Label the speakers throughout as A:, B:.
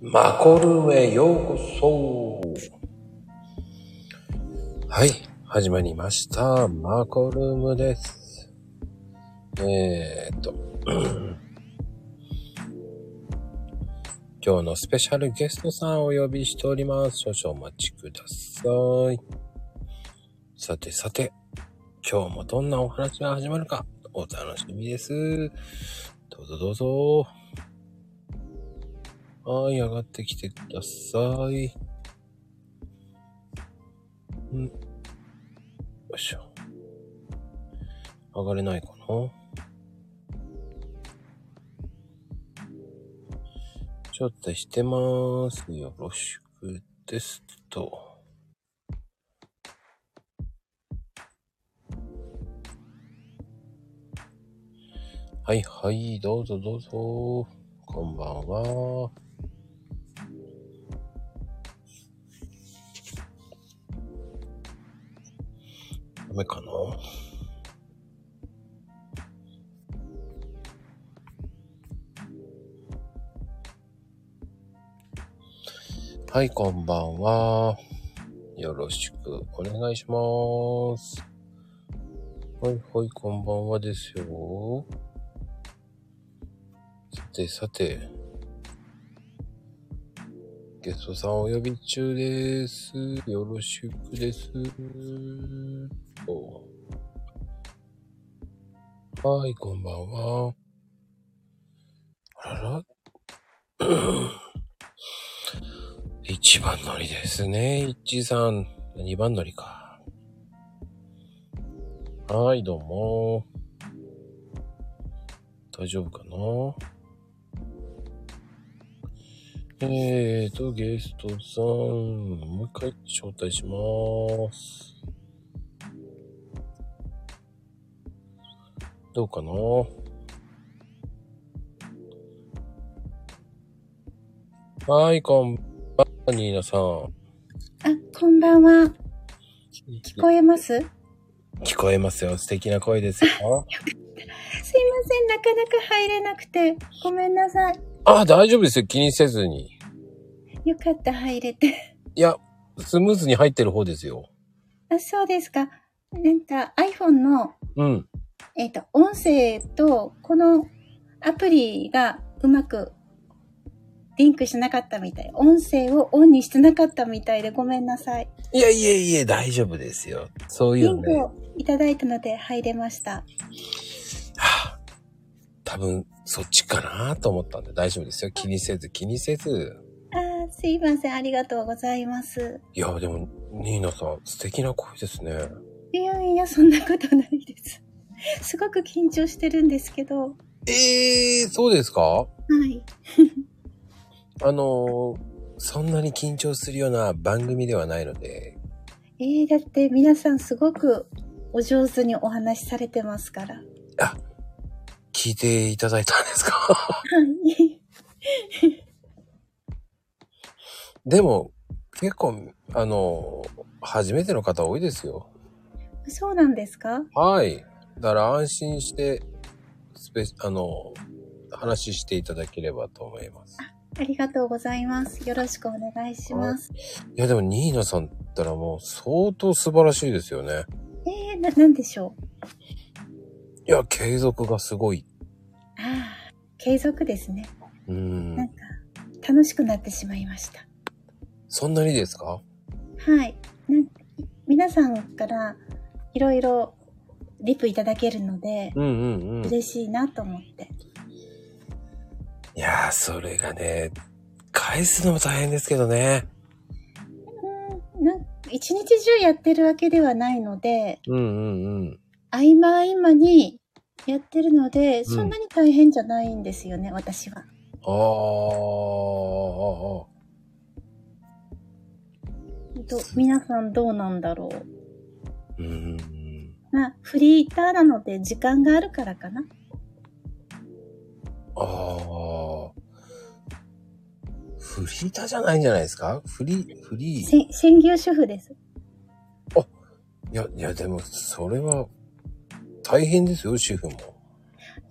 A: マコルへようこそ。はい、始まりました。マコルームです。えーっと、 今日のスペシャルゲストさんをお呼びしております。少々お待ちください。さてさて、今日もどんなお話が始まるか、お楽しみです。どうぞどうぞ。はい、上がってきてください。んよいしょ。上がれないかなちょっとしてます。よろしくですと。はいはい、どうぞどうぞ。こんばんは。ダメかなはい、こんばんは。よろしくお願いします。はい、はい、こんばんはですよ。さて、さて。ゲストさんお呼び中です。よろしくです。おはい、こんばんは。あら ら。一番乗りですね。一さん。二番乗りか。はい、どうも。大丈夫かなえーと、ゲストさん、もう一回招待します。どうかなはい、こんばんは、ニーナさん。
B: あ、こんばんは。聞こえますすいま
A: 聞こえますよ。素敵な声ですよ。
B: せん、なかなか入れなくて。ごめんなさい。
A: あ、大丈夫ですよ。気にせずに。
B: よかった、入れて。
A: いや、スムーズに入ってる方ですよ。
B: あ、そうですか。なんか iPhone の、
A: うん。
B: えっ、と、音声と、このアプリがうまくリンクしなかったみたい。音声をオンにしてなかったみたいでごめんなさい。
A: いやいやいや、大丈夫ですよ。そうい
B: リ
A: う
B: ン
A: の
B: ク
A: ね。
B: をいただいたので入れました。
A: はあ、多分そっちかなと思ったんで大丈夫ですよ。気にせず気にせず。
B: あー、すいません、ありがとうございます。
A: いや、でも、ニーナさん、素敵な声ですね。
B: いやいや、そんなことないです。すごく緊張してるんですけど。
A: ええー、そうですか
B: はい。
A: あのー、そんなに緊張するような番組ではないので、
B: えー、だって皆さんすごくお上手にお話しされてますから。は
A: 聞いていただいたんですか
B: い。
A: でも、結構、あのー、初めての方多いですよ。
B: そうなんですか
A: はい。だから安心して、スペシあのー、話していただければと思います。
B: ありがとうございます。よろしくお願いします。
A: いやでもニーナさんったらもう相当素晴らしいですよね。
B: えー、な、なんでしょう
A: いや、継続がすごい。
B: ああ、継続ですね。
A: う
B: なん
A: ん。
B: か、楽しくなってしまいました。
A: そんなにですか
B: はい。なん皆さんからいろいろリプいただけるので、
A: うんうんうん。い
B: 嬉しいなと思って。
A: やー、それがね、返すのも大変ですけどね。
B: うん、なん一日中やってるわけではないので、
A: うんうんうん。
B: 合間合間にやってるので、そんなに大変じゃないんですよね、私は。
A: あーあー、あー
B: ど皆さんどうなんだろ
A: う
B: う。
A: んうんうん。
B: まあ、フリーターなので時間があるからかな。
A: ああ。フリーターじゃないんじゃないですかフリー、フリー。い
B: せ専業主婦です。
A: や、いや、でも、それは、大変ですよ、主婦も。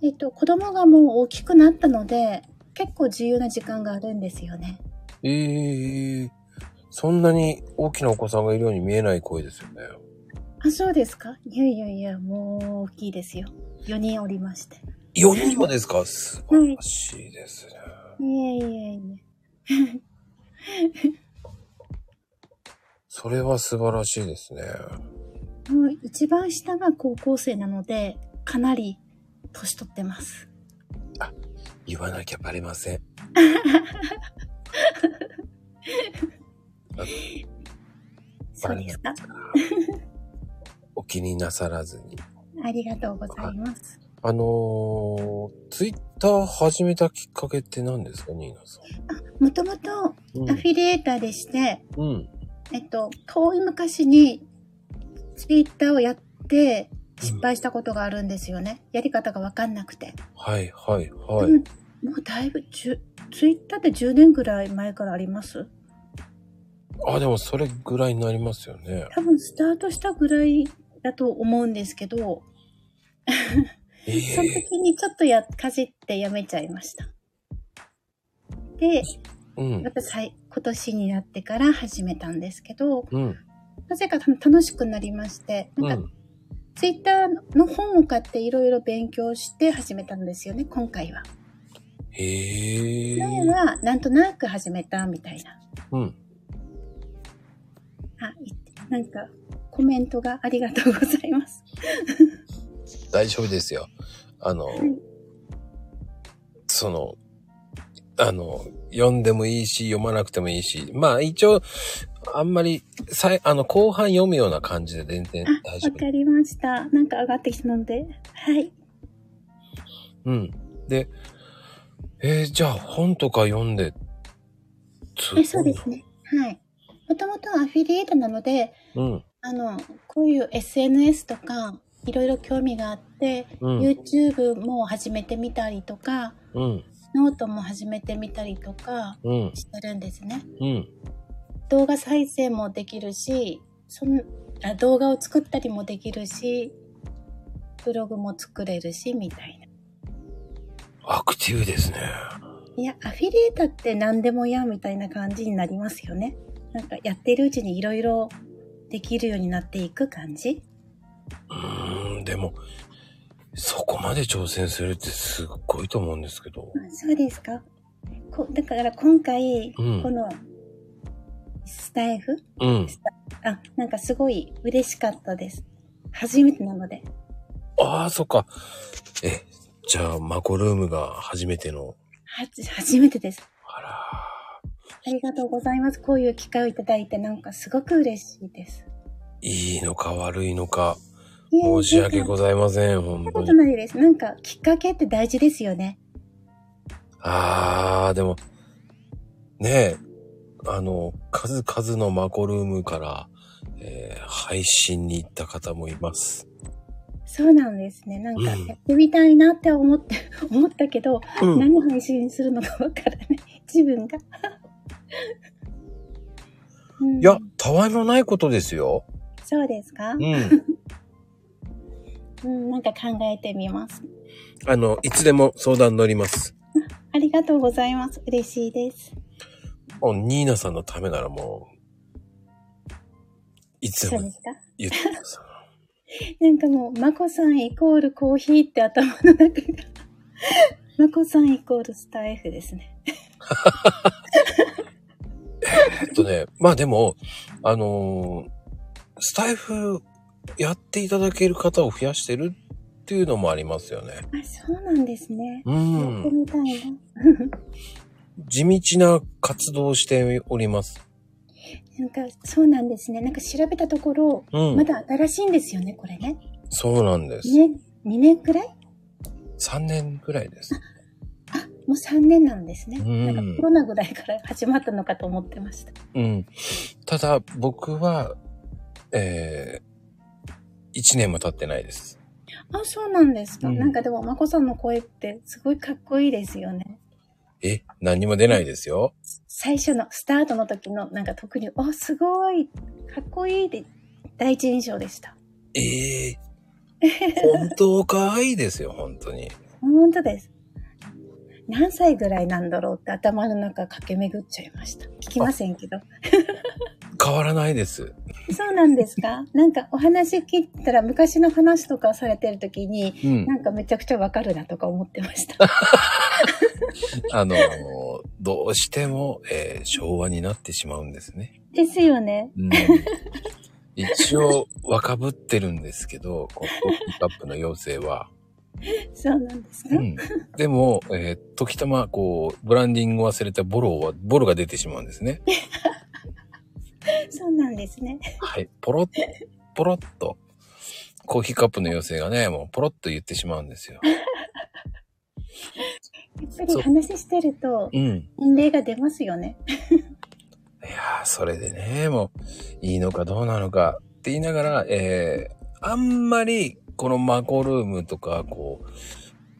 B: えっと、子供がもう大きくなったので、結構自由な時間があるんですよね。
A: ええそんなに大きなお子さんがいるように見えない声ですよね。
B: あ、そうですかいやいやいや、もう大きいですよ。4人おりまして。
A: 4人もですか素晴らしいですね。
B: いえいえいえ。
A: それは素晴らしいですね。
B: もう一番下が高校生なので、かなり年取ってます。
A: 言わなきゃバレません。
B: そうですか
A: お気になさらずに。
B: ありがとうございます。
A: あのー、ツイッター始めたきっかけって何ですか、ニーナさ
B: もともとアフ
A: ん。
B: ィリエーターでして、
A: うん。うん。
B: えっと、遠い昔にツイッターをやって失敗したことがあるんですよね。やり方がわかんなくて。
A: はいはいはい。
B: うんもうだいぶじゅ、ツイッターって10年ぐらい前からあります
A: あ、でもそれぐらいになりますよね。
B: 多分スタートしたぐらいだと思うんですけど、
A: ええ
B: その時にちょっとや、かじってやめちゃいました。で、
A: うん
B: ま。た最今年になってから始めたんですけど、
A: うん。
B: なぜかた楽しくなりまして、
A: う
B: なんか
A: ん。
B: ツイッターの本を買っていろいろ勉強して始めたんですよね、今回は。
A: へえ。
B: 前はなんとなく始めたみたいな。
A: うん。
B: あ、いなんかコメントがありがとうございます。
A: 大丈夫ですよ。あの
B: い、
A: その、あの、読んでもいいし、読まなくてもいいし、まあ一応、あんまり、さいあの、後半読むような感じで全然
B: あ、
A: 大
B: わ
A: 丈夫。
B: かりました。なんか上がってきたので、はい。
A: うん。で、えーじゃあ本とか読んで、
B: えそうですね。はい。もともとアフィリエイトなので、
A: うん。
B: あの、こういう SNS とか、いろいろ興味があって、
A: うん。
B: YouTube も始めてみたりとか、
A: うん。
B: ノートも始めてみたりとか
A: うん。
B: してるんですね。
A: うん。
B: 動画再生もできるし、そのあ動画を作ったりもできるし、ブログも作れるし、みたいな。
A: アクティブですね。
B: いや、アフィリエイターって何でもや、みたいな感じになりますよね。なんかやってるうちにいろいろできるようになっていく感じ。
A: うーん、でも、そこまで挑戦するってすっごいと思うんですけど。
B: あそうですかこだから今回、
A: うん
B: このスタイフ
A: うん。
B: あ、なんかすごい嬉しかったです。初めてなので。
A: ああ、そっか。え、じゃあ、マコルームが初めての。
B: はじ、初めてです。
A: あら
B: ありがとうございます。こういう機会をいただいて、なんかすごく嬉しいです。
A: ー、いいのか悪いのか、
B: いえ
A: 申し訳
B: なんか
A: ございません、本
B: そんな
A: 当
B: こと
A: に。
B: ないです。なんかきっかけって大事ですよね。
A: ああ、でも、ねえ、あの、数々のマコルームから、えー配信に行った方もいます。
B: そうなんですね。なんか
A: うん
B: やってみたいなって思って、 思ったけど、
A: うん。
B: 何配信するのかわからない。自分が。 うん
A: いや、たわいもないことですよ。
B: そうですか
A: う、 ん。
B: うん、なんか考えてみます。
A: あの、いつでも相談乗ります。
B: ありがとうございます。嬉しいです。
A: もうニーナさんのためならもう、いつで
B: そう
A: も
B: ですか
A: 言ってください。
B: なんかもう、まこさんイコールコーヒーって頭の中が。まこさんイコールスタイフですね。
A: えっとね、まあでも、あのースタイフやっていただける方を増やしてるっていうのもありますよね。
B: あ、そうなんですね。
A: う
B: やって
A: ん。
B: みたいな。
A: 地道な活動をしております。
B: なんか、そうなんですね。なんか調べたところ、
A: うん。
B: まだ新しいんですよね、これね。
A: そうなんです。
B: ね、2年くらい
A: 3年ぐらいです。
B: あ、もう3年なんですね。
A: うん
B: なんかコロナぐらいから始まったのかと思ってました。
A: うん。ただ、僕は、えー、1年も経ってないです。
B: あ、そうなんですか。
A: うん
B: なんかでも、まこさんの声ってすごいかっこいいですよね。
A: え、何にも出ないですよ。
B: 最初のスタートの時のなんか特に「おすごいかっこいい」で第一印象でした
A: ええー。本当かわいいですよ、本当に。
B: 本当です何歳ぐらいなんだろうって頭の中駆け巡っちゃいました。聞きませんけど。
A: 変わらないです。
B: そうなんですかなんかお話聞いたら昔の話とかされてる時に、
A: うん。
B: なんかめちゃくちゃわかるなとか思ってました。
A: あの、どうしても、えー昭和になってしまうんですね。
B: ですよね。
A: うん、一応、若ぶってるんですけど、このコーヒーカップの妖精は。
B: そうなんです
A: う
B: ね。
A: ん、でも、えー時たま、こう、ブランディングを忘れたボロは、ボロが出てしまうんですね。
B: そうなんですね。
A: はい。ポロッ、ポロッと、コーヒーカップの妖精がね、もうポロッと言ってしまうんですよ。
B: やっぱり話してると
A: うん。
B: 年齢が出ますよね。
A: いやー、それでね、もう、いいのかどうなのかって言いながら、えー、あんまり、このマコルームとか、こう、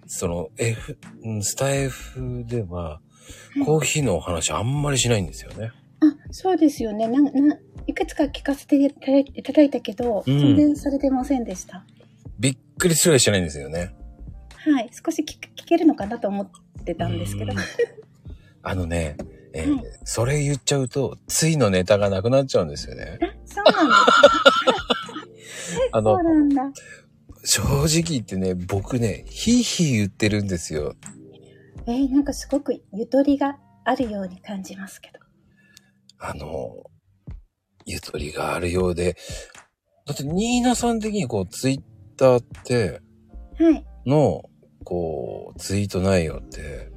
A: その、F、うんスタイフでは、コーヒーのお話あんまりしないんですよね。
B: あ、そうですよね。なんないくつか聞かせていただいいただいたけど、
A: うん
B: 全然されてませんでした。
A: びっくりするぐらいしてないんですよね。
B: はい。少し聞聞けるのかなと思ってたんですけど
A: うん。あのね、えー
B: はい
A: それ言っちゃうと、ついのネタがなくなっちゃうんですよね。
B: そうなんですね
A: あの
B: そうなんだ。
A: 正直言ってね、僕ね、ヒーヒー言ってるんですよ。
B: えーなんかすごくゆとりがあるように感じますけど。
A: あの、ゆとりがあるようで、だって、ニーナさん的にこう、ツイッターって、
B: はい。
A: の、こう、ツイート内容って、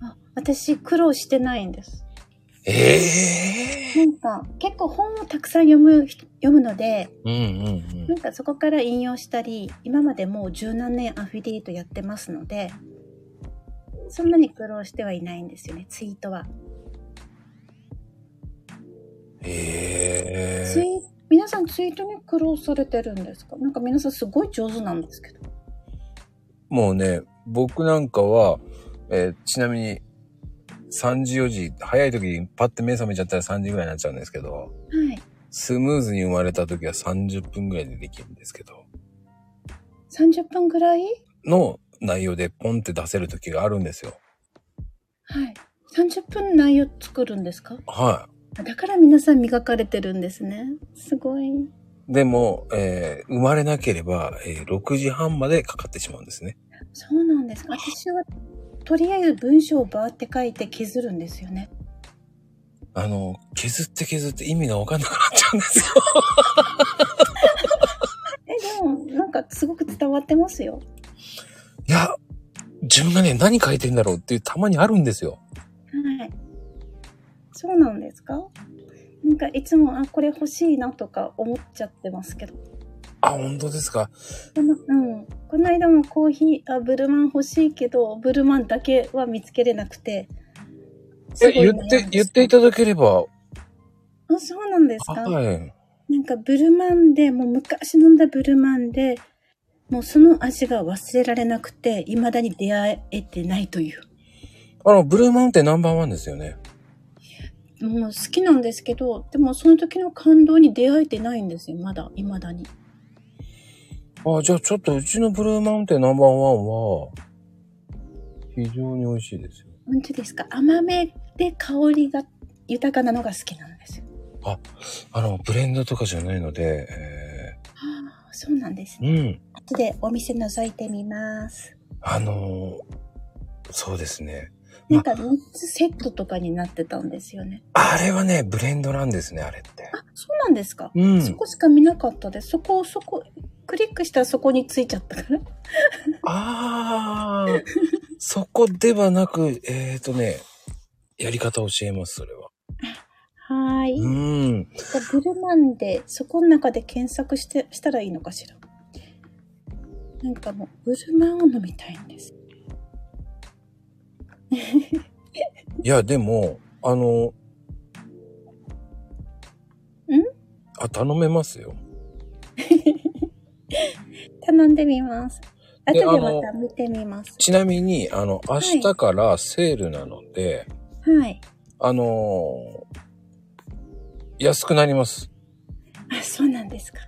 B: あ私、苦労してないんです。
A: え
B: な
A: え
B: んか、結構本をたくさん読む人、読むので、
A: うんうんう
B: なんかそこから引用したり、今までもう十何年アフィリエイトやってますので、そんなに苦労してはいないんですよね、ツイートは。
A: ん。え
B: ツ
A: え
B: イ皆さんツイートに苦労されてるんですかなんか皆さんすごい上手なんですけど。
A: もうね、僕なんかは、えーちなみに、3時4時、早い時にパッて目覚めちゃったら3時ぐらいになっちゃうんですけど、
B: はい。
A: スムーズに生まれた時は30分ぐらいでできるんですけど、
B: 30分ぐらい
A: の内容でポンって出せる時があるんですよ。
B: はい。30分内容作るんですか
A: はい。
B: あだから皆さん磨かれてるんですね。すごい。
A: でも、えー生まれなければ、えー6時半までかかってしまうんですね。
B: そうなんですか。私は、とりあえず文章をバーって書いて削るんですよね。
A: あの、削って削って意味がわかんなくなっちゃうんですよ。
B: え、でも、なんかすごく伝わってますよ。
A: いや、自分がね、何書いてんだろうっていうたまにあるんですよ。
B: はい。そうなんですかなんかいつも、あ、これ欲しいなとか思っちゃってますけど。
A: あ、本当ですか。
B: この、うん。この間もコーヒー、あ、ブルマン欲しいけど、ブルマンだけは見つけれなくて。す
A: え、
B: ごい
A: 言
B: 悩ん
A: っ
B: で
A: て
B: た、
A: 言っていただければ、
B: あ、そうなんですか
A: はい。
B: なんかブルマンで、もう昔飲んだブルマンで、もうその味が忘れられなくて、未だに出会えてないという。
A: あの、ブルーマウンテンナンバーワンですよね。
B: もう好きなんですけど、でもその時の感動に出会えてないんですよ、まだ、未だに。
A: あ、じゃあちょっとうちのブルーマウンテンナンバーワンは、非常に美味しいですよ。
B: 本当ですか甘めで香りが豊かなのが好きなんですよ。
A: あの、ブレンドとかじゃないので、え
B: はあ、そうなんです
A: ー
B: ね。
A: うん。
B: 後でお店覗いてみます。
A: あのーそうですね。
B: なんか3つセットとかになってたんですよね。
A: あれはね、ブレンドなんですね、あれって。
B: あ、そうなんですか
A: う
B: そ
A: ん。
B: こしか見なかったです。そこ、そこ、クリックしたらそこについちゃったから。
A: ああ、そこではなく、えっ、ー、とね、やり方教えます、それは。
B: はーい。
A: うん。
B: じゃあブルマンで、そこの中で検索して、したらいいのかしら。なんかもう、ブルマンを飲みたいんです。
A: いや、でも、あの、
B: ん
A: あ、頼めますよ。
B: 頼んでみます。後
A: で
B: で
A: あ
B: ま
A: の
B: た見てみます。
A: ちなみに、あの、明
B: い
A: 日からセールなので、
B: はい。
A: あのー安くなります。
B: あ、そうなんですか。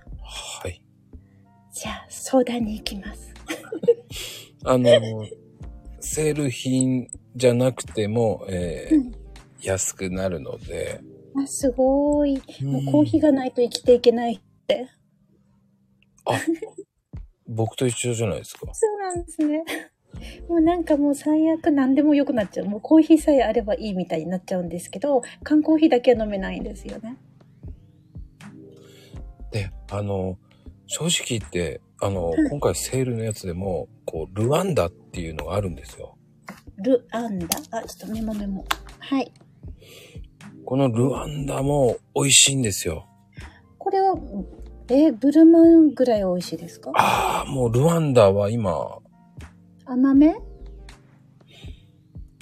A: はい。
B: じゃあ、相談に行きます。
A: あのーセール品じゃなくても、えー
B: うん
A: 安くなるので、
B: あすごい。もうコーヒ
A: ー
B: ーがないと生きていけないって。
A: 僕と一緒じゃないですか。
B: そうなんですね。もうなんかもう最悪何でも良くなっちゃう。もうコーヒーさえあればいいみたいになっちゃうんですけど、缶コーヒーだけは飲めないんですよね。
A: で、あの、正直言って、あの、
B: はい
A: 今回セールのやつでも、こう、ルワンダっていうのがあるんですよ。
B: ルアンダ。あ、ちょっとメモメモ。はい。
A: このルワンダも美味しいんですよ。
B: これは、え、ブルマンぐらい美味しいですか
A: ああ、もうルワンダは今、
B: 甘め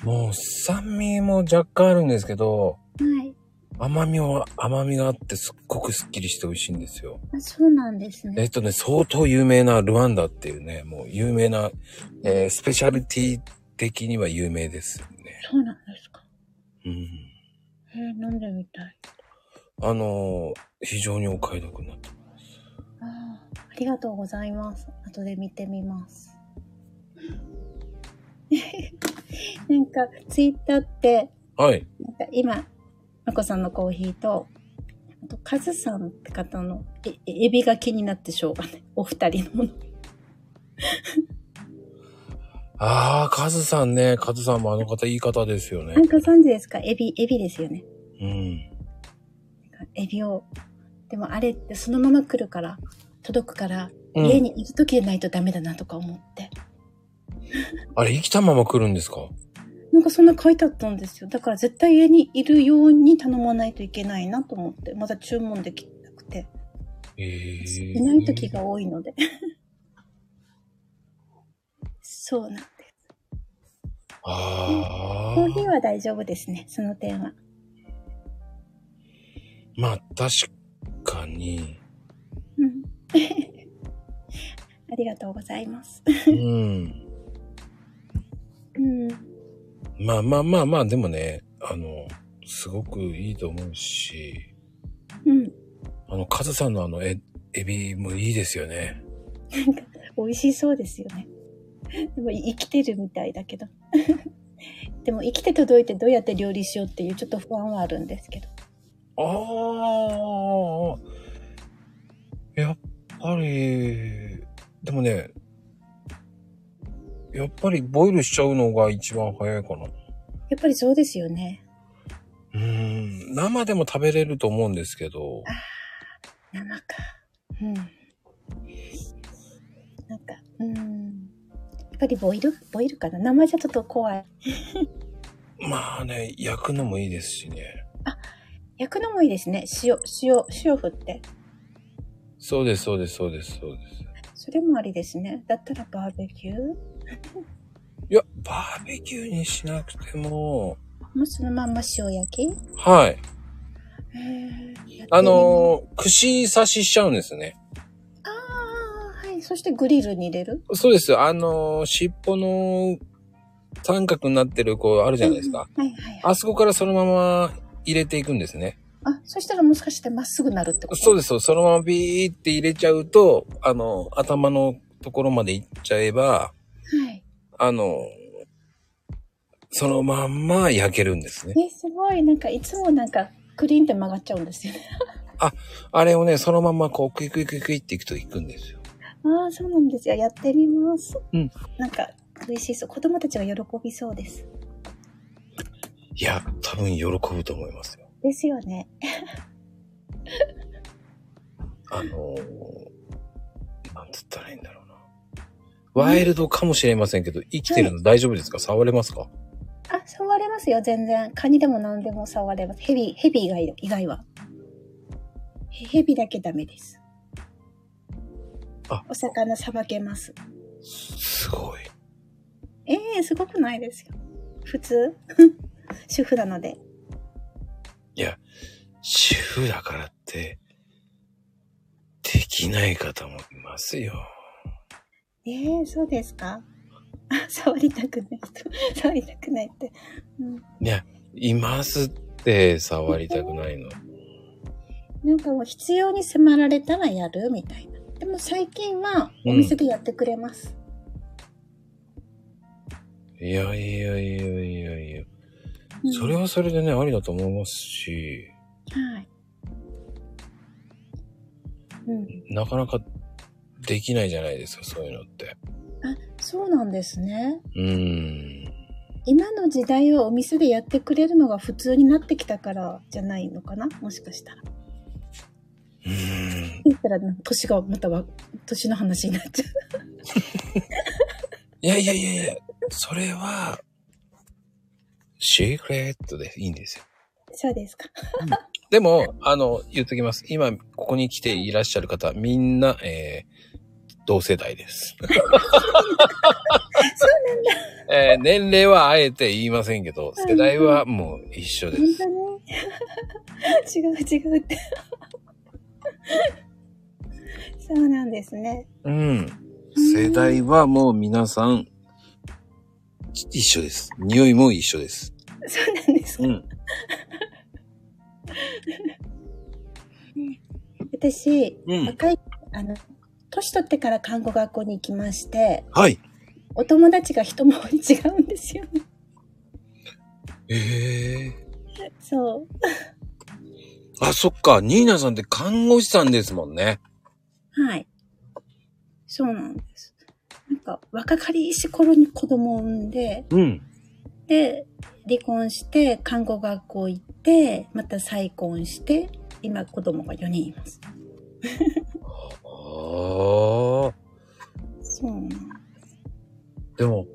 A: もう酸味も若干あるんですけど、
B: はい。
A: 甘みは、甘みがあってすっごくスッキリして美味しいんですよ。
B: あそうなんです
A: え
B: ね。
A: っとね、相当有名なルワンダっていうね、もう有名な、えースペシャルティ的には有名ですよね。
B: そうなんですか。
A: うん。
B: えー、飲んでみたい。
A: あのー非常にお買い得になった。
B: あーありがとうございます。後で見てみます。 なんか、ツイッターって、
A: はい。
B: なんか今、まこさんのコーヒーと、あと、カズさんって方のええエビが気になってしょうがない。 お二人のもの。
A: ああ、カズさんね、カズさんもあの方いい方ですよね
B: な。んかご存知ですかエビ、エビですよね。
A: うん。
B: なんかエビを。でもあれってそのまま来るから、届くから、
A: うん
B: 家にいる時でないとダメだなとか思って。
A: あれ、生きたまま来るんですか
B: なんかそんな書いてあったんですよ。だから絶対家にいるように頼まないといけないなと思って、まだ注文できなくて。
A: ええ
B: いない時が多いので。 そうなんです。
A: ああ。
B: コーヒーは大丈夫ですね、その点は。
A: まあ、確か に。
B: うん。 ありがとうございます。
A: うん。
B: うん。
A: まあまあまあまあ、でもね、あの、すごくいいと思うし、
B: うん。
A: あの、カズさんのあの、え、エビもいいですよね。
B: なんか、美味しそうですよね。でも、生きてるみたいだけど。 でも、生きて届いてどうやって料理しようっていう、ちょっと不安はあるんですけど。
A: ああ。やっぱり、でもね、やっぱりボイルしちゃうのが一番早いかな。
B: やっぱりそうですよね。
A: うん、生でも食べれると思うんですけど、
B: 生か。うん。なんか、うん。やっぱりボイルボイルかな生じゃちょっと怖い。
A: まあね、焼くのもいいですしね。
B: 焼くのもいいですね。塩、塩、塩振って。
A: そうです、そうです、そうです、そうです。
B: それもありですね。だったらバーベキュー
A: いや、バーベキューにしなくても、
B: もうそのまんま塩焼き
A: はい。
B: へー
A: あのー串刺ししちゃうんですね。
B: ああ、はい。そしてグリルに入れる
A: そうです。あのー尻尾の三角になってる、こう、あるじゃないですか。
B: はいはいはい。
A: あそこからそのまま入れていくんですね。
B: あ、そしたらもしかしてまっすぐなるってこと
A: そう
B: う
A: です。そのままビーって入れちゃうと、あの、頭のところまで行っちゃえば、
B: はい。
A: あの、そのまんま焼けるんですね。
B: え、すごい。なんかいつもなんかクリーンって曲がっちゃうんですよね。
A: あれをね、そのまんまこう、クイクイクイクイっていくと行くんですよ。
B: ああ、そうなんですよ。やってみます。
A: うん。
B: なんか美味しそう。子供たちが喜びそうです。
A: いや、多分喜ぶと思いますよ。
B: ですよね。
A: あのー、なんつったらいいんだろうな。ワイルドかもしれませんけど、生きてるの大丈夫ですか触れますか
B: あ、触れますよ、全然。カニでも何でも触れます。ヘビ、ヘビ以外以外は。へヘビだけダメです。
A: あ
B: お魚さばけます。
A: すごい。
B: ええすごくないですよ。普通 主婦なので。
A: いや、主婦だからって、できない方もいますよ。
B: ええそうですかあ、触りたくない人。触りたくないって。うん。
A: いや、いますって触りたくないの。
B: なんかもう必要に迫られたらやるみたいな。でも最近はお店でやってくれます。
A: へいやいやいやいやいや。
B: うん
A: それはそれでね、ありだと思いますし、
B: はい。うん。
A: なかなかできないじゃないですか、そういうのって。
B: あ、そうなんですね。
A: うーん。
B: 今の時代はお店でやってくれるのが普通になってきたからじゃないのかなもしかしたら。
A: うーん。
B: 言ったらなんか年がまたは年の話になっちゃう。
A: いやいやいやいや、それは、シークレットでいいんですよ。
B: そうですか。
A: でも、あの、言っときます。今、ここに来ていらっしゃる方、みんな、えー、同世代 です。そうなんだ。えー年齢はあえて言いませんけど、世代はもう一緒で
B: 本
A: す。
B: 当に違う違うって。そうなんですね。
A: うん。世代はもう皆さん、ち一緒です。匂いも一緒です。
B: そうなんですか。
A: うん。
B: 私、
A: うん。
B: 若い、あの、年取ってから看護学校に行きまして、
A: はい。
B: お友達が一回り違うんですよね。
A: ええ
B: そう。
A: あ、そっか。ニーナさんって看護師さんですもんね。
B: はい。そうなんです。なんか、若かりし頃に子供を産んで、
A: うん。
B: で、離婚して、看護学校行って、また再婚して、今子供が4人います。
A: ああ。
B: そうなん
A: でも、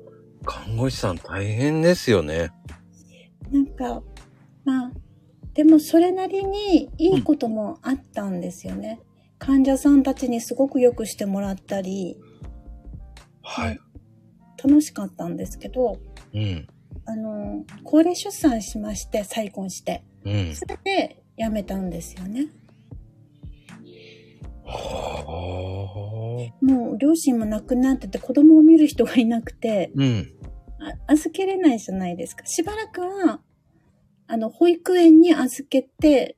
A: 看護師さん大変ですよね。
B: なんか、まあ、でもそれなりにいいこともあったんですよね。患者さんたちにすごくよくしてもらったり、
A: はい。
B: 楽しかったんですけど、
A: うん。
B: あの、高齢出産しまして、再婚して。
A: うん。
B: それで辞めたんですよね。
A: はあ。
B: もう両親も亡くなってて子供を見る人がいなくて、
A: うん。
B: あ預けれないじゃないですか。しばらくは、あの、保育園に預けて、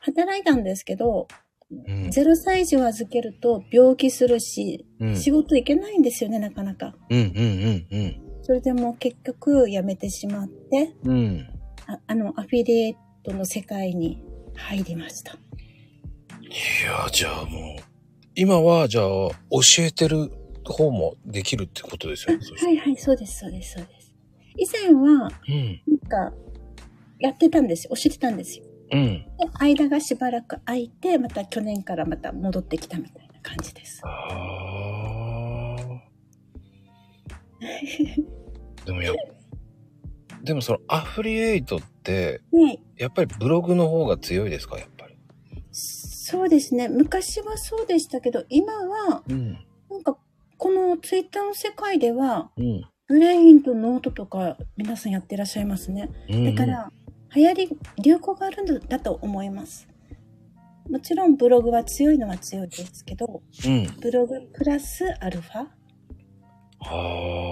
B: 働いたんですけど、
A: うん。
B: 0歳児を預けると病気するし、
A: うん。
B: 仕事行けないんですよね、なかなか。
A: うん。うん。うん。
B: それでもう結局辞めてしまって、
A: うん。
B: ああの、アフィリエイトの世界に入りました。
A: いや、じゃあもう、今は、じゃあ、教えてる方もできるってことですよね。そし
B: は
A: て
B: いはい、そうです、そうです、そうです。以前
A: う
B: は、
A: ん。
B: なんか、やってたんですよ。教えてたんですよ。
A: うん。
B: で、間がしばらく空いて、また去年からまた戻ってきたみたいな感じです。
A: あ ーでもや、でもそのアフリエイトって、
B: ね
A: やっぱりブログの方が強いですか、やっぱり。
B: そうですね。昔はそうでしたけど、今は、
A: うん。
B: なんか、このツイッターの世界では、
A: うん。
B: ブレインとノートとか皆さんやってらっしゃいますね。
A: うん
B: だか、ら、流行り、流行があるんだと思います。もちろんブログは強いのは強いですけど、
A: うん。
B: ブログプラスアルファ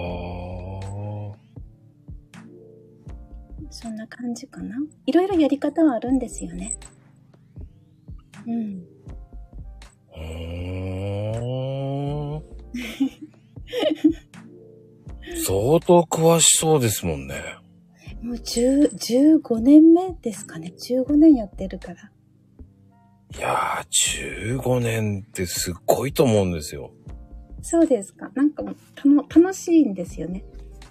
A: は
B: そんな感じかな。いろいろやり方はあるんですよね。うん。
A: あ。うーん相当詳しそうですもんね。
B: もう10 15年目ですかね。15年やってるから。
A: いやー、15年ってすっごいと思うんですよ。
B: そうですか。なんかもうたの楽しいんですよね。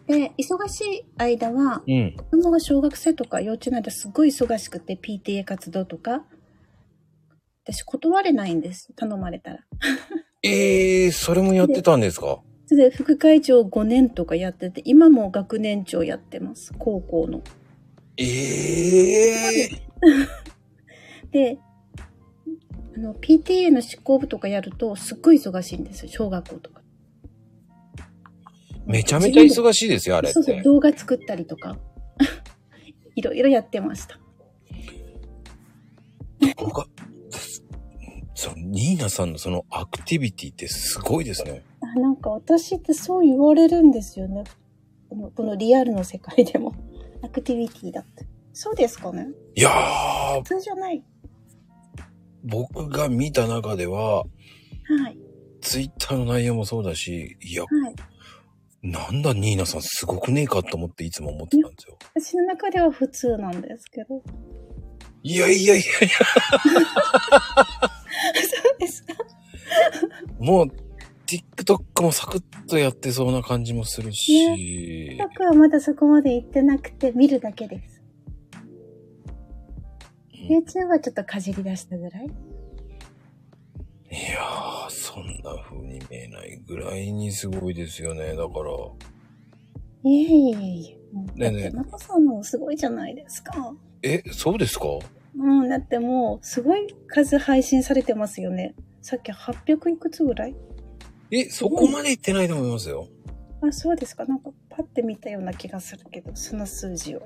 B: で、忙しい間は、
A: うん。
B: 子供が小学生とか幼稚園の間すごい忙しくて PTA 活動とか。私断れないんです。頼まれたら。
A: ええー、それもやってたんですか
B: それで副会長5年とかやってて、今も学年長やってます。高校の。
A: ええー。
B: で、あの、PTA の執行部とかやると、すっごい忙しいんですよ、小学校とか。
A: めちゃめちゃ忙しいですよ、あれっ
B: そうそう、
A: て。
B: 動画作ったりとか。 いろいろやってました。
A: 僕はそのニーナさんのそのアクティビティってすごいですね。
B: あなんか私ってそう言われるんですよね。このこのリアルの世界で も。アクティビティだって。そうですかね
A: いやー、
B: 普通じゃない。
A: 僕が見た中では、
B: はい。
A: ツイッターの内容もそうだし、いや、
B: はい。
A: なんだ、ニーナさん、すごくねえかと思っていつも思ってたんですよ。
B: 私の中では普通なんです けど。
A: いやいやいやいや、
B: そうですか
A: もう、TikTok もサクッとやってそうな感じもするし、
B: 僕はまだそこまで行ってなくて見るだけです。YouTube はちょっとかじり出したぐらい。
A: いやー、そんな風に見えないぐらいにすごいですよね。だから、
B: いえいえいえ。もう
A: ねえねえ
B: だって、マコさんもすごいじゃないですか。
A: え、そうですか
B: うん、だってもう、すごい数配信されてますよね。さっき800いくつぐらい
A: え、そこまでいってないと思いますよ。
B: あ、そうですか。なんか、パッて見たような気がするけど、その数字を。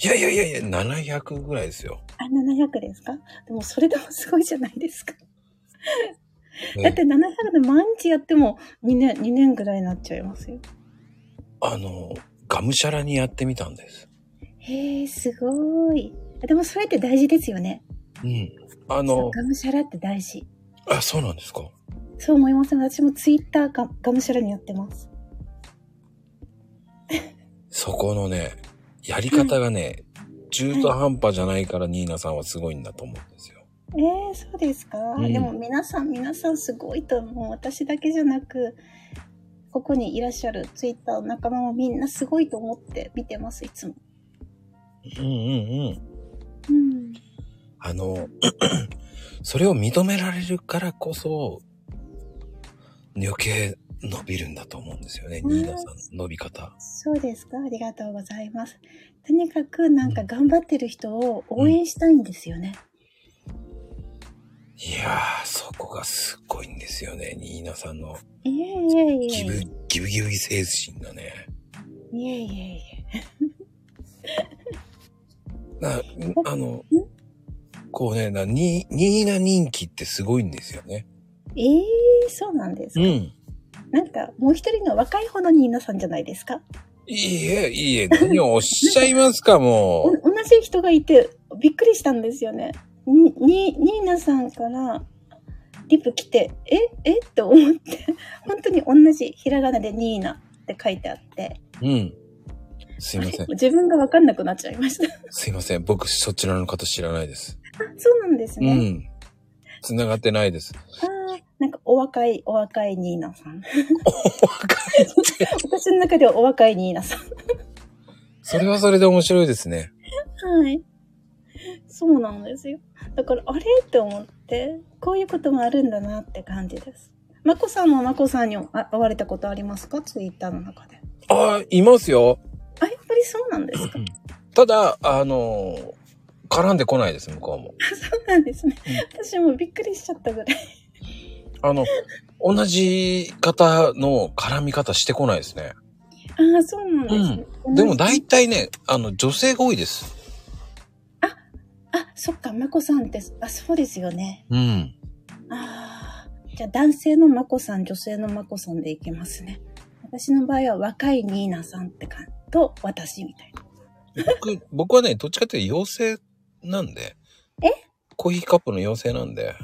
A: いやいやいやいや、700ぐらいですよ。
B: あ、700ですかでも、それでもすごいじゃないですか。
A: ね
B: だって、700で毎日やっても、2年、2年ぐらいになっちゃいますよ。
A: あの、がむしゃらにやってみたんです。
B: へえ、すごい。あでも、それって大事ですよね。
A: うん。あ
B: そう
A: の、
B: がむしゃらって大事。
A: あ、そうなんですか。
B: そう思います。私もツイッターががむしゃらにやってます。
A: そこのね、やり方がね、中途半端じゃないからニーナさんはすごいんだと思うんですよ。
B: えー、そうですか、
A: ん
B: でも皆さん皆さんすごいと思う私だけじゃなくここにいらっしゃるツイッターの仲間もみんなすごいと思って見てますいつも
A: うんうんうん。
B: うん
A: あの、 それを認められるからこそ、余計伸びるんだと思うんですよね、
B: うん
A: ニーナさんの伸び方。
B: そうですかありがとうございますとにかくなんか頑張ってる人を応援したいんですよね、
A: いやー、そこがすごいんですよね、ニーナさんの
B: いえいえいえ
A: ギ
B: い
A: ブ
B: え、
A: ギブギブ精神がね。
B: いえいえいえ
A: なあの、こうね、なニーニーナ人気ってすごいんですよね。
B: えー、そうなんです
A: う
B: か、
A: ん。
B: なんかもう一人の若い方のニーナさんじゃないですか
A: いいえ、いいえ、何をおっしゃいますか、も
B: お
A: う。
B: 同じ人がいてびっくりしたんですよね。に、に、ニーナさんからリプ来て、ええって思って、本当に同じひらがなでニーナって書いてあって、
A: うん。すいません。
B: 自分がわかんなくなっちゃいました。 あ
A: すいません。僕、そちらの方知らないです。
B: そうなんです
A: う
B: ね。
A: ん。繋がってないです。
B: ああ、なんかお若い、お若いニーナさん。
A: お若いって。
B: 私の中ではお若いニーナさん。
A: それはそれで面白いですね。
B: はい。そうなんですよ。だから、あれって思って、こういうこともあるんだなって感じです。まこさんもまこさんにあ会われたことありますかツイッターの中で。
A: ああ、いますよ。
B: あ、やっぱりそうなんですか
A: ただ、あのー絡んでこないです、向こうも。
B: そうなんですね
A: う。
B: 私もびっくりしちゃったぐらい。
A: あの、同じ方の絡み方してこないですね。
B: ああ、そうなんですね。
A: でも
B: 同
A: 大
B: じ
A: 体ね、あの、女性が多いです。
B: あ、そっか、まこさんって、あ、そうですよね。
A: うん。
B: ああ。じゃあ男性のまこさん、女性のまこさんでいけますね。私の場合は若いニーナさんって感じと私みたいな。
A: 僕、僕はね、どっちかっていうと妖精なんで。
B: え
A: コーヒーカップの妖精なんで。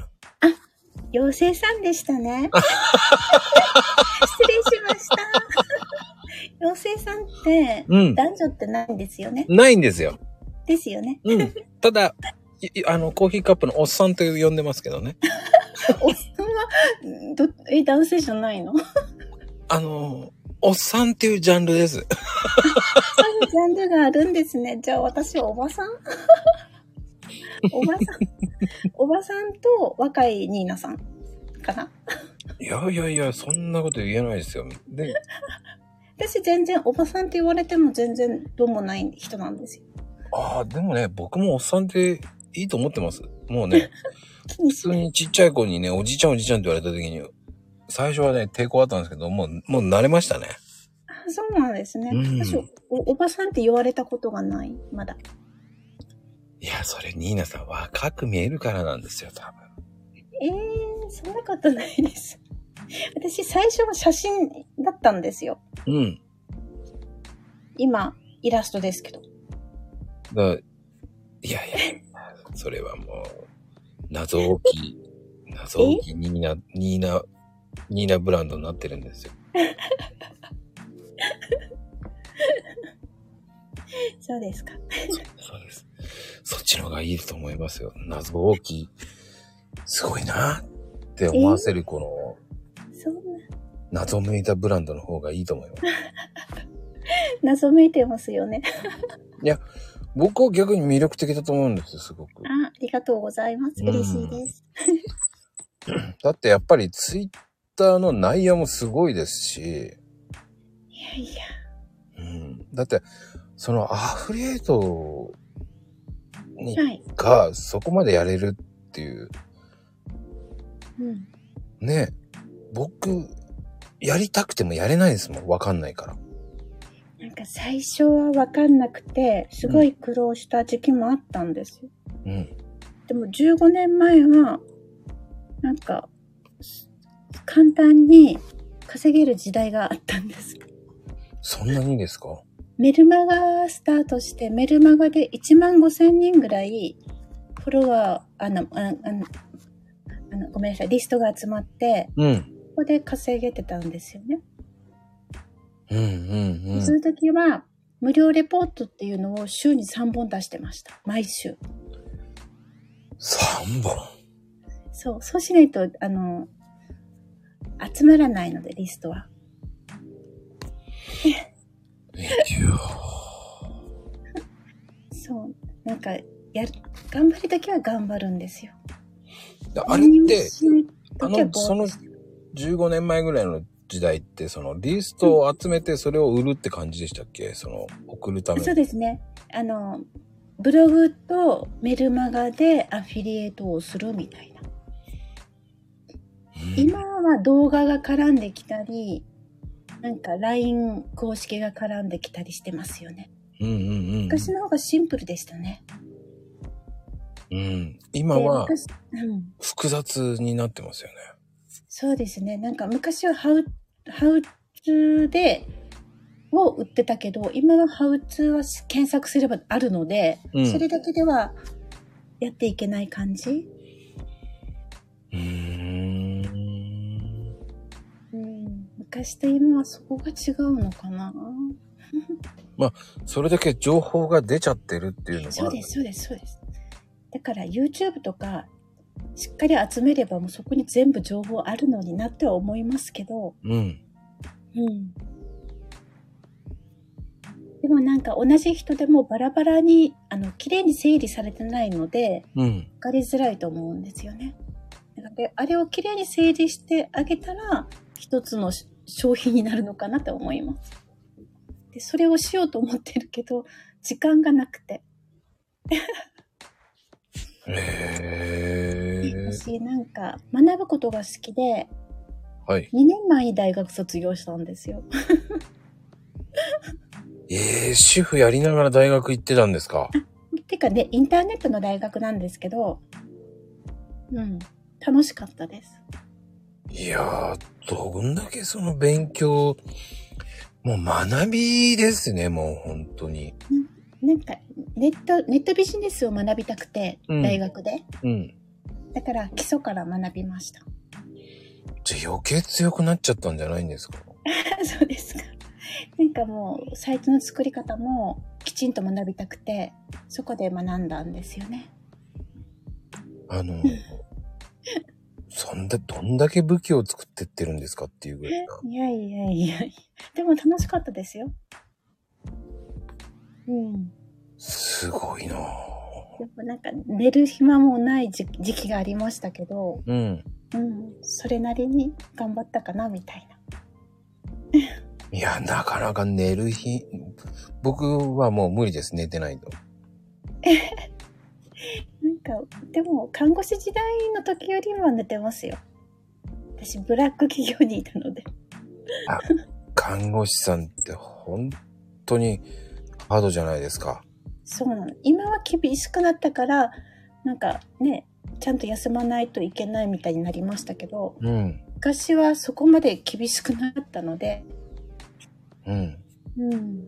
B: 妖精さんでしたね。失礼しました。妖精さんって
A: うん。
B: 男女ってないんですよね。
A: ないんですよ。
B: ですよね。
A: うん。 ただ、いいあの、コーヒーカップのおっさんと呼んでますけどね。
B: おっさんは、ど、え、男性じゃないの
A: あの、おっさんっていうジャンルです。
B: そういうジャンルがあるんですね。じゃあ私はおばさんおばさんおばさんと若いニーナさんかな。
A: いやいやいや、そんなこと言えないですよ。で、
B: 私全然おばさんって言われても全然どうもない人なんですよ。
A: ああ、でもね、僕もおっさんっていいと思ってます。もう ね、
B: 気に
A: 普
B: し
A: 通にちっちゃい子にね、おじいちゃんおじいちゃんって言われた時に、最初はね、抵抗あったんですけど、もう、もう慣れましたね。
B: あそうなんですね。
A: うん
B: 私お、おばさんって言われたことがない。まだ。
A: いや、それ、ニーナさん、若く見えるからなんですよ、多分。
B: えー、そんなことないです。 私最初は写真だったんですよ。
A: うん。
B: 今、イラストですけど。
A: だからいやいや、それはもう、謎大きい、謎大きいニーナ、ニーナ、ニーナブランドになってるんですよ。
B: そうですか。
A: そうです。そっちの方がいいと思いますよ。謎大きい。すごいなって思わせるこの
B: そんな、
A: 謎めいたブランドの方がいいと思います。
B: 謎めいてますよね。
A: 僕は逆に魅力的だと思うんですよ、すごく。
B: あ、ありがとうございます。
A: うん
B: 嬉しいです。
A: だってやっぱりツイッターの内容もすごいですし、
B: いやいや、
A: うん、だってそのアフリエイトに
B: はい。
A: がそこまでやれるっていう、
B: うん。
A: ね、僕、やりたくてもやれないですもん、わかんないから。
B: なんか最初はわかんなくて、すごい苦労した時期もあったんですよ。
A: うん。
B: でも15年前は、なんか、す簡単に稼げる時代があったんです。
A: そんなにですか
B: メルマガスタートして、メルマガで1万5千人ぐらい、フォロワー、あの、あの、あのあのごめんなさい、リストが集まって、
A: うん。
B: ここで稼げてたんですよね。
A: うんうん。
B: そううんいう時は、無料レポートっていうのを週に3本出してました。毎週。
A: 3本。
B: そう、そうしないと、あの、集まらないので、リストは。
A: いや
B: そう、なんか、やる、頑張る時は頑張るんですよ。
A: あれって、あの、
B: 何もし
A: そ
B: ない時はぼー
A: の15年前ぐらいの時代って、そのリストを集めてそれを売るって感じでしたっけその、送るため
B: そう
A: に。
B: ですね。あの、ブログとメルマガでアフィリエイトをするみたいな。今は動画が絡んできたり、なんか LINE 公式が絡んできたりしてますよね。
A: うんうんうん
B: 昔の方がシンプルでしたね。
A: うん。うん。今
B: で
A: は
B: 昔うん、
A: 複雑になってますよね。
B: そうですね。なんか昔はハウ、ハウツーで、を売ってたけど、今はハウツーは検索すればあるので、
A: うん
B: それだけではやっていけない感じ
A: うーん。
B: うん、昔と今はそこが違うのかな。
A: それだけ情報が出ちゃってるっていうのが。
B: そうです、そうです、そうです。だから YouTube とか、しっかり集めればもうそこに全部情報あるのになっては思いますけど、
A: うん。
B: うん。でもなんか同じ人でもバラバラに、あの、綺麗に整理されてないので、
A: うん。
B: 分かりづらいと思うんですよね。なので、あれを綺麗に整理してあげたら、一つのし商品になるのかなと思います。で、それをしようと思ってるけど、時間がなくて。
A: へえ。
B: 私なんか、学ぶことが好きで、
A: はい。
B: 2年前に大学卒業したんですよ。
A: ええ主婦やりながら大学行ってたんですか
B: てかね、インターネットの大学なんですけど、うん、楽しかったです。
A: いやー、どんだけその勉強、もう学びですね、もう本当に。
B: なんか、ネット、ネットビジネスを学びたくて、
A: うん
B: 大学で。
A: うん。
B: だから、基礎から学びました。
A: じゃあ余計強くなっちゃったんじゃないんですか
B: そうですか。なんかもう、サイトの作り方もきちんと学びたくて、そこで学んだんですよね。
A: あ の、そんだ、どんだけ武器を作ってってるんですかっていうぐらいな。
B: いやいやいやいや。でも楽しかったですよ。うん。
A: すごいなぁ
B: やっぱなんか、寝る暇もない時時期がありましたけど、
A: うん。
B: うん、それなりに頑張ったかな、みたいな。
A: いや、なかなか寝る日、僕はもう無理です、寝てないと。
B: なんか、でも、看護師時代の時よりは寝てますよ。私、ブラック企業にいたので。
A: 看護師さんって本当にハードじゃないですか。
B: そうなの。今は厳しくなったから、なんかね、ちゃんと休まないといけないみたいになりましたけど、
A: うん。
B: 昔はそこまで厳しくなかったので、
A: うん。
B: うん。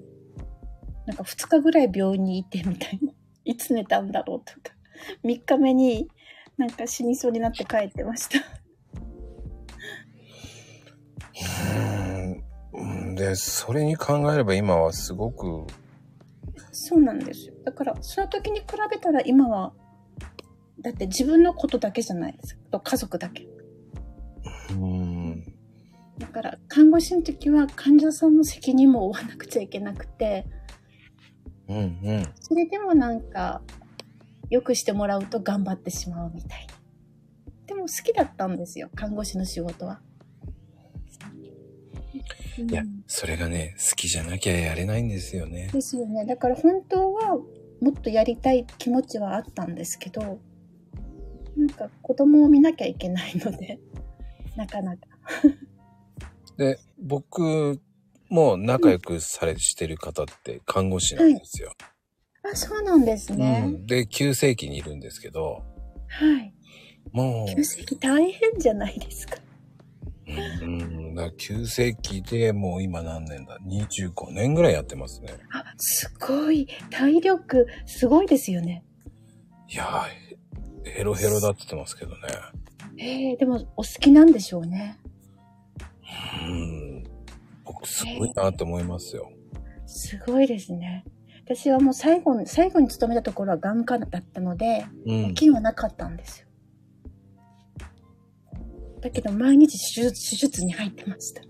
B: なんか2日ぐらい病院にいてみたいな。いつ寝たんだろうとか。3日目になんか死にそうになって帰ってました。
A: うーんで、それに考えれば今はすごく
B: そうなんですよ。だから、その時に比べたら今は、だって自分のことだけじゃないです。と家族だけ。
A: うん。
B: だから、看護師の時は患者さんの責任も負わなくちゃいけなくて、
A: うんうん。
B: それでもなんか、良くしてもらうと頑張ってしまうみたいな。でも好きだったんですよ、看護師の仕事は。
A: いや
B: うん、
A: それがね、好きじゃなきゃやれないんですよね。
B: ですよね。だから本当はもっとやりたい気持ちはあったんですけど、なんか子供を見なきゃいけないので、 なかなか。
A: で、僕も仲良くされしてる方って看護師なんですよ。
B: あ、そうなんです
A: う
B: ね。
A: ん、で、急性期にいるんですけど、
B: はい。
A: もう
B: 急性期大変じゃないですか。
A: うんうん、だから急性期でもう今何年だ ?25 年ぐらいやってますね。
B: あ、すごい。体力、すごいですよね。
A: いやー、ヘロヘロだって言ってますけどね。
B: えー、でもお好きなんでしょうね。
A: うん。僕すごいなって思いますよ。
B: すごいですね。私はもう最後に、最後に勤めたところは眼科だったので、
A: うん。
B: 菌はなかったんですよ。だけど毎日手術手術に入ってました。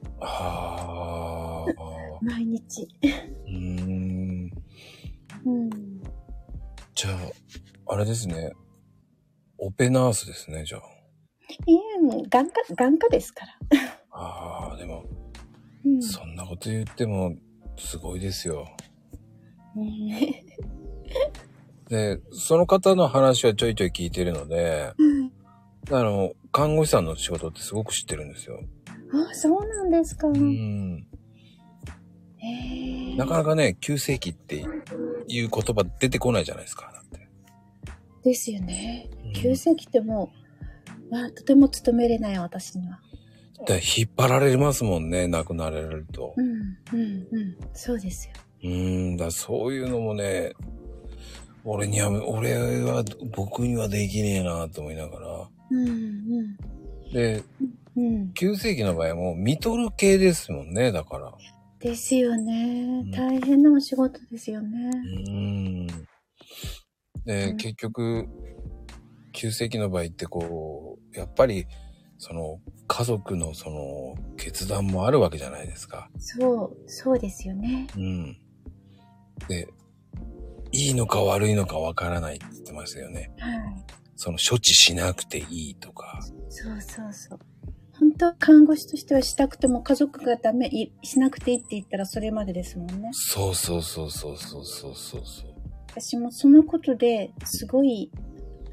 A: ああ。
B: 毎日。
A: うん。
B: うん。
A: じゃあ、あれですね。オペナースですね、じゃ
B: いえ、もう眼科、眼科ですから。
A: あ。ああ、でも、
B: うん。
A: そんなこと言っても、すごいですよ。
B: うんね
A: で、その方の話はちょいちょい聞いてるので、
B: うん
A: あの、看護師さんの仕事ってすごく知ってるんですよ。
B: あ、そうなんですか。
A: うん。
B: へえ
A: なかなかね、急性期っていう言葉出てこないじゃないですか。だって。
B: ですよね。
A: うん
B: 急性期ってもう、まあ、とても勤めれない私には。
A: だから引っ張られますもんね、亡くなられると
B: う。ん、うん、うん。そうですよ。
A: うん、だからそういうのもね、俺には、俺は、僕にはできねえなと思いながら。
B: うん、
A: で、
B: うん。うん。
A: 急性期の場合はもう見とる系ですもんね、だから。
B: ですよね
A: うん。
B: 大変なお仕事ですよね。
A: うん。で、
B: うん
A: 結局、急性期の場合ってこう、やっぱり、その、家族のその、決断もあるわけじゃないですか。
B: そう、そうですよね。
A: うん。で、いいのか悪いのかわからないって言ってましたよね。
B: はい。
A: その、処置しなくていいとか。
B: そうそうそう。本当は看護師としてはしたくても家族がダメ、いしなくていいって言ったらそれまでですもんね。
A: そうそうそうそうそうそうそうそう。
B: 私もそのことですごい、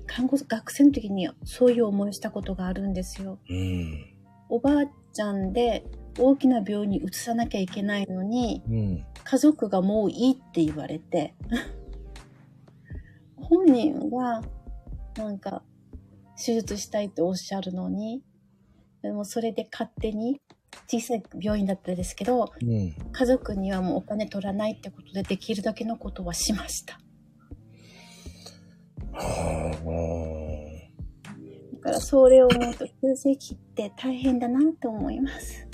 B: 看護学生の時にそういう思いをしたことがあるんですよ。
A: うん。
B: おばあちゃんで大きな病院に移さなきゃいけないのに、
A: うん。
B: 家族がもういいって言われて、 本人はなんか手術したいっておっしゃるのに、でもそれで勝手に小さい病院だったですけど、
A: うん。
B: 家族にはもうお金取らないってことでできるだけのことはしました。
A: はあうん。
B: だからそれを思うと、急性期って大変だなと思います。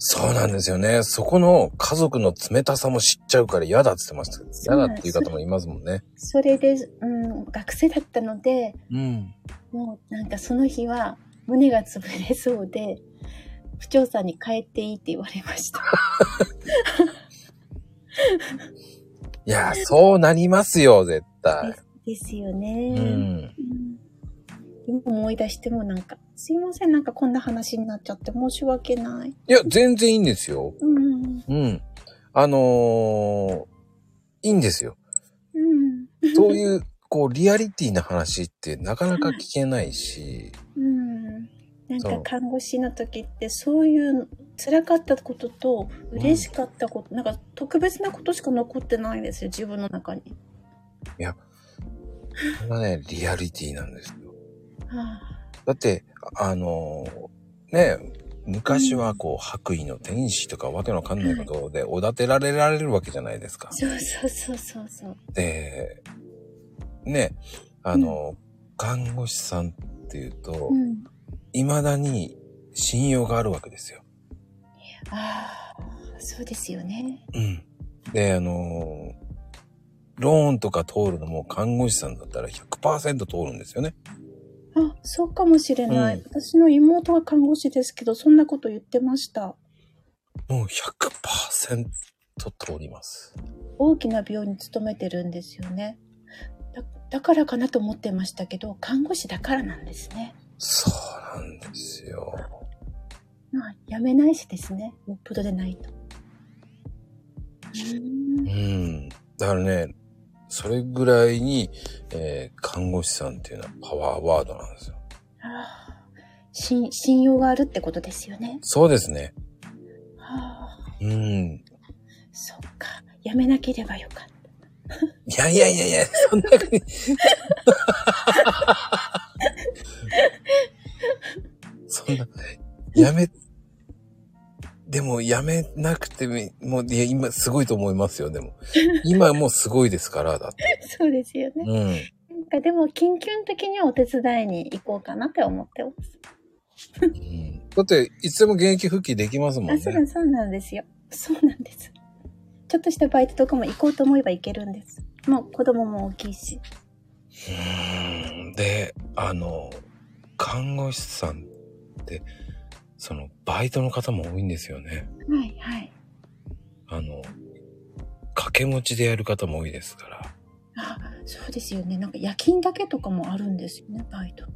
A: そうなんですよね。そこの家族の冷たさも知っちゃうから嫌だって言ってます。
B: そ
A: 嫌
B: う
A: だっ
B: なんです
A: ていう方もいますもんね。
B: それで、うん、学生だったので、
A: うん。
B: もうなんかその日は胸が潰れそうで、部長さんに帰っていいって言われました。
A: いや、そうなりますよ、絶対。
B: ですよ
A: う
B: ね。
A: ん。
B: うん今思い出してもなんか、すいません、なんかこんな話になっちゃって申し訳ない。
A: いや、全然いいんですよ。
B: うん。
A: うん。あのー、いいん ですよ。
B: うん。
A: そういう、こう、リアリティな話ってなかなか聞けないし、
B: うん。なん
A: そう
B: か看護師の時ってそういう辛かったことと嬉しかったこと、なんか特別なことしか残ってないですよ、自分の中に。
A: これがね、リアリティなんですよ。
B: は
A: だって、あのー、ね、昔はこう、白衣の天使とかわけのわかんないことでおだてられられるわけじゃないですか
B: あ、。そうそうそうそうそう。
A: で、ね、あの、看護師さんっていうと
B: う、ん。
A: 未だに信用があるわけですよ。
B: ああ、そうですよね。
A: うん。で、あの、ローンとか通るのも看護師さんだったら100%通るんですよね。
B: あ、そうかもしれない。
A: うん
B: 私の妹は看護師ですけど、そんなこと言ってました。
A: もう100%通ります。
B: 大きな病院に勤めてるんですよね。だだからかなと思ってましたけど、看護師だからなんですね。
A: そうなんですよ。
B: まあ、やめないしですね。よっぽどでないと。うーん
A: うん。だからね、それぐらいに、えー看護師さんっていうのはパワーワードなんですよ。
B: あー信信用があるってことですよね。
A: そうですね。
B: ああ、
A: うん。
B: そっか。やめなければよかっ
A: いやいやいやい や、そんなことにそんな、やめ、でもやめなくても、もう、いや、今すごいと思いますよ、でも。今もうすごいですから、だって。
B: た。そうですよね。
A: うん。
B: なんかでも、緊急の時にはお手伝いに行こうかなって思ってます。
A: うんだって、いつでも現役復帰できますもん
B: あ、
A: ね
B: そう。なんそうなんですよ。そうなんです。ちょっとしたバイトとかも行こうと思えば行けるんです。もう子供も大きいし。
A: うんで、あの、看護師さんって、その、バイトの方も多いんですよね。
B: はいはい。
A: あの、掛け持ちでやる方も多いですから。
B: あ、そうですよね。なんか夜勤だけとかもあるんですよね、バイト。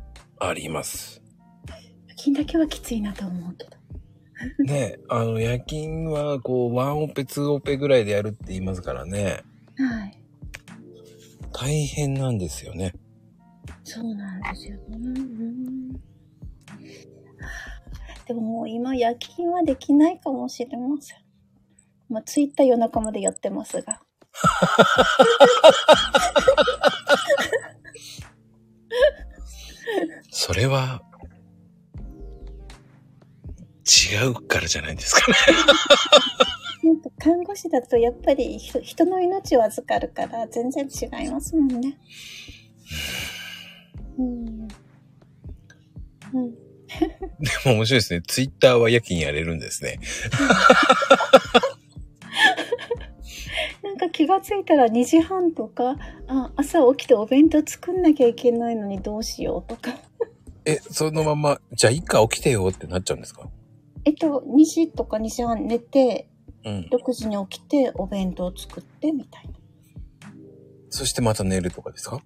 A: あります。
B: 夜勤だけはきついなと思うけど。
A: ね、あの、夜勤は、こう、ワンオペ、ツーオペぐらいでやるって言いますからね。
B: はい。
A: 大変なんですよね。
B: そうなんですよね。うんでももう今夜勤はできないかもしれません。まあ、ツイッター夜中までやってますが。
A: それは、違うからじゃないですかね。
B: なんか看護師だとやっぱり人人の命を預かるから全然違いますもんね。うん。うん。
A: でも面白いですね。ツイッターは夜勤やれるんですね。
B: なんか気がついたら2時半とか、あ、朝起きてお弁当作んなきゃいけないのにどうしようとか。
A: え、そのまま、じゃあ一家起きてよってなっちゃうんですか
B: えっと、2時とか2時半寝て、
A: うん。
B: 6時に起きてお弁当作ってみたいな。
A: そしてまた寝るとかですか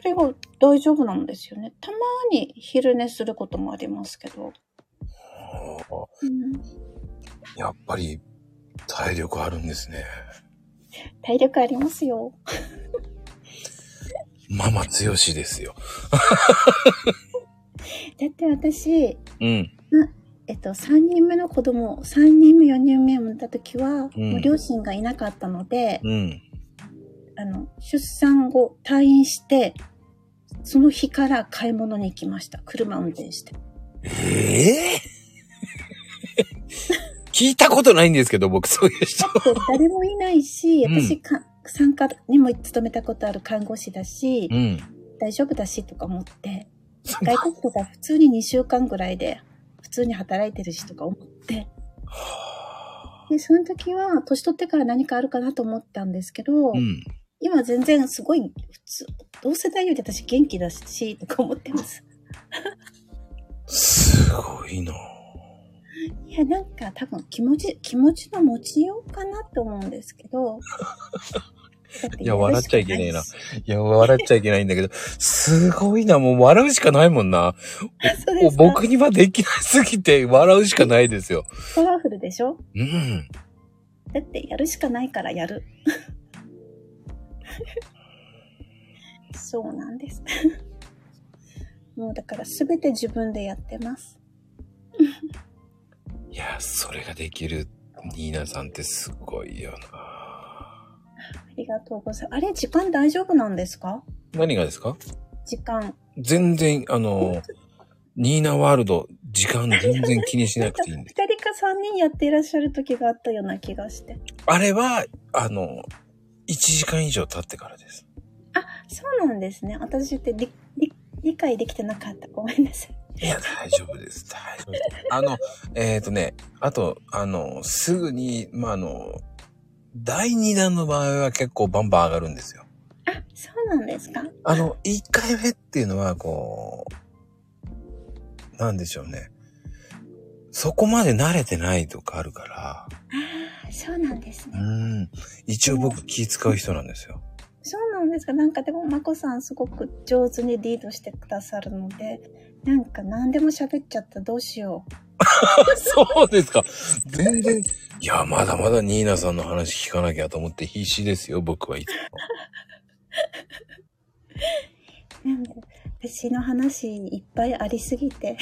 B: それが大丈夫なんですよね。たまに昼寝することもありますけど。
A: あー
B: うん
A: やっぱり、体力あるんですね。
B: 体力ありますよ。
A: ママ強しですよ。
B: だって私、
A: うん。
B: えっと、3人目の子供、3人目、4人目産んだ時は、
A: うん
B: もう両親がいなかったので、
A: うん。
B: あの、出産後退院して、その日から買い物に行きました。車運転して。
A: ええ 聞いたことないんですけど、僕そういう人。
B: で誰もいないし、
A: うん
B: 私か、産科にも勤めたことある看護師だし、
A: うん。
B: 大丈夫だしとか思って、
A: そ
B: 外国とか普通に2週間ぐらいで、普通に働いてるしとか思って、で、その時は、年取ってから何かあるかなと思ったんですけど、
A: うん。
B: 今全然すごい普通同世代より私元気だしとか思っ てます
A: すごいない
B: やなんか多分気持ち気持ちの持ちようかなと思うんです けどだて
A: いや笑っちゃいけねえな
B: やるしか
A: いや、笑っちゃいけないんだけど、すごいな。もう笑うしかないもんな。
B: ないしそうですか
A: 僕にはできなすぎて笑うしかないですよ。
B: パワフルでしょ
A: うん。
B: だってやるしかないからやるそうなんですもうだから全て自分でやってます
A: いや、それができるニーナさんってすごいよな。
B: ありがとうございますあれ時間大丈夫なんですか
A: 何がですか
B: 時間
A: 全然、あの、ニーナワールド、時間全然気にしなくていいんで
B: 2 。人か3人やっていらっしゃる時があったような気がして
A: あれは、あの、1時間以上経ってからです。
B: そうなんですね私って理理理解できてなかったごめんなさい
A: いや、大丈夫です。大丈夫です。あの、えっ、とね、あと、あの、すぐに、まあ、あの、第2弾の場合は結構バンバン上がるんですよ。
B: あ、そうなんですか。
A: あの、1回目っていうのは、こう、なんでしょうね。そこまで慣れてないとかあるから、
B: あーそうなんです
A: う
B: ね。
A: ん。一応僕気使う人なんですよ。
B: そうなんですか。なんかでも、まこさんすごく上手にリードしてくださるので、なんか何でも喋っちゃったどうしよう。
A: そうですか。全然、いや、まだまだニーナさんの話聞かなきゃと思って必死ですよ、僕はいつも。
B: なんで、私の話いっぱいありすぎて。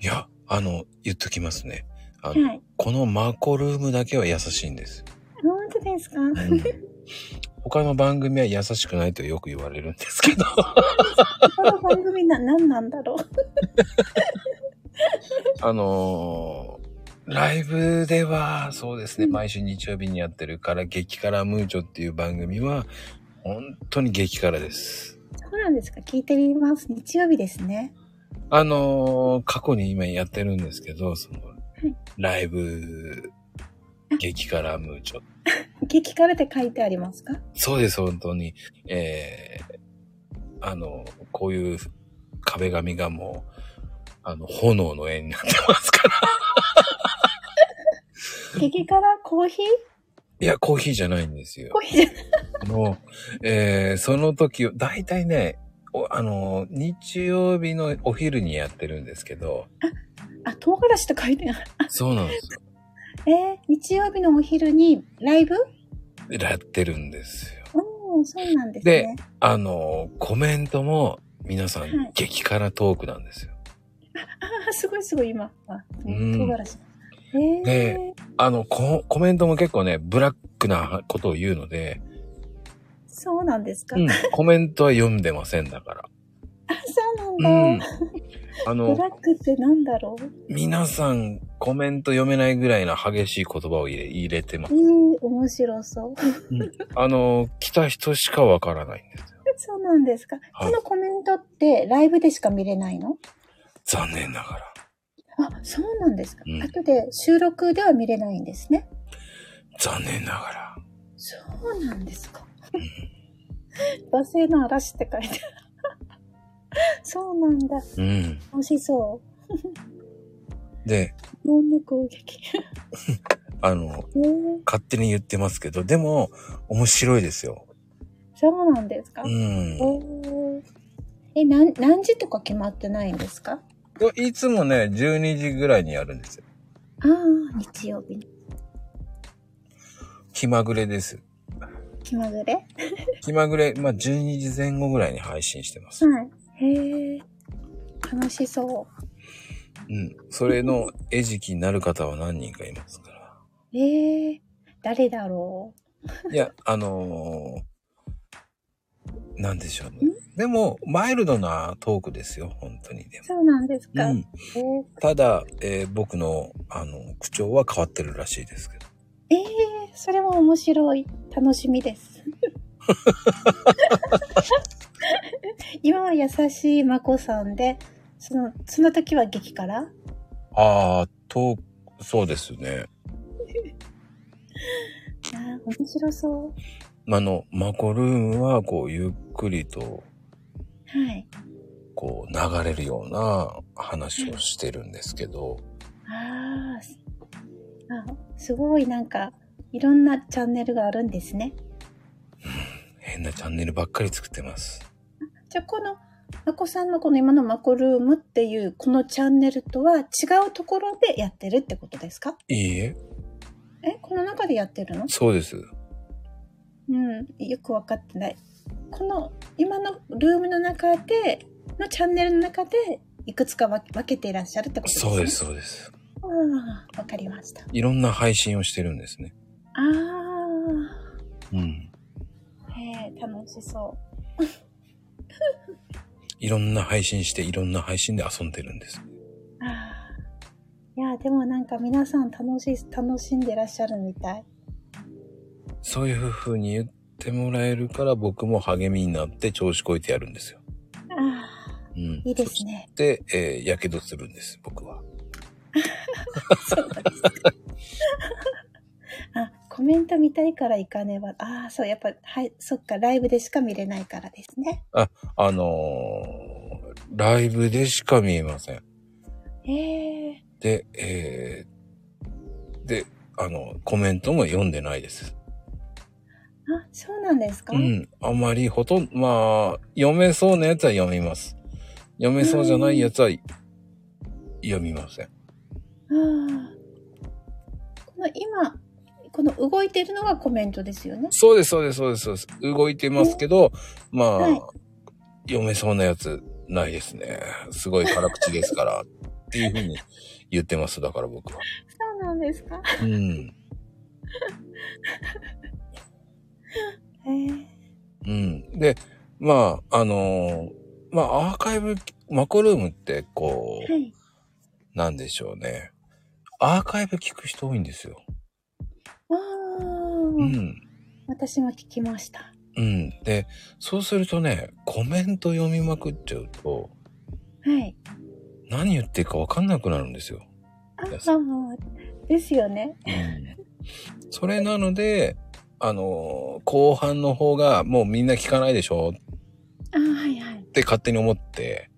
A: いや、あの、言っときますね。あの、
B: はい。
A: このマコルームだけは優しいんです。
B: 本当ですか
A: うん他の番組は優しくないとよく言われるんですけど。
B: この番組な、何なんだろう。
A: あのーライブでは、そうですね、
B: うん
A: 毎週日曜日にやってるから、激辛ムーチョっていう番組は、本当に激辛です。
B: そうなんですか。聞いてみます。日曜日ですね。
A: あのー過去に今やってるんですけど、その
B: い、
A: ライブ、激辛ムーチョ。
B: 激辛って書いてありますか
A: そうです、本当に。えー、あの、こういう壁紙がもう、あの、炎の絵になってますから。
B: 激辛コーヒー
A: いや、コーヒーじゃないんですよ
B: コ。ーヒーじゃない。
A: の、えーその時、だいたいね、おあの、日曜日のお昼にやってるんですけど、
B: あ、唐辛子って書いてある。
A: そうなんですよ。
B: えー、日曜日のお昼にライブ
A: やってるんですよ。
B: おー、そうなんですね。
A: あの、コメントも皆さん、
B: はい
A: 激辛トークなんですよ。
B: ああ、すごいすごい今。あ
A: うん
B: 唐辛子。えー、
A: ねあの、ココメントも結構ね、ブラックなことを言うので、
B: そうなんですか、
A: う
B: あ
A: ん、コメントは読んでませんだか
B: そう
A: ら。う
B: なんんだ。。
A: あ
B: ブ
A: の、
B: ラックってなんだろう
A: 皆さんコメント読めないぐらいの激しい言葉を入れ入れてます
B: え。ー、面白そう。
A: あの、来た人しかわからないんですよ。
B: そうなんですか、
A: はい
B: そのコメントってライブでしか見れないの
A: 残念ながら。
B: あ、そうなんですか、
A: うん
B: 後で収録では見れないんですね。
A: 残念ながら。
B: そうなんですか。罵声の嵐って書いてある。 そうなんだ。
A: うん。
B: 美味しそ
A: で、
B: う。もんの攻撃。
A: あの、
B: えー、
A: 勝手に言ってますけど、でも、面白いですよ。
B: そうなんですか、
A: うん。
B: えーえ、なん、何時とか決まってないんですか
A: いつもね、12時ぐらいにやるんですよ。
B: ああ、日曜日。
A: 気まぐれです。
B: 気まぐれは
A: 気まぐれ、まあ、12時前後ぐらいに配信してます。
B: い。へえ。楽しそ
A: う
B: う。
A: ん。それの餌食になる方は何人かいます から。
B: ええ。誰だろ
A: いや、あのーなんでしょうね。でも、マイルドなトークですよ、本当に。で
B: う
A: も。
B: そうなんです
A: う
B: か、
A: ん。
B: えー
A: ただ、えー僕の、あの、口調は変わってるらしいですけど。
B: えー、それは面白い。楽しみ です。今は優しいまこさんで、その、その時は激辛
A: ああ、と、そうですね。
B: あー面白そう。
A: あの、マコルームは、こう、ゆっくりと、
B: はい。
A: こう、流れるような話をしてるんですけど、
B: あーすあ、すごいなんか、いろんなチャンネルがあるんですね。
A: 変なチャンネルばっかり作ってます。
B: じゃあこの、まこさんのこの今のまこルームっていうこのチャンネルとは違うところでやってるってことですか
A: いいえ、
B: え、この中でやってるの
A: そうです。
B: うん、よくわかってない。この今のルームの中で、のチャンネルの中で、いくつか分分けていらっしゃるってことですね。
A: そうで。す、そうです。
B: ああ、わかりました。あ
A: いろんな配信をしてるんですね。
B: あ
A: うん。
B: ー、ええ楽しそ
A: いろんな配信して、いろんな配信で遊んでるんです。
B: う。ああ。いや、でもなんか皆さん楽しい、楽しんでらっしゃるみたい。
A: そういう風に言ってもらえるから、僕も励みになって調子こいてやるんですよ。
B: ああ、
A: うん。
B: いいですね。
A: で、えー、やけどするんです、僕は。
B: あ、コメント見たいから行かねば。ああ、そう、やっぱ、はい、そっか、ライブでしか見れないからですね。
A: あのーライブでしか見えません。
B: ええ
A: で、えーで、あの、コメントも読んでないです。
B: あ、そうなんですか、
A: うん。あまりほとんど、まあ、読めそうなやつは読みます。読めそうじゃないやつは読みません。
B: ああ。この今、この動いてるのがコメントですよね。
A: そうです、そうです、そうです、そうです。動いてますけど、まあ、
B: はい
A: 読めそうなやつないですね。すごい辛口ですから、っていうふうに言ってます、だから僕は。
B: そうなんですか
A: うん。
B: ええ
A: うん。で、まあ、あのーまあ、アーカイブ、マコルームって、こう、
B: はい。
A: なんでしょうね。アーカイブ聞く人多いんですよ。
B: ああ、
A: うん。
B: 私も聞きました。
A: うん。で、そうするとね、コメント読みまくっちゃうと、
B: はい。
A: 何言ってるかわかんなくなるんですよ。
B: ああ
A: いや
B: ー、ですよね。
A: うん。それなので、あのー後半の方がもうみんな聞かないでしょ
B: ああ、はいはい
A: っ。て勝手に思って、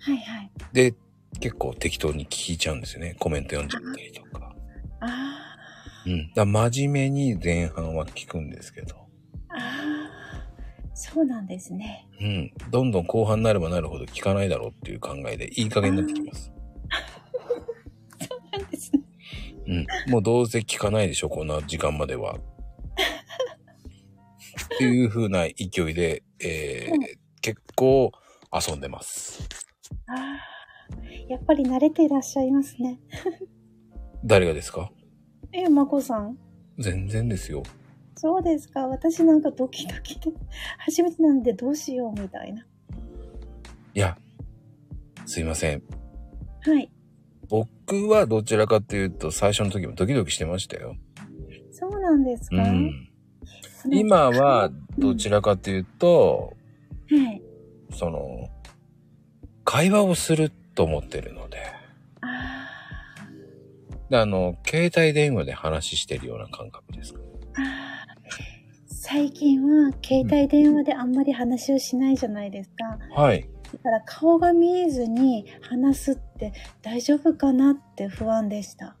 B: はいはい。
A: で、結構適当に聞いちゃうんですよね。コメント読んじゃったりとか。
B: あ
A: うん。だから真面目に前半は聞くんですけど。
B: あ、ああ、そうなんですね。
A: うん。どんどん後半になればなるほど聞かないだろうっていう考えで、いい加減になってきます。
B: そうなんですね。
A: うん。もうどうせ聞かないでしょ、こんな時間までは。っていう風な勢いで、えー
B: う
A: 結構遊んでます。
B: ああ、やっぱり慣れていらっしゃいますね。
A: 誰がですか
B: え、まこさん。
A: 全然ですよ。
B: そうですか。私なんかドキドキで、初めてなんでどうしようみたいな。
A: いや、すいません。
B: はい。
A: 僕はどちらかというと、最初の時もドキドキしてましたよ。
B: そうなんです
A: う
B: か。
A: ん。
B: この
A: 今は、どちらかというと、
B: はい。
A: その、会話をすると思ってるので、
B: あ
A: であの、携帯電話で話してるような感覚ですか。
B: ーあー。最近は携帯電話であんまり話をしないじゃないですか。
A: はい。
B: だから顔が見えずに話すって大丈夫かなって不安でした。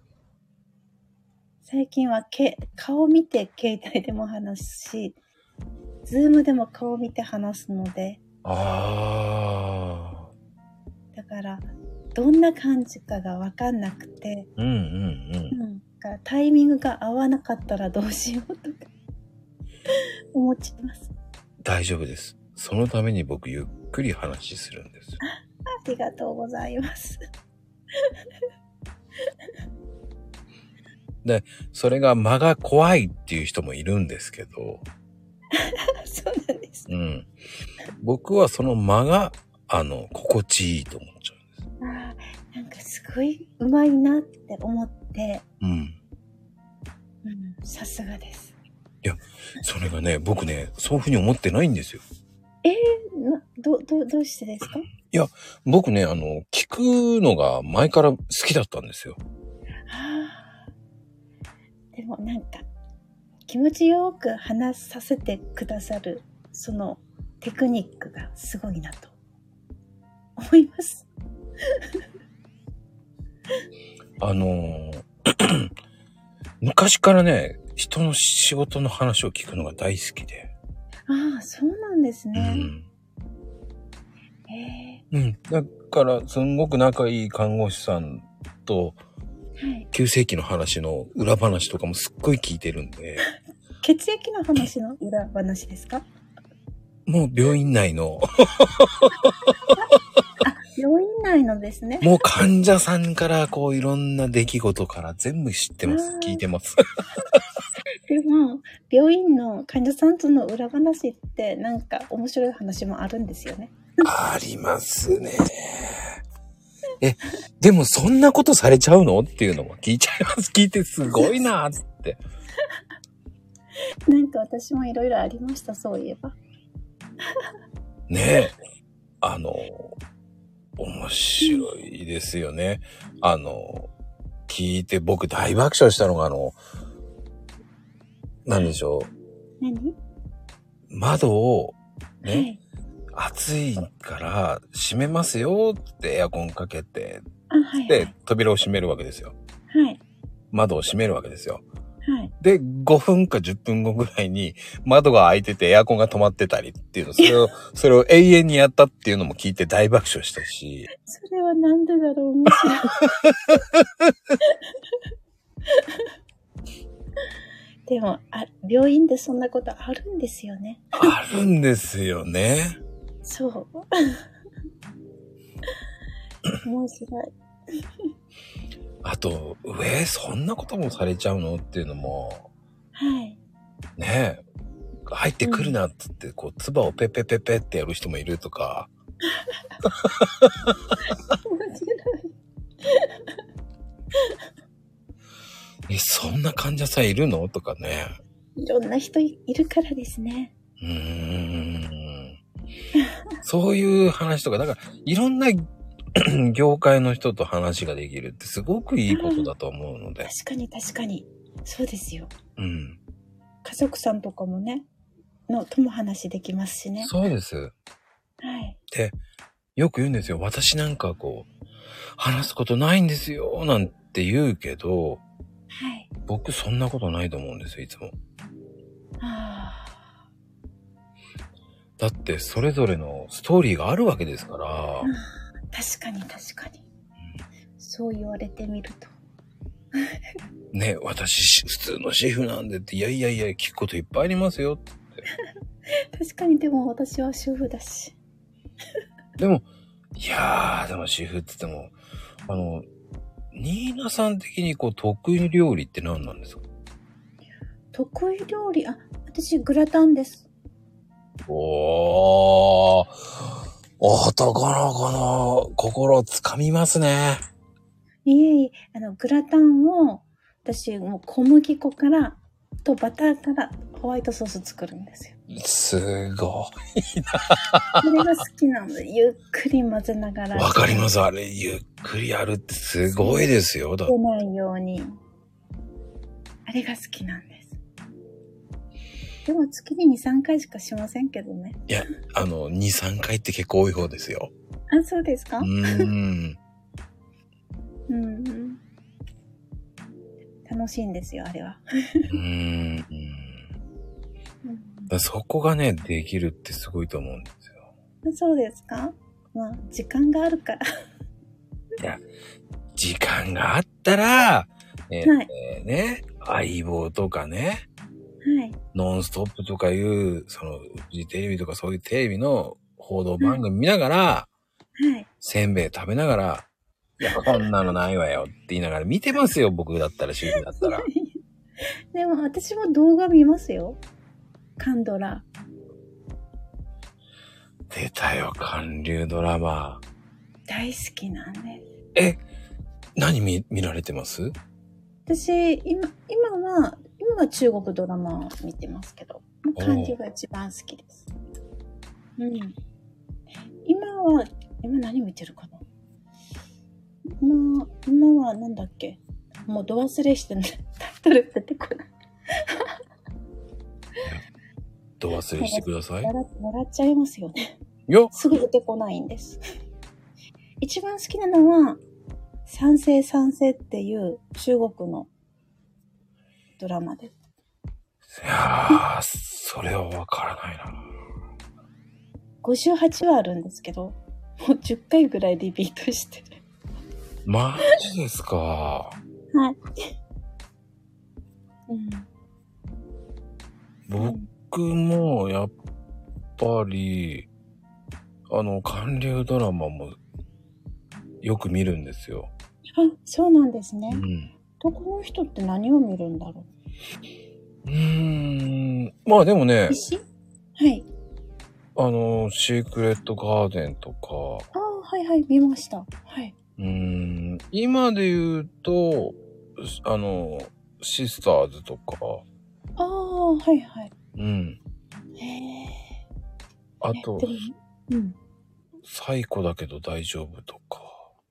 B: 最近はけ顔見て携帯でも話すし、ズームでも顔見て話すので、
A: あ
B: だからどんな感じかが分かんなくて、
A: ー。うんうんうん。
B: だからタイミングが合わなかったらどうしようとか 思っちゃいます。
A: 大丈夫です。そのために僕ゆっくり話するんですよ。
B: ありがとうございます。
A: それが間が怖いっていう人もいるんですけど、
B: そうなんです。
A: うん。僕はその間が、あの、心地いいと思っちゃ
B: あーなんかすごいうまいなって思って、
A: うんです。
B: うん、さすがです。
A: うん。それがね、僕ね、そういうふうに思ってないんですよ。
B: などどどうしてですか
A: 僕ね、あの、聞くのが前から好きだったんですよ。
B: あーでもなんか気持ちよく話させてくださるそのテクニックがすごいなと思います。
A: あの ー昔からね、人の仕事の話を聞くのが大好きで。
B: ああそうなんです
A: う
B: ね。
A: ん。
B: え
A: うん。だから、すんごく仲いい看護師さんと、
B: ーはい、
A: 急性期の話の裏話とかもすっごい聞いてるん で、
B: 血液の話の裏話ですか
A: もう病院内の、
B: 病院内のですね。
A: もう患者さんからこういろんな出来事から全部知ってます
B: あ。ー
A: 聞いてます。
B: でも病院の患者さんとの裏話ってなんか面白い話もあるんですよね。
A: ありますね。え、でもそんなことされちゃうのっていうのも聞いちゃい ます。聞いてすごいなって。
B: なんか私もいろいろありましたそういえば。
A: ねえ。あの、面白いですよね。あの、聞いて僕大爆笑したのがあの、なんでしょう。
B: 何
A: 窓を、
B: は
A: ね、
B: い。
A: 暑いから閉めますよってエアコンかけて、
B: あ、はい。はい
A: で、扉を閉めるわけですよ。
B: はい。
A: 窓を閉めるわけですよ。
B: はい。
A: で、5分か10分後ぐらいに窓が開いててエアコンが止まってたりっていうの、それを、それを永遠にやったっていうのも聞いて大爆笑したし、
B: それはなんでだろう、面白い。でもあ、病院でそんなことあるんですよね。
A: あるんですよね。
B: そう。面白い。
A: あと、えー、そんなこともされちゃうのっていうのも、
B: はい。
A: ねえ、入ってくるなっつって、こう、唾をペペペペってやる人もいるとか、
B: 面白い。
A: え、そんな患者さんいるのとかね。
B: いろんな人いいるからですね。
A: うーん。そういう話とか、だから、いろんな 業界の人と話ができるってすごくいいことだと思うので。
B: 確かに確かに。そうですよ。
A: うん。
B: 家族さんとかもね、のとも話できますしね。
A: そうです。
B: はい。
A: よく言うんですよ。私なんかこう、話すことないんですよ、なんて言うけど、
B: はい。
A: 僕そんなことないと思うんですよ、いつも。
B: あ
A: だって、それぞれのストーリーがあるわけですから
B: あ。、確かに確かに。そう言われてみると。
A: ね、私、普通のシェフなんでって、いやいやいや、聞くこといっぱいありますよ。
B: 確かにでも私は主婦だし。
A: でも、いやー、でもシェフって言っても、あの、ニーナさん的にこう、得意料理って何なんですか
B: 得意料理、あ、私グラタンです。
A: おー、男の子の心をつかみますね。
B: いえいえ、あの、グラタンを、私、もう小麦粉から、とバターからホワイトソース作るんですよ。
A: すご
B: それが好きなの で、ゆっくり混ぜなが
A: い。
B: ら。。
A: わかりますす。あれ、ゆっくりやるってすごいですよ。だ
B: 出ないように。あれが好きなんです。でも月に2、3回しかしませんけどね。
A: あの、2、3回って結構多い方ですよ。
B: あ、そうです
A: う
B: か
A: ーん。
B: うんうん。楽しいんですよ、あれは。
A: うーん。だからそこがね、できるってすごいと思うんですよ。
B: あそうですかまあ、時間があるから。
A: 時間があったら、えー
B: はい
A: えーね、相棒とかね、
B: はい。
A: ノンストップとかいう、その、フジテレビとかそういうテレビの報道番組見ながら、
B: はい。
A: せんべい食べながら、いや、こんなのないわよって言いながら見てますよ、僕だったら、主婦だったら。
B: でも私も動画見ますよ。カンドラ。
A: 出たよ、韓流ドラマ。
B: 大好きなんで。
A: え、何見、見られてます
B: 私、今、今は、今は中国ドラマを見てますけど、漢字が一番好きです。うん。今は、今何見てるかな今、今はなんだっけもうド忘れしてね、タイトル出てこない。
A: ど忘れしてください。い
B: 笑っ笑っちゃいますよね。
A: や、
B: すぐ出てこないんです。一番好きなのは、賛成賛成っていう中国のドラマです。
A: いやー、それはわからないな。
B: 58話あるんですけど、もう10回ぐらいリピートしてる。
A: マジですか。
B: はい。 うん。
A: 僕僕もやっぱりあの韓流ドラマもよく見るんですよ。
B: あ、そうなんですね
A: う。ん。
B: どこの人って何を見るんだろ
A: うーん。まあでもね
B: う。、石はい。
A: あの、シークレットガーデンとか、
B: ああ、はいはい、見ました。はい。
A: うーん、今で言うと、あの、シスターズとか、
B: ああ、はいはい。
A: うん。
B: へえ。
A: あと
B: で、もうん。
A: サイコだけど大丈夫とか、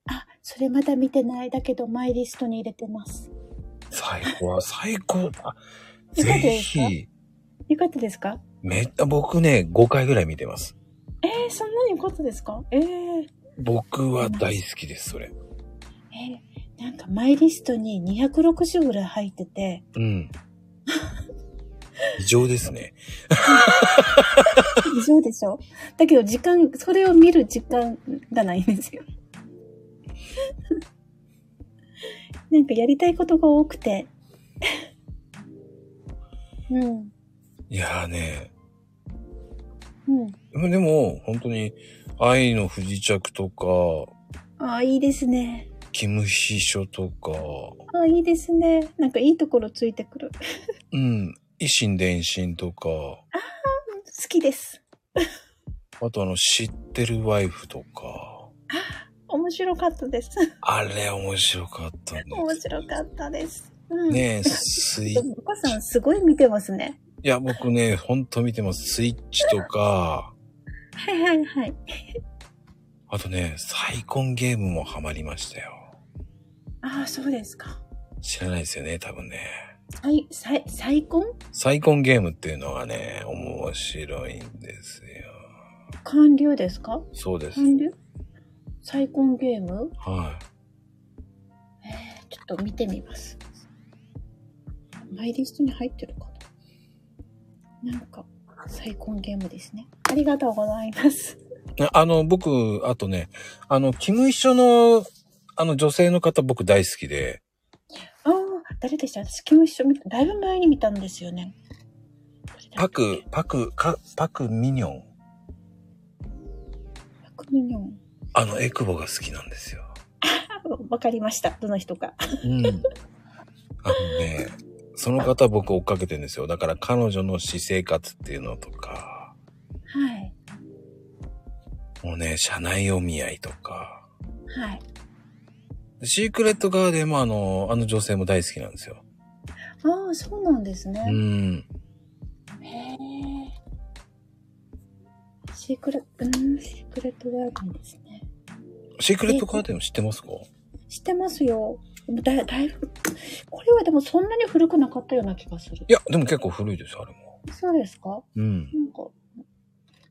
B: あ、それまだ見てないだけど、マイリストに入れてます。
A: サイコは、サイコ、あ、
B: よかった
A: ぜ
B: ですか
A: ひ、
B: よかったですか
A: めっ僕ね、5回ぐらい見てます。
B: えー、そんなによかったですかえー、
A: 僕は大好きです、それ。
B: えーなんかマイリストに260ぐらい入ってて、
A: うん。 異常ですね。
B: 異常でしょだけど時間、それを見る時間がないんですよ。なんかやりたいことが多くて。うん、
A: いやーね、
B: うん。
A: でも、本当に、愛の不時着とか、
B: ああ、いいですね。
A: キム秘書とか、
B: ああ、いいですね。なんかいいところついてくる。あ
A: うん、維新伝心とか、
B: 好きです。
A: あとあの、知ってるワイフとか、
B: 面白かったです。
A: あれ面白かったね。
B: 面白かったです。うん。
A: ねえ、スイ
B: でもお母さんすごい見てますね。
A: いや、僕ね、ほんと見てます。スイッチとか、
B: はいはいはい。
A: あとね、サイコンゲームもハマりましたよ。
B: ああ、そうですか。
A: 知らないですよね、多分ね。
B: サイ、サイ、サイコン
A: サイコンゲームっていうのがね、面白いんですよ。
B: 完了ですか
A: そうです。
B: 完了サイコンゲーム
A: は
B: えー、ちょっと見てみます。マイリストに入ってるかななんか、サイコンゲームですね。ありがとうございます。
A: い。あの、僕、あとね、あの、キム一緒の、あの、女性の方僕大好きで、
B: ああ、誰でした私、昨日一緒見た、だいぶ前に見たんですよね。
A: パク、パク、かパクミニョン。
B: パクミニョン。
A: あの、エクボが好きなんですよ。
B: あわかりました。どの人か。
A: うん。あのね、その方僕追っかけてるんですよ。だから彼女の私生活っていうのとか、
B: はい。
A: もうね、社内お見合いとか、
B: はい。
A: シークレットガーデンもあの、あの女性も大好きなんですよ。
B: ああ、そうなんです
A: う
B: ね。
A: ん。
B: へえ。シークレット、うん、シークレットガーデンですね。
A: シークレットガーデン知ってますか
B: 知ってますよ。でもだだいぶ、これはでもそんなに古くなかったような気がする
A: い。や、でも結構古いですよ、あれも。
B: そうですか
A: うん。
B: なんか、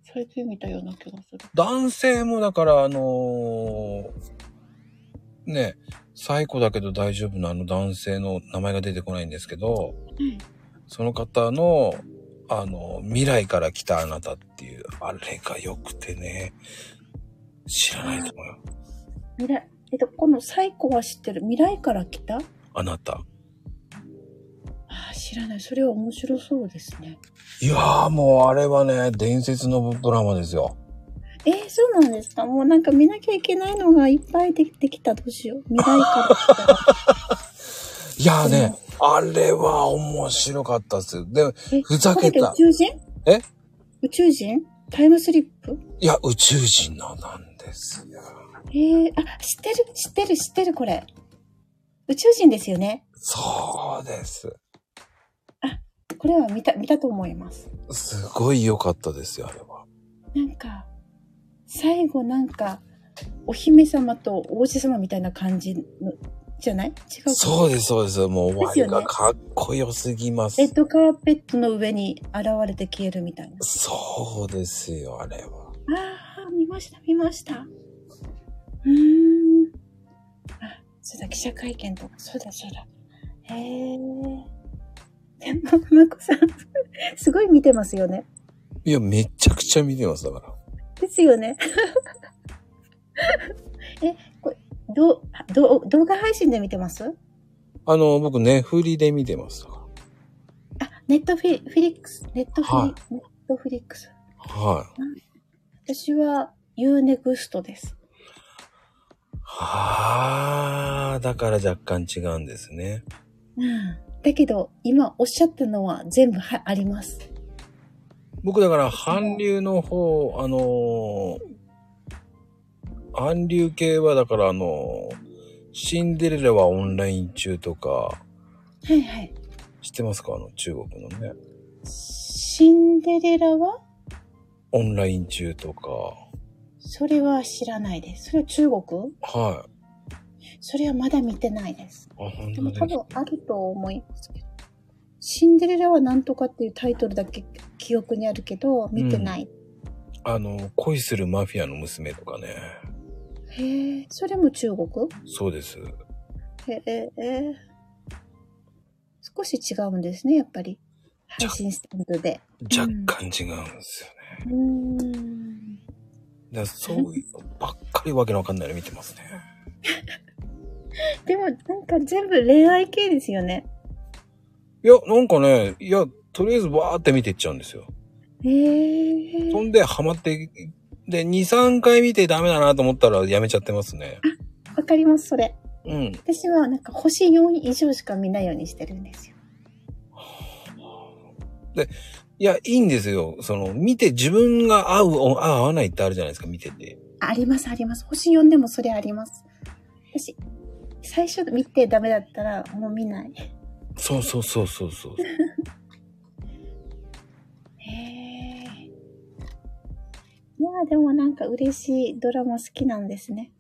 B: 最近見たような気がする。
A: 男性もだから、あのーね、最古だけど大丈夫なあの男性の名前が出てこないんですけど、
B: うん
A: その方の、あの、未来から来たあなたっていう、あれが良くてね、知らないと思うよ。
B: 未来、えっと、このサイコは知ってる。未来から来た
A: あなた。
B: ああ、知らない。それは面白そうですね。
A: いやーもうあれはね、伝説のドラマですよ。
B: えー、そうなんですかもうなんか見なきゃいけないのがいっぱいできてきた。どうしよう。未来から来た ら。
A: いやーね、あれは面白かったっすよ。で、
B: え
A: ふざけた
B: これって宇宙人
A: え
B: 宇宙人タイムスリップ
A: いや、宇宙人のなんですよ。
B: えー、あ、知ってる、知ってる、知ってる、これ。宇宙人ですよね。
A: そうです。
B: これは見た、見たと思います。
A: すごい良かったですよ、あれは。
B: なんか、最後なんか、お姫様と王子様みたいな感じの、じゃない違うう。
A: そうです、そうです。もう終わりがかっこよすぎます。
B: レッドカーペットの上に現れて消えるみたいな。
A: そうですよ、あれは。
B: ああ、見ました、見ました。うーん。あ、そうだ、記者会見とか、そうだ、そうだ。へえ。でも、むこさん、すごい見てますよね。
A: いや、めちゃくちゃ見てます、だから。
B: ですよね。 え、これ、どう、あどう、動画配信で見てます
A: あの、僕、ね、フリで見てますだか
B: あ、ネットフィフィリックス、ネットフィ
A: は
B: リ、ネットフィリックス。
A: ら。はい。
B: 私は UNEXT です。
A: はあ、だから若干違うんですね。
B: うん。だけど、今おっしゃったのは全部はあります。
A: 僕、だから、韓流の方、あのー、韓流系は、だから、あのーシンデレラはオンライン中とか、
B: はいはい。
A: 知ってますかあの、中国のね。
B: シンデレラは
A: オンライン中とか、
B: それは知らないです。それは中国
A: はい。
B: それはまだ見てないです
A: あ、。本
B: でも
A: 当
B: 多
A: に。
B: 分あると思いますけど。シンデレラはなんとかっていうタイトルだけ記憶にあるけど、見てない。
A: あの、恋するマフィアの娘とかね。
B: へえ、それも中国
A: そうです。
B: へえ、え少し違うんですね、やっぱり。
A: ちゃ
B: 配信スタンドで。
A: 若干違うんですよね。
B: うーん。
A: だからそういうのばっかりわけのわかんないの見てますね。
B: でも、なんか全部恋愛系ですよね。
A: いや、なんかね、いや、とりあえずわーって見ていっちゃうんですよ。
B: へえ。
A: そんでハマって、で、2、3回見てダメだなと思ったらやめちゃってますね。
B: わかります、それ。
A: うん。
B: 私はなんか星4以上しか見ないようにしてるんですよ。
A: いや、いいんですよ。その、見て自分が合う、お合う合わないってあるじゃないですか、見てて。
B: ありますあります。星4でもそれあります。私、最初見てダメだったらもう見ない。
A: そうそうそうそうそう。
B: へえ。いやーでもなんか嬉しいドラマ好きなんですね。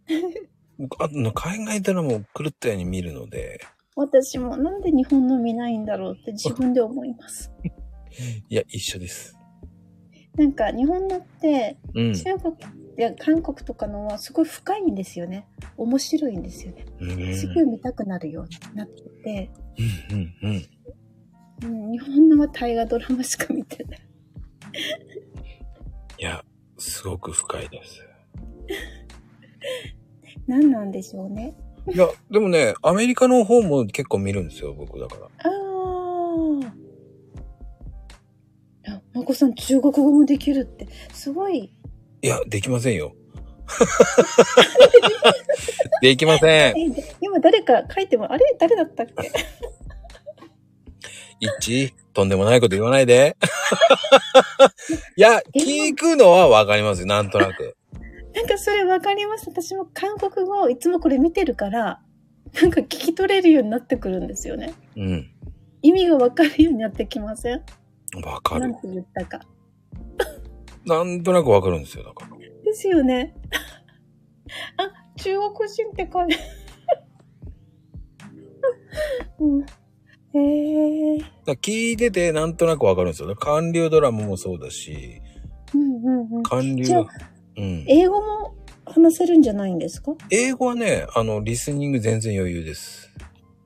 A: 僕あとの、海外ドラマを狂ったように見るので、
B: 私もなんで日本の見ないんだろうって自分で思 います。
A: いや、一緒です。
B: なんか日本のって
A: うん。
B: 中国や韓国とかのはすごい深いんですよね。面白いんですよね。
A: うん。うん
B: すごい見たくなるようになってて、
A: うんうん。
B: うん、日本のは大河ドラマしか見てない。
A: いや、すごく深いです。
B: 何なんでしょうね。
A: いや、でもね、アメリカの方も結構見るんですよ、僕だから。
B: あーあ。まこさん、中国語もできるって、すごい。
A: いや、できませんよ。 できません。
B: えで今誰か書いても、あれ誰だった っけ
A: 一、とんでもないこと言わないで。 いや、聞くのはわかりますよ、なんとなく。
B: なんかそれわかります。私も韓国語をいつもこれ見てるから、なんか聞き取れるようになってくるんですよね。
A: うん。
B: 意味がわかるようになってきません
A: わか
B: な
A: る
B: ん。て言ったか。
A: なんとなくわかるんですよ、だから。
B: ですよね。 あ、中国人って書いて。 うん。へえー。
A: だから聞いてて、なんとなくわかるんですよ。だから韓流ドラマもそうだし、
B: うんうんうん。
A: 韓流
B: じゃあ、
A: うん。
B: 英語も話せるんじゃないんですか
A: 英語はね、あの、リスニング全然余裕です。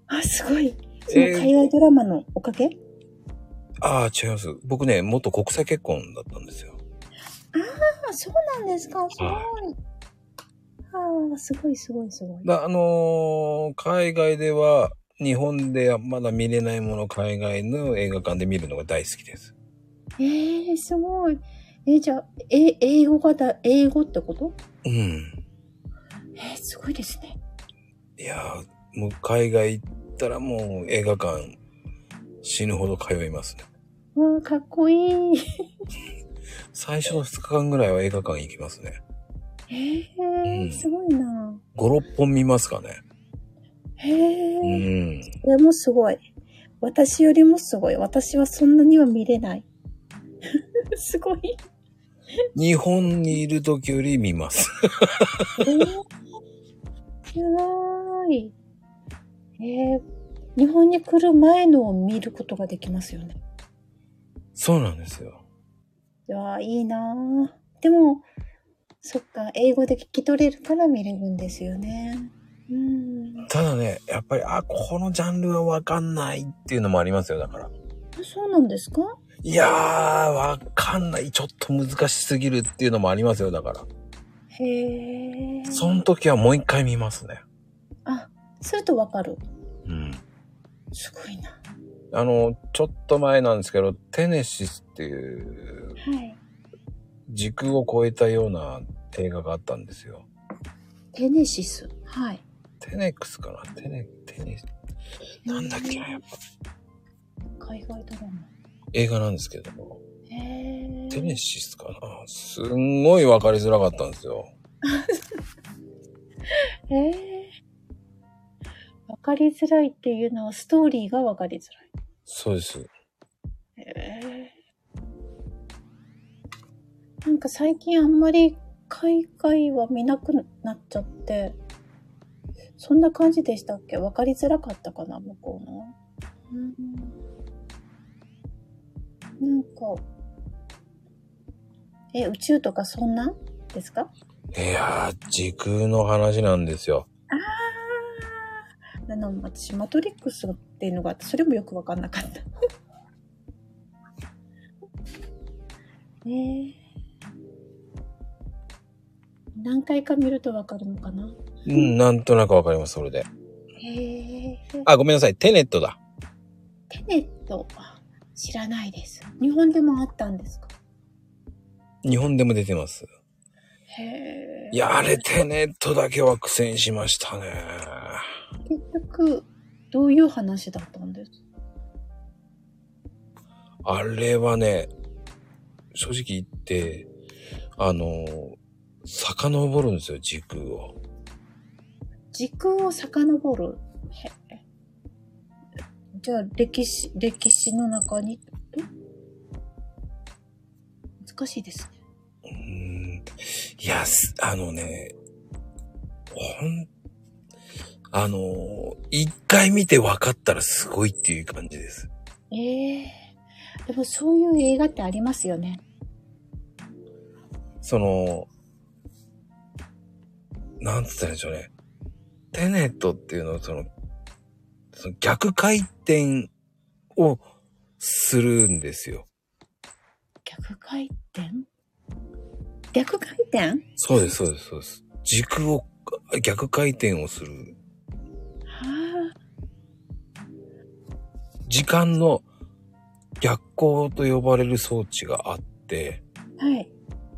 B: あ、すごい。その
A: 英
B: 海外ドラマのおかげ、
A: ああ、違います。僕ね、元国際結婚だったんですよ。
B: あ、そうなんですか。すごい。ああ、すごいすごいすごい。
A: だあのー海外では、日本ではまだ見れないものを海外の映画館で見るのが大好きです。
B: ええー、すごい。えじゃあ、え、英語がだ、英語ってこと
A: うん。
B: えー、すごいですね。
A: いやー、もう海外行ったらもう映画館死ぬほど通いますね。
B: わあ、かっこいい。
A: 最初の2日間ぐらいは映画館行きますね。
B: ええ
A: うん
B: ー、すごいな。
A: 5、6本見ますかね。
B: へ
A: う
B: え、
A: ん。
B: これもすごい。私よりもすごい。私はそんなには見れない。 すごい。
A: 日本にいる時より見ます。
B: えー、すごい。えー、日本に来る前のを見ることができますよね。
A: そうなんですよ。
B: いやーいいなーでも、そっか、英語で聞き取れるから見れるんですよね。うん。
A: ただね、やっぱり、あ、このジャンルはわかんないっていうのもありますよ、だから。
B: そうなんですか
A: いやー、わかんない。ちょっと難しすぎるっていうのもありますよ、だから。
B: へえ。
A: その時はもう一回見ますね。
B: あ、するとわかる。
A: うん。
B: すごいな。
A: あの、ちょっと前なんですけど、テネシスっていう、
B: はい。
A: 時空を超えたような映画があったんですよ。
B: テネシス。はい。
A: テネックスかなテネ、テネ、なんだっけな、やっぱ。
B: 海外ドラマ。
A: 映画なんですけども。
B: へえ。
A: テネシスかなすんごいわかりづらかったんですよ。
B: ええわかりづらいっていうのはストーリーがわかりづ
A: そうです。
B: らい。なんか最近あんまり海外は見なくなっちゃって、そんな感じでしたっけわかりづらかったかな、向こうの。うんなんか、え、宇宙とかそんなですか
A: いやー、時空の話なんですよ。
B: あの、私、マトリックスっていうのがあって、それもよくわかんなかった。 えー、何回か見るとわかるのかな
A: うん、なんとなくわかります、それで。
B: えー、
A: あ、ごめんなさい、テネットだ。
B: テネット、あ知らないです。日本でもあったんですか
A: 日本でも出てます。
B: へー
A: いや、あれ、テネットだけは苦戦しましたね。
B: 結局、どういう話だったんです
A: あれはね、正直言って、あの、遡るんですよ、時空を。
B: 時空を遡る。へえじゃあ、歴史、歴史の中にってこと難しいですね。
A: うーん。いや、すあのね、ほん、あの、一回見て分かったらすごいっていう感じです。
B: ええでもそういう映画ってありますよね。
A: その、なんつったらいいんでしょうね。テネットっていうのはその、その逆回転をするんですよ。
B: 逆回転逆回転
A: そうです、そうです、そうです。軸を、逆回転をする。
B: はあ。
A: 時間の逆行と呼ばれる装置があって、
B: はい。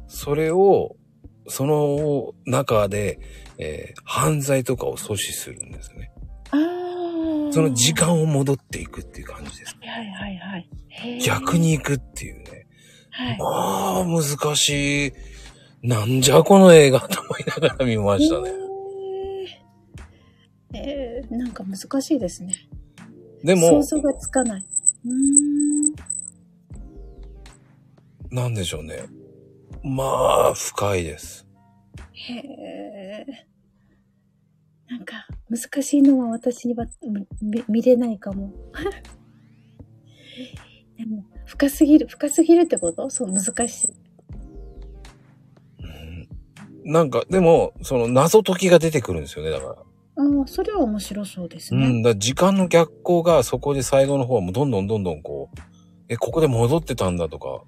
A: それを、その中で、えー犯罪とかを阻止するんですね。
B: ああ。
A: その時。間を戻っていくっていう感じです。
B: はいはいはい。へえ
A: 逆。に行くっていうね。
B: はい。
A: ああ、難しい。なんじゃこの映画と思いながら見ましたね。
B: へええーなんか難しいですね。
A: で
B: 想
A: も、
B: 像がつかない。うーん。
A: なんでしょうね。まあ、深いです。
B: へえ。なんか、難しいのは私にはむ見見れないかも。 でも、深すぎる、深すぎるってことそう、難しい。
A: うんなんか、でも、その謎解きが出てくるんですよね、だから。
B: ああ、それは面白そうです
A: う
B: ね。
A: ん、だから時間の逆行がそこで最後の方はもうどんどんどんどんこう、え、ここで戻ってたんだとか、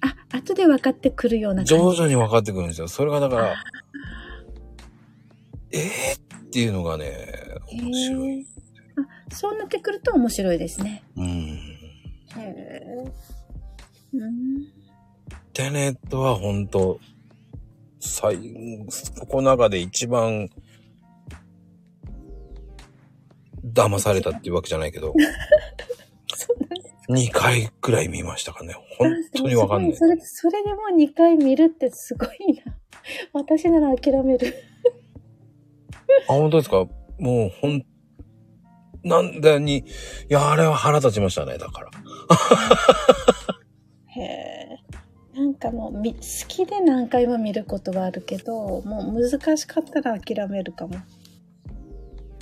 B: あ、後で分かってくるような感
A: 徐
B: じ。
A: 々に分かってくるんですよ。それがだから
B: あ、
A: えー、っていうのがね、面白
B: へ
A: い。
B: えあ、そうなってくると面白いですね。
A: うん。
B: へえ。うん。
A: テネットは本当最、ここの中で一番、騙されたっていうわけじゃないけど、
B: そうなんです
A: 2回くらい見ましたからね。本当にわかんない。
B: すごいそれ、それでも2回見るってすごいな。 私なら諦める。
A: あ、本当ですかもう、ほん、なんだに、いや、あれは腹立ちましたね、だから。
B: へえ。なんかもうみ好きで何回も見ることはあるけど、もう難しかったら諦めるかも。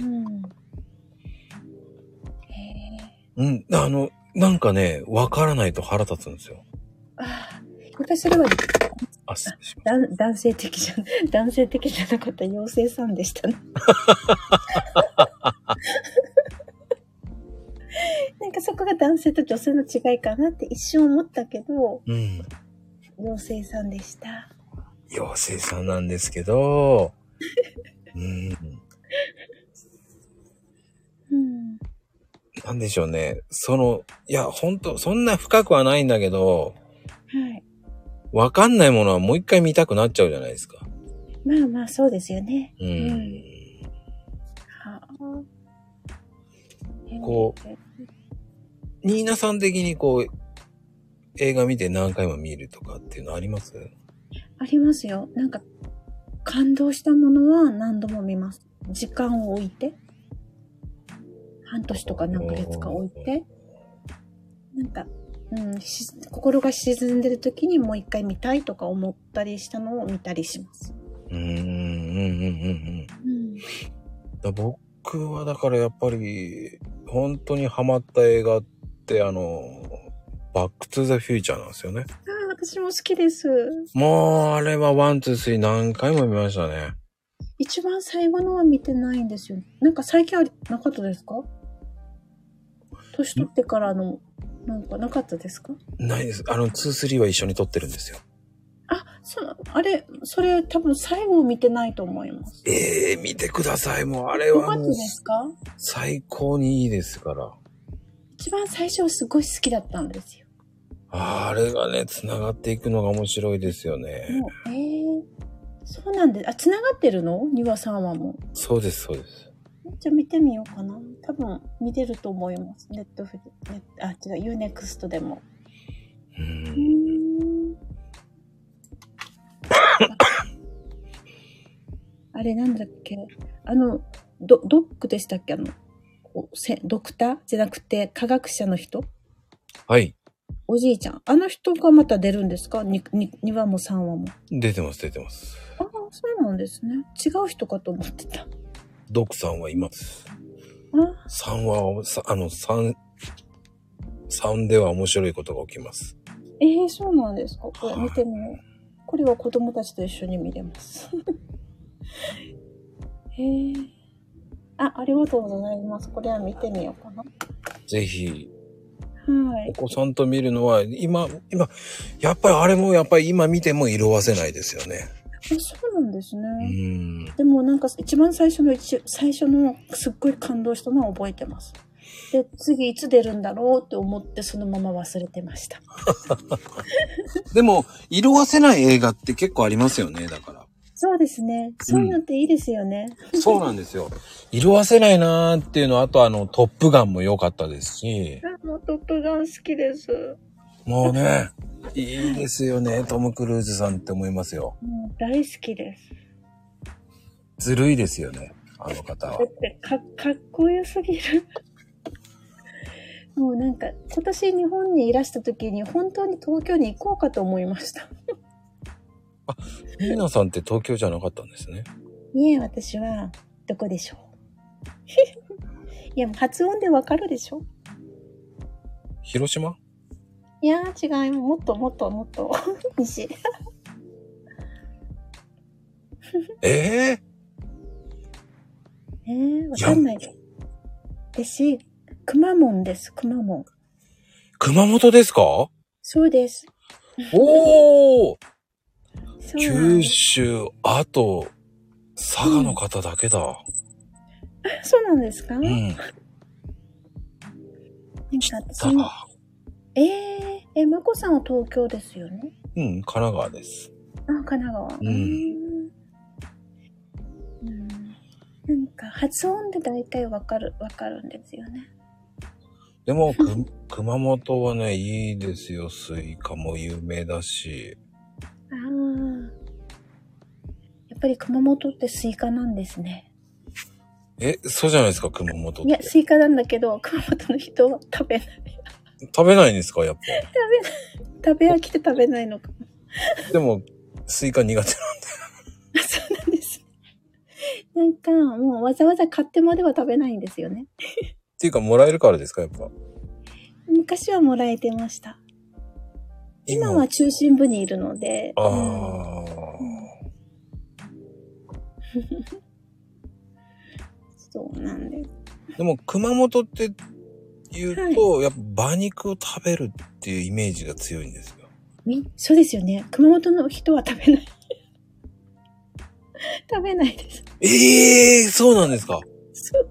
B: うん。へえ。
A: うん、あの、なんかね、わからないと腹立つんですよ。
B: ああ。やっぱりそれは
A: あ、失礼しまし
B: 男男性的じゃ、 男性的じゃなかった妖精さんでしたね。なんかそこが男性と女性の違いかなって一瞬思ったけど、
A: た。うん。
B: 妖精さんでした。
A: 妖精さんなんですけ ど、うん、
B: うん。
A: なんでしょうね。その、いや、ほんと、そんな深くはないんだけど、
B: はい。
A: わかんないものはもう一回見たくなっちゃうじゃないですか。
B: まあまあ、そうですよね。
A: うん。
B: うんはあ。
A: こニーナさん的にこう、映画見て何回も見るとかっていうのあります
B: ありますよ。なんか、感動したものは何度も見ます。時間を置いて。半年とか何ヶ月か置いて。なんか、うん、し心が沈んでる時にもう一回見たいとか思ったりしたのを見たりします。
A: うん、うん、うん、うん、
B: うん。
A: うん。僕はだからやっぱり、本当にハマった映画って、あの、バックトゥザフューチャーなんですよね。
B: ああ、私も好きです。
A: もう、あれはワン、ツー、スリー何回も見ましたね。
B: 一番最後のは見てないんですよ。なんか最近はなかったですか年取ってからの、なんかなかったですか
A: ないです。あの、ツー、スリーは一緒に撮ってるんですよ。
B: あ、そう、あれ、それ多分最後を見てないと思います。
A: ええー、見てください。もう、あれ
B: よか
A: は
B: った
A: も
B: で
A: う、
B: すか
A: 最高にいいですから。
B: 一番最初はすごい好きだったんですよ。
A: あれがね、繋がっていくのが面白いですよね。
B: もう、えー、そうなんです。あ、繋がってるの庭さんはも
A: そうです、そうです。
B: う。じゃあ見てみようかな。多分見れると思います。ネットフリ、ネあ、違う、UNEXT でも。
A: う。
B: うんーん あれなんだっけあのドドックでしたっけあのこうせドクターじゃなくて科学者の人
A: はい。
B: おじいちゃんあの人がまた出るんですか 2, 2話も3話も
A: 出てます、出てます。
B: ああそうなんですね違う人かと思ってたあ
A: ドクさんはいます。
B: あ
A: 3は、さあの、3、3では面白いことが起きます。
B: えー、そうなんですかこれ見てみようこれは子供たちと一緒に見れます へえあありがとうございますこれは見てみようかな
A: ぜひ、
B: は
A: お
B: い。
A: 子さんと見るのは、今、今、やっぱりあれも、やっぱり今見ても色褪せないですよね。
B: あそうなんですね。
A: うん。
B: でもなんか一番最初の一、最初のすっごい感動したのは覚えてます。で、次いつ出るんだろうって思ってそのまま忘れてました。
A: でも、色褪せない映画って結構ありますよね、だから。
B: そうですね。そういうのっていいですよね。
A: そうなんですよ。色褪せないなーっていうのは、あとあの、トップガンも良かったですし、
B: あもうトップガン好きです。
A: もうね、いいですよね、トム・クルーズさんって思いますよ。
B: もう大好きです。
A: ずるいですよね、あの方は
B: だ。ってかかっこよすぎる。もうなんか今年日本にいらした時に本当に東京に行こうかと思いました。
A: ミーナさんって東京じゃなかったんですね。
B: いえ、私は、どこでしょう。いや、もう発音でわかるでしょ。
A: 広島
B: いやー、違い、もっともっともっと、西。
A: ええ
B: えー、わかんない。私、くまモンです、くまモン。
A: 熊本ですか
B: そうです。
A: おお
B: そうなん
A: 九
B: です。
A: 州、あと、佐賀の方だけだ。
B: あそうなんですか、
A: う
B: なんか
A: ん。
B: 私
A: 佐
B: も、
A: 賀。
B: えー、え、まこさんは東京ですよね。
A: うん、神奈川です。
B: あ、神奈川。うーん。うんなんか、発音で大体わかる、わかるんですよね。
A: でも、く熊本はね、いいですよ。スイカも有名だし。
B: ああ。やっぱり熊本ってスイカなんですね。
A: え、そうじゃないですか、熊本っ
B: いや、
A: て。
B: スイカなんだけど、熊本の人は食べない。
A: 食べないんですか、やっぱ。
B: 食べ飽きて食べないのか。
A: でも、スイカ苦手 な。
B: あそうなんです。なんか、もうわざわざ買ってまでは食べないんですよね。
A: っていうか、もらえるからですか、やっぱ。
B: 昔はもらえてました。今は中心部にいるので。
A: あ
B: う
A: あ
B: んそうなんです。
A: ー。でも、熊本って言うと、やっぱ馬肉を食べるっていうイメージが強いんですよ。
B: みそうですよね。熊本の人は食べない。 食べないです。
A: ええそうなんですか
B: そう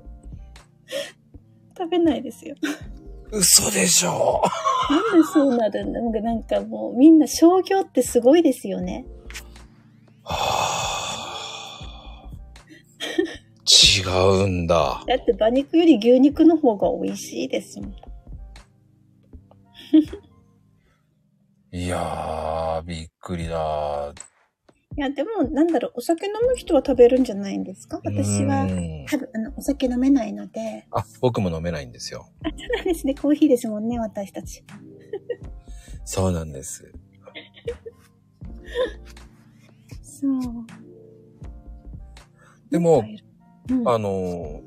B: 食べないですよ。
A: 嘘でしょ
B: なんでそうなるんだなんかなんかもうみんな商業ってすごいですよね。
A: はぁ違うんだ。
B: だって馬肉より牛肉の方が美味しいですもん。
A: いやー、びっくりだ。
B: いやでもなんだろう、お酒飲む人は食べるんじゃないんですか私
A: う
B: は
A: ん
B: 多分あのお酒飲めないので。
A: あ、僕も飲めないんですよ。
B: あ、そうなんですね。コーヒーですもんね、私たち。
A: そうなんです。
B: そう。
A: でも、
B: うん、
A: あ
B: あ
A: のー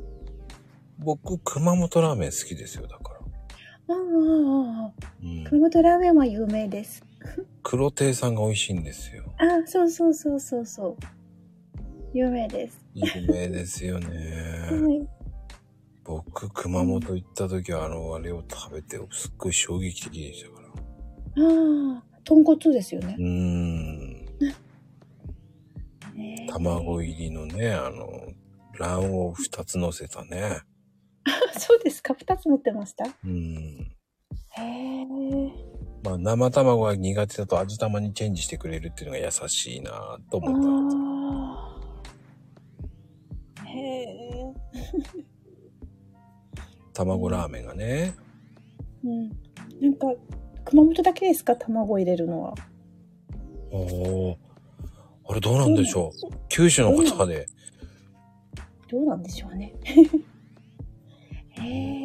A: 僕、熊本ラーメン好きですよ、だから。
B: ああ、
A: うん、
B: 熊本ラーメンは有名です。
A: 黒亭さんが美味しいんですよ。
B: あ、そうそうそうそうそう。有名です。
A: 有名ですよね
B: は。い。
A: 僕、熊本行った時はあのあれを食べて、すっごい衝撃的でしたから。
B: ああ、豚骨ですよね
A: う。ーん。
B: ね
A: 卵入りのね、あの、卵黄二つ乗せたね。
B: あそうですか。二つ持ってました。
A: うん。
B: へえ。
A: まあ、生卵が苦手だと味玉にチェンジしてくれるっていうのが優しいなぁと思った。
B: ああ。へえ。
A: 卵ラーメンがね。
B: うん。なんか、熊本だけですか卵入れるのは。
A: おお。あれどうなんでしょう九州の方で。
B: どうなんでしょうね。へえ。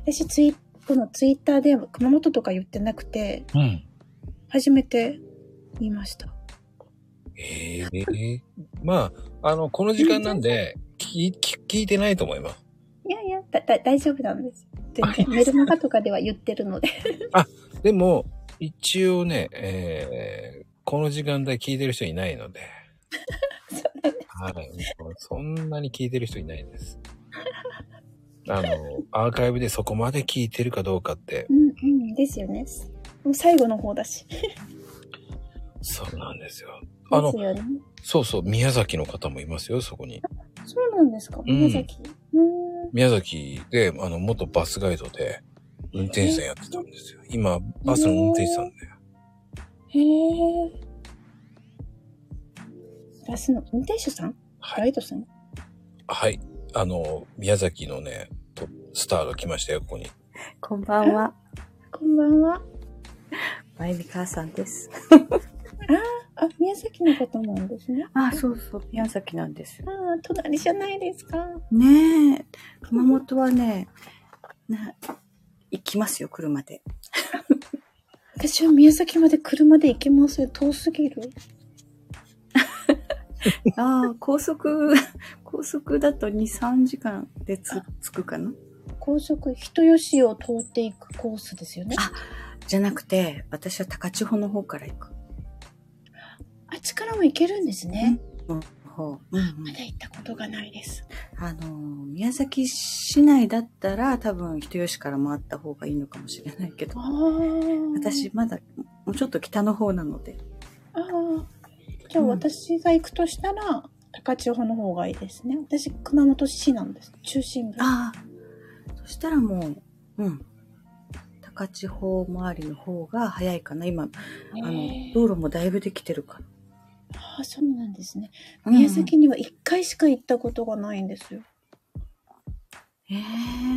B: 私ツイ、このツイッターで熊本とか言ってなくて、
A: うん。
B: 初めて見ました。
A: ええまあ、あの、この時間なんで、聞聞聞いてないと思います。
B: いやいや、だ、だ、大丈夫なんです。全然メルマガとかでは言ってる ので。
A: でも、一応ね、えー、この時間帯聞いてる人いないので。はい。そんなに聞いてる人いないです。あの、アーカイブでそこまで聞いてるかどうかって
B: う、ん、うん、ですよね。もう最後の方だし。で
A: そうなんですよ。あの
B: す、よね。
A: そうそう、宮崎の方もいますよ、そこに。
B: そうなんですか
A: うん
B: 宮崎。うーん。
A: 宮崎で、あの、元バスガイドで、運転手さんやってたんですよ。今、バスの運転手さんで。
B: へえ。バスの運転手さん
A: は
B: ガ
A: い。
B: イドさん
A: はい。あの、宮崎のね、とスターが来ましたよ、ここに。
C: こんばんは。
B: こんばんは。
C: まゆみ母さんです。
B: あ、宮崎の方なんですね。
C: あ、そうそう、宮崎なんです
B: あ。あ、隣じゃないですか。
C: ねえ、熊本はね、な、行きますよ、車で。
B: 私は宮崎まで車で行けません。遠すぎる。
C: ああ、高速、 高速だと2、3時間でつ、着くかな
B: 高速、人吉を通っていくコースですよね。
C: あじゃなくて、私は高千穂の方から行く。
B: あっちからも行けるんですね。
C: うん、方。うん、うん。
B: まだ行ったことがないです。
C: あのー、宮崎市内だったら多分人吉から回った方がいいのかもしれないけど
B: あ。あ。
C: 私。まだ、もうちょっと北の方なので。
B: ああ。じゃあ
C: うん
B: 私が行くとしたら、高千穂の方がいいですね。私、熊本市なんです。中心部。
C: ああ、そしたらもう、うん。高千穂周りの方が早いかな。今、あ
B: へ
C: の
B: え、
C: 道路もだいぶできてるか
B: ああ、そうなんですね。
C: ら。
B: 宮崎には一回しか行ったことがないんですよ。
C: うん、え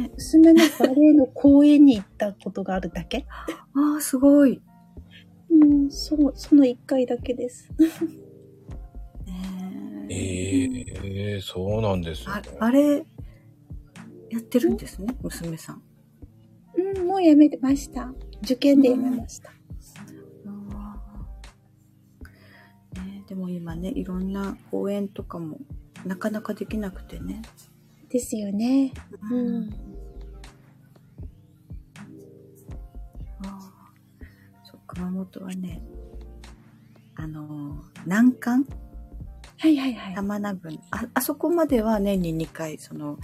C: え
B: 娘のバレエの公演に行ったことがあるだけ。
C: ああ、すごい。
B: うん、そう、その一回だけです。
C: ね
A: えー、えーそうなんですよ、
C: あ
A: ね。
C: あれ、やってるんですね、娘さん。
B: うん、もうやめてました。受験でやめました。
C: あーねえでも今ね、いろんな公演とかもなかなかできなくてね。
B: ですよね。うん。
C: あーそう熊本はねあのー南関
B: はいはいはい。
C: 玉名分ああそこまでは年に2回その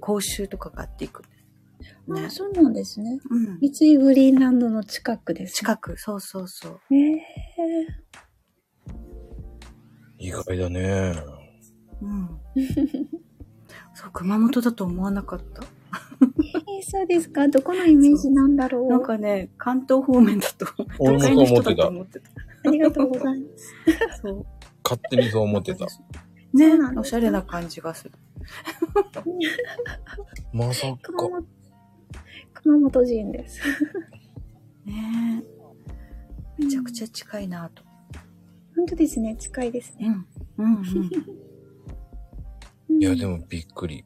C: 講習とかがあっていくん
B: あ
C: ですね。
B: そうなんですね。
C: うん、
B: 三井グリーンランドの近くです。
C: 近くそうそうそう
B: ね
A: 意外だね。
C: うん そう熊本だと思わなかった
B: えーそうですか。どこのイメージなんだろう。
C: なんかね関東方面だ と
A: 俺もそう思ってた。
C: 思ってた
B: ありがとうございます。
C: そう
A: 勝手にそう思ってた。
C: ね
B: そうなんですか
C: おしゃれな感じがする
A: まさか。
B: 熊本、熊本人です。
C: ねえめちゃくちゃ近いなと
B: 本当ですね。近いですね。
C: んうんうん
A: いや、でもびっくり。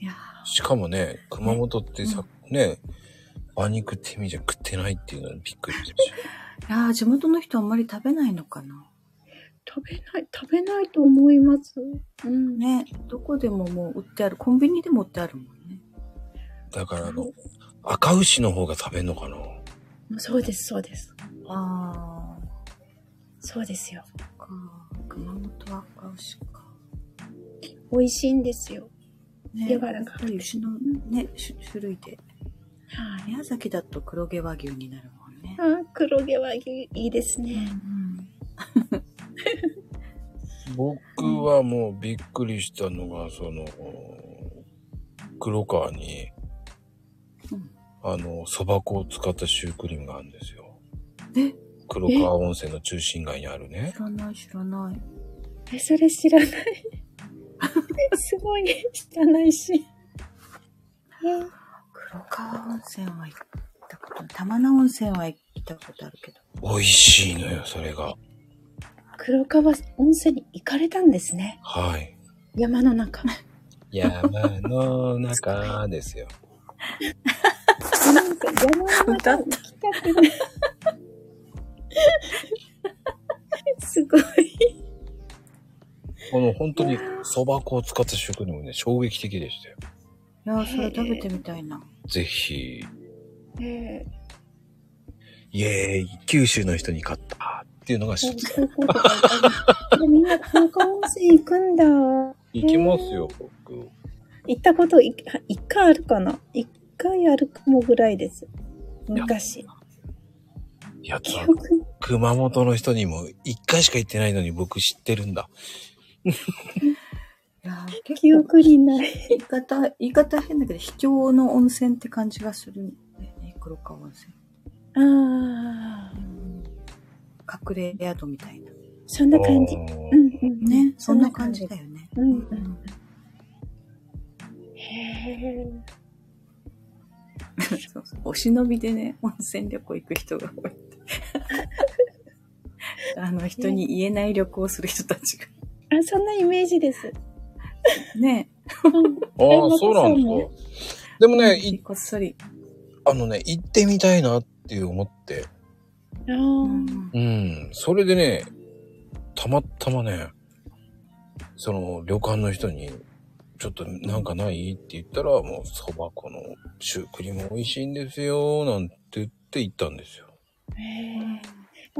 C: いや
A: しかもね、熊本ってさ、ね、馬肉って意味じゃ食ってないっていうのにびっくりしたし。
C: ーいやー地元の人あんまり食べないのかな
B: 食べない、食べないと思います。うん。
C: ね、どこでももう売ってある、コンビニでも売ってあるもんね。
A: だからあの、赤牛の方が食べんのかな
B: そうです、そうです。
C: あ
B: そうですよ。
C: あ、か。熊本は赤牛か。
B: 美味しいんですよ。
C: ね、
B: 柔らかくて
C: そういう牛のね、種種類で。
B: はい。
C: 宮崎だと黒毛和牛になるもんね。
B: あー黒毛和牛、いいです
C: うんう
B: ね。
C: ん
A: 僕はもうびっくりしたのが、その、黒川に、
C: うん
A: あの、蕎麦粉を使ったシュークリームがあるんですよ。
C: え
A: 黒川温泉の中心街にあるね
C: 知。らない知らない。
B: え、それ知らない。 すごい、知らない し。
C: 黒川温泉は行ったこと、玉名温泉は行ったことあるけど。
A: 美味しいのよ、それが。
B: 黒川温泉に行かれたんですね。
A: はい。
B: 山の中。
A: 山の中ですよ。
B: なんか山の中に来たくない。すごい。
A: この本当に蕎麦粉を使ったシュークリームね、衝撃的でしたよ。
C: いやー、それ食べてみたいな。
A: ぜひ、
B: え
A: イエーイ、九州の人に勝ったっていうのが一つ。
B: そういうことかあみんな黒川温泉行くんだ。行
A: いきますよ、僕。
B: ったことい一回あるかな一回あるかもぐらいです。昔。
A: いや、
B: 記憶に
A: 熊本の人にも一回しか行ってないのに僕知ってるんだ。
C: いやー、結
B: 記
C: 構
B: 憶にない。
C: 言い方、言い方変だけど、秘境の温泉って感じがするんだよね、黒川温泉。
B: ああ、
C: 隠れ宿みたいな。
B: そんな感じ
A: う。ん
B: うんうん。
C: ね、そんな感じだよね。
B: うん
C: う
B: うんん。へえ。
C: そうそうお忍びでね、温泉旅行行く人が多いって。あの、人に言えない旅行をする人たちが。
B: あ、そんなイメージです。
C: ね、
A: ああ、そうなんです
B: ね
A: か。でもね、い
C: こっそり。
A: あのね、行ってみたいなっていう思って。
B: ああ、
C: うん
A: うん。それでね、たまたまね、その旅館の人に、ちょっとなんかないって言ったら、もう蕎麦粉のシュークリーム美味しいんですよ、なんて言って行ったんですよ。
B: へえ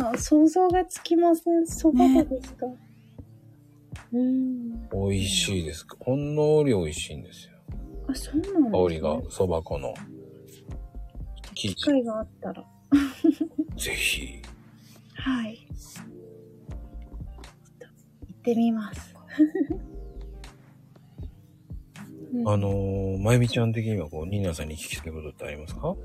B: あ想像がつきません。そばがですか。うん。
A: 美味しいです。ほんのり美味しいんですよ。
B: あ、そうなんです、ね、
A: 香りが、蕎麦粉の。生
B: 機
A: 地
B: 会があったら。
A: ぜひ。
B: はい。ちょっと行ってみます。う ん
A: あのー、まゆみちゃん的にはこう、ニーナさんに聞きたいことってありますか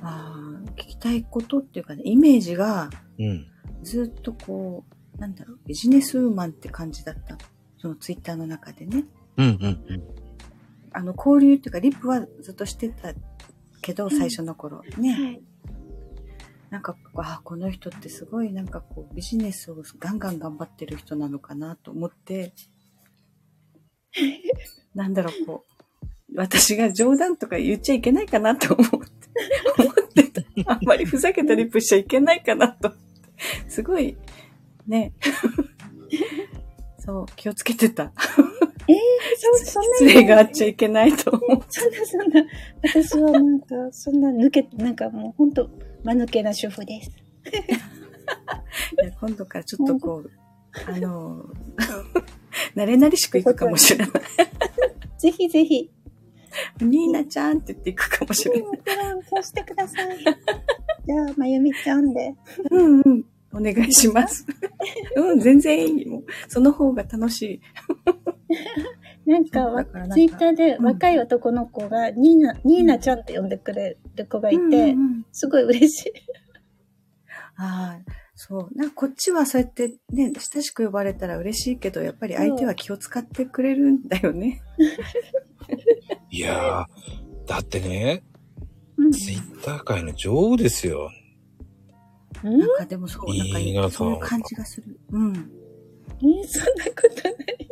C: あー聞きたいことっていうかね、イメージが
A: うん。
C: ずっとこう、なんだろう、ビジネスウーマンって感じだった。そのツイッターの中でね。
A: うんうんうん。
C: あの、交流っていうか、リップはずっとしてたけど、最初の頃。ね。
B: はい。
C: なんか、ああ、この人ってすごいなんかこう、ビジネスをガンガン頑張ってる人なのかなと思って、なんだろう、こう、私が冗談とか言っちゃいけないかなと思って、思ってた。あんまりふざけたリップしちゃいけないかなと思って。すごい、ね。そう、気をつけてた。
B: そそんな
C: 失礼があっちゃいけないと思う。
B: そんなそんな、私はなんか、そんな抜け、なんかもうほんと、間抜けな主婦です。
C: いや今度からちょっとこう、あの、 慣れ慣れしくいくかもしれない。
B: ぜひぜひ、
C: ニーナちゃんって言っていくかもしれない。
B: もちろん、そうしてください。じゃあ、まゆみちゃんで。
C: うんうん。お願いします。 うん、全然いい。もう、その方が楽しい。
B: なんか
C: だ
B: わ、
C: からなんか
B: ツイッターで
C: うん
B: 若い男の子が、ニーナ、ニーナちゃんって呼んでくれる子がいて、
C: うんうん
B: すごい嬉しい。
C: ああ、そう。なんかこっちはそうやってね、親しく呼ばれたら嬉しいけど、やっぱり相手は気を使ってくれるんだよね。
A: いやー、だってね、
B: うん
A: ツイッター界の女王ですよ。
B: うん
C: なんかでもそう、なんか
A: いいな
C: そういう感じがする。うん。も
B: えそんなことない。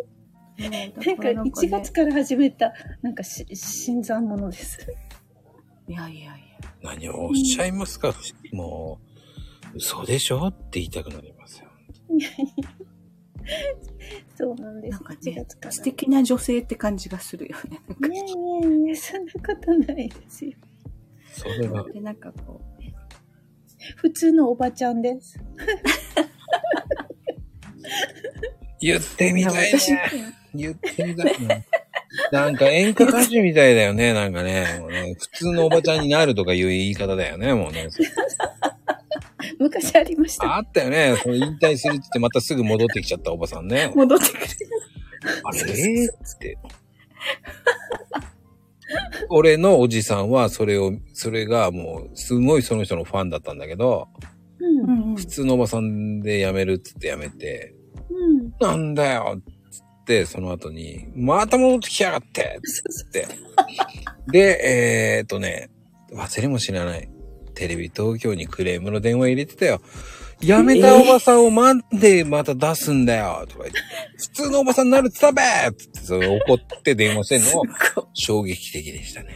C: うだ
B: なん
C: ら
B: か、1月
C: ね。
B: から始めた、なんかし、新参者です。
C: いやいやいや。
A: 何をおっしゃいますか、もう、嘘でしょって言いたくなりますよ
B: そうなんです。
C: なんかね
B: 1月から。
C: 素敵な女性って感じがするよね。なんか
B: いやいやいや、そんなことないですよ。
A: それは、
C: で、なんかこう、
B: 普通のおばちゃんです。
A: 言ってみたい
C: いや
A: ね。言ってみたいな。なんか演歌歌手みたいだよね、なんかね。もうね普通のおばちゃんになるとかいう言い方だよね、もうね。
B: 昔ありました。
A: あったよね。その引退するって言ってまたすぐ戻ってきちゃったおばさんね。
C: 戻ってくる。
A: あれって。俺のおじさんはそれを、それがもうすごいその人のファンだったんだけど、
B: うん。うん。
C: 普
A: 普通のおばさんで辞めるっつって辞めて、なんだよっつって、その後に、また戻ってきやがってっつって。で、えー、っとね、忘れも知らない。テレビ東京にクレームの電話入れてたよ。やめたおばさんを待ってまた出すんだよとか言って、普通のおばさんになるって食べっつって、それ怒って電話してんのを衝撃的でしたね。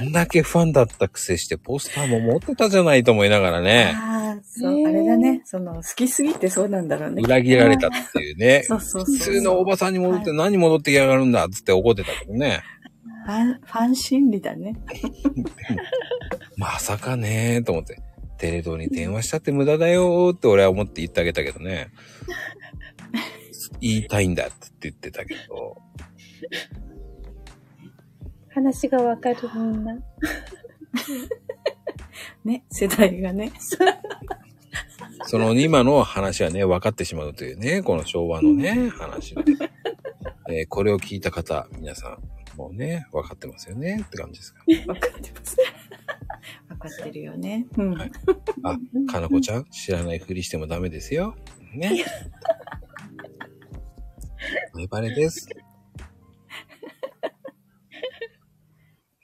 A: あんだけファンだったくせして、ポスターも持ってたじゃないと思いながらね、
C: ああ、そう、
B: ねえ
C: あれだね。その、好きすぎてそうなんだろうね。
A: 裏切られたっていうね、
C: そうそうそう。
A: 普通のおばさんに戻って何戻ってきやがるんだっつって怒ってたけどね。
C: ファン、ファン心理だね。
A: まさかねーと思って。テレ東に電話したって無駄だよーって俺は思って言ってあげたけど ね。言いたいんだって言ってたけど。
B: 話がわかるみんな。
C: ね、世代がね。
A: その今の話はね、分かってしまうというね、この昭和のね、話で。えーこれを聞いた方、皆さん、もうね、分かってますよねって感じですか。
C: わかってます。 わかってるよね。うん。
A: はいあ、かなこちゃん、知らないふりしてもダメですよ。ね。バレバレです。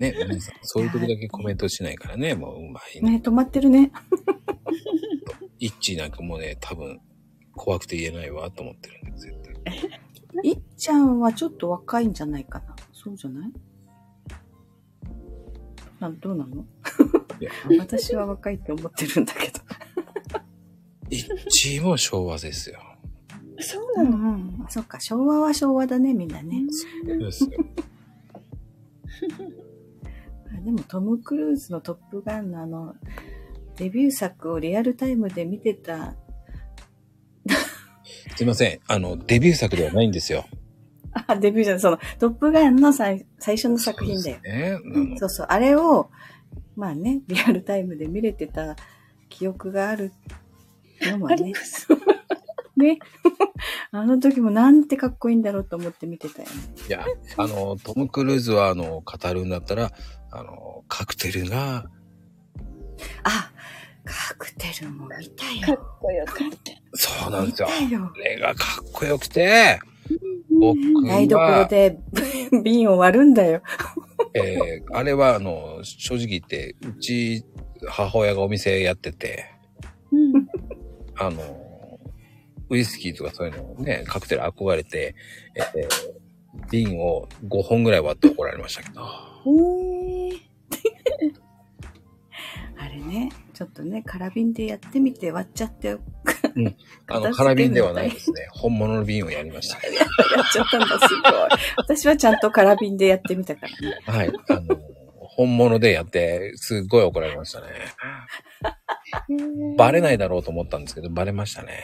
A: ね、皆さん、そういう時だけコメントしないからね、もううまいね。
C: ね、止まってるね。
A: イッチーなんかもうね、多分、怖くて言えないわ、と思ってるんですよ。絶対
C: いっちゃんはちょっと若いんじゃないかな。そうじゃないなんどうなの
A: いや
C: 私は若いって思ってるんだけど。
A: イッチーも昭和ですよ。
B: そうな
C: う
B: の、
C: んうん。そっか、昭和は昭和だね、みんなね。
A: そうですよ。
C: あでもトム・クルーズのトップガンのあの、デビュー作をリアルタイムで見てた、
A: すいません。あの、デビュー作ではないんですよ。
C: あ、デビューじゃない、その、トップガンの最最初の作品だよ
A: そう。ですね。あの
C: そうそう、あれを、まあね、リアルタイムで見れてた記憶があるのも
B: あり
C: ね
B: ま、す。
C: ね、あの時もなんてかっこいいんだろうと思って見てたよね。
A: いや、あの、トム・クルーズは、あの、語るんだったら、あの、カクテルが、
C: あ、カクテルも見た
B: かっ
C: よ。
B: こよかった。
A: そうなん
C: 見
A: ですよ。
C: たよ
A: こ。れがかっこよくて、僕
C: 台所
A: は、
C: で瓶を割るんだよ。
A: えーあれは、あの、正直言って、うち、母親がお店やってて、
B: うん。
A: あの、ウイスキーとかそういうのをね、カクテル憧れて、えー瓶を5本ぐらい割って怒られましたけど、
B: えー、
C: あれね、ちょっとね、空瓶でやってみて割っちゃって、やっ
A: あの、
C: 片付けるの
A: 空瓶ではないですね。本物の瓶をやりました。
C: ちゃったんだ、すごい。私はちゃんと空瓶でやってみたからね。
A: はい。あの、本物でやって、すっごい怒られましたね。バレないだろうと思ったんですけど、バレましたね。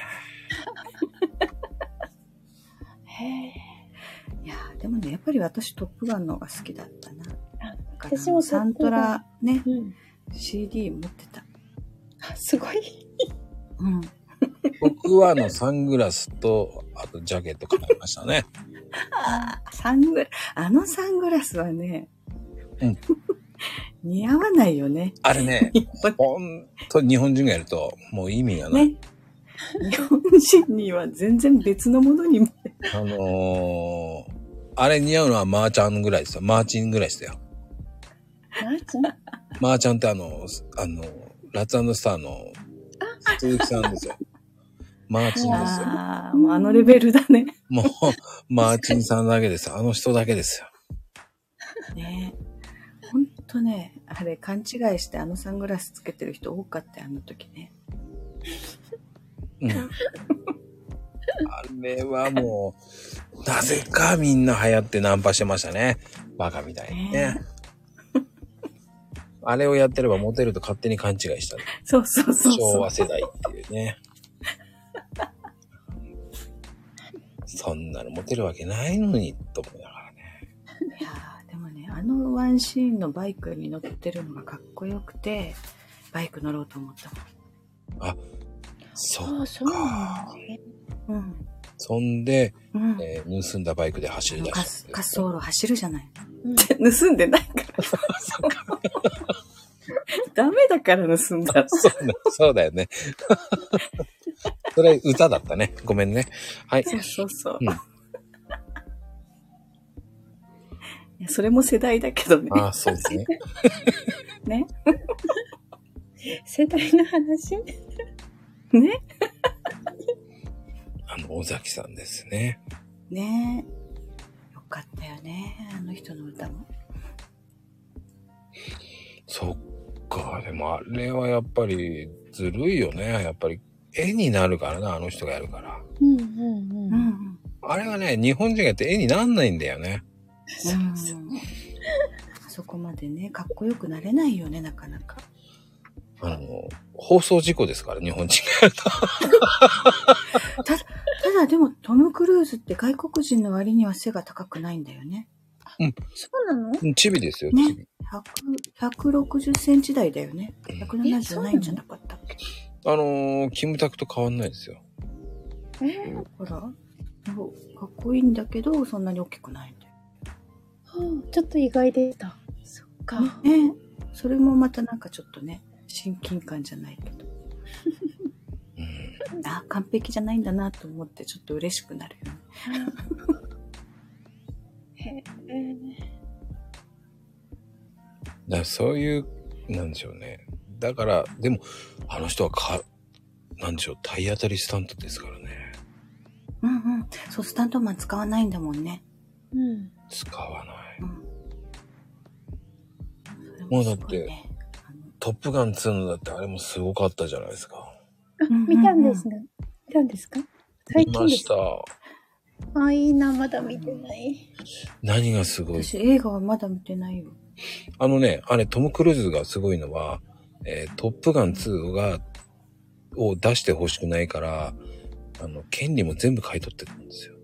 C: いやーでもね、やっぱり私トップガンの方が好きだったな。
B: あ
C: だから
B: 私もトップガン
C: サントラね、
B: うん。
C: CD 持ってた。
B: あすごい。
C: うん。
A: 僕はあの、サングラスと、あとジャケット買いましたね。
C: ああ、サングラ、あのサングラスはね、
A: うん
C: 似合わないよね。
A: あれね、
C: 日本
A: ほんと日本人がやると、もう意味がない。
C: ね。日本人には全然別のものに見える
A: あのー、あれ似合うのはマーちゃんぐらいですよ。マーチンぐらいですよ。
B: なんつうの
A: マーちゃんってあの、あの、ラッツスターの鈴木さんですよ。マーチンですよ。
C: ああ、もうあのレベルだね。
A: もう、マーチンさんだけです。あの人だけですよ。
C: ねほんとね、あれ勘違いしてあのサングラスつけてる人多かったよあの時ね。
A: うん。あれはもう、なぜかみんな流行ってナンパしてましたね。バカみたいにね。 あれをやってればモテると勝手に勘違いした。
C: そうそうそう
A: 昭
C: そ
A: 和
C: う。
A: 世代っていうね。そんなのモテるわけないのに、と思いながらね。
C: いやーでもね、あのワンシーンのバイクに乗ってるのがかっこよくて、バイク乗ろうと思った
A: そ
B: ああ、
A: う
B: そうなん
A: か。
B: ですね。
C: もん。うん。
A: そんで、
C: うん。
A: えー盗んだバイクで走り出
C: 滑
A: した
C: 滑走路走るじゃない。
B: うん
C: 盗んでないから。ダメだから盗んだ。
A: そうだそうだよね。 それ歌だったね。ごめんね。はい。
C: そうそうそう。
A: うん
C: いやそれも世代だけどね。
A: ああ、そうですね。
C: ね。
B: 世代の話
C: ね。
A: あの、尾崎さんですね。
C: ねよかったよね。あの人の歌も。
A: そっか。でもあれはやっぱりずるいよね。やっぱり絵になるからな、あの人がやるから。
B: うんうん
C: う
B: うん。
C: ん。
A: あれはね、日本人がやって絵になんないんだよね。
C: うん、あそこまでね、かっこよくなれないよね、なかなか。
A: あの、放送事故ですから、日本人がやると。
C: ただでも、トム・クルーズって外国人の割には背が高くないんだよね。
B: そうなの
A: うんチビですよ、
C: ね
A: チビ。
C: 100 160センチ台だよね。170ないんじゃなかったっけ
A: あのー、キムタクと変わんないですよ。
B: えー、
C: ほら、そうかっこいいんだけど、そんなに大きくないんだよ。
B: はあちょっと意外でした。そっか。
C: ね、それもまたなんかちょっとね、親近感じゃないけど、
A: うん。
C: あ、完璧じゃないんだなと思って、ちょっと嬉しくなるよね。
B: へえ。
A: だからそういう、なんでしょうね。だから、でも、あの人はか、なんでしょう、体当たりスタントですからね。
C: うんうん。そう、スタントマン使わないんだもんね。
B: うん。
A: 使わない。
C: うん。それ
A: もうだ
C: す
A: っ
C: ごい
A: て
C: ねあの
A: トップガン2のだってあれもすごかったじゃないですか。
B: あ、見たんですね。見たんですか最
A: 見
B: 近
A: ま
B: で
A: し
B: す
A: た
B: か。あ、いいな、まだ見てない。
A: 何がすごい
C: 私映画はまだ見てないよ。
A: あのね、あれトム・クルーズがすごいのは、えートップガン2が、を出してほしくないから、あの、権利も全部買い取ってたんですよ。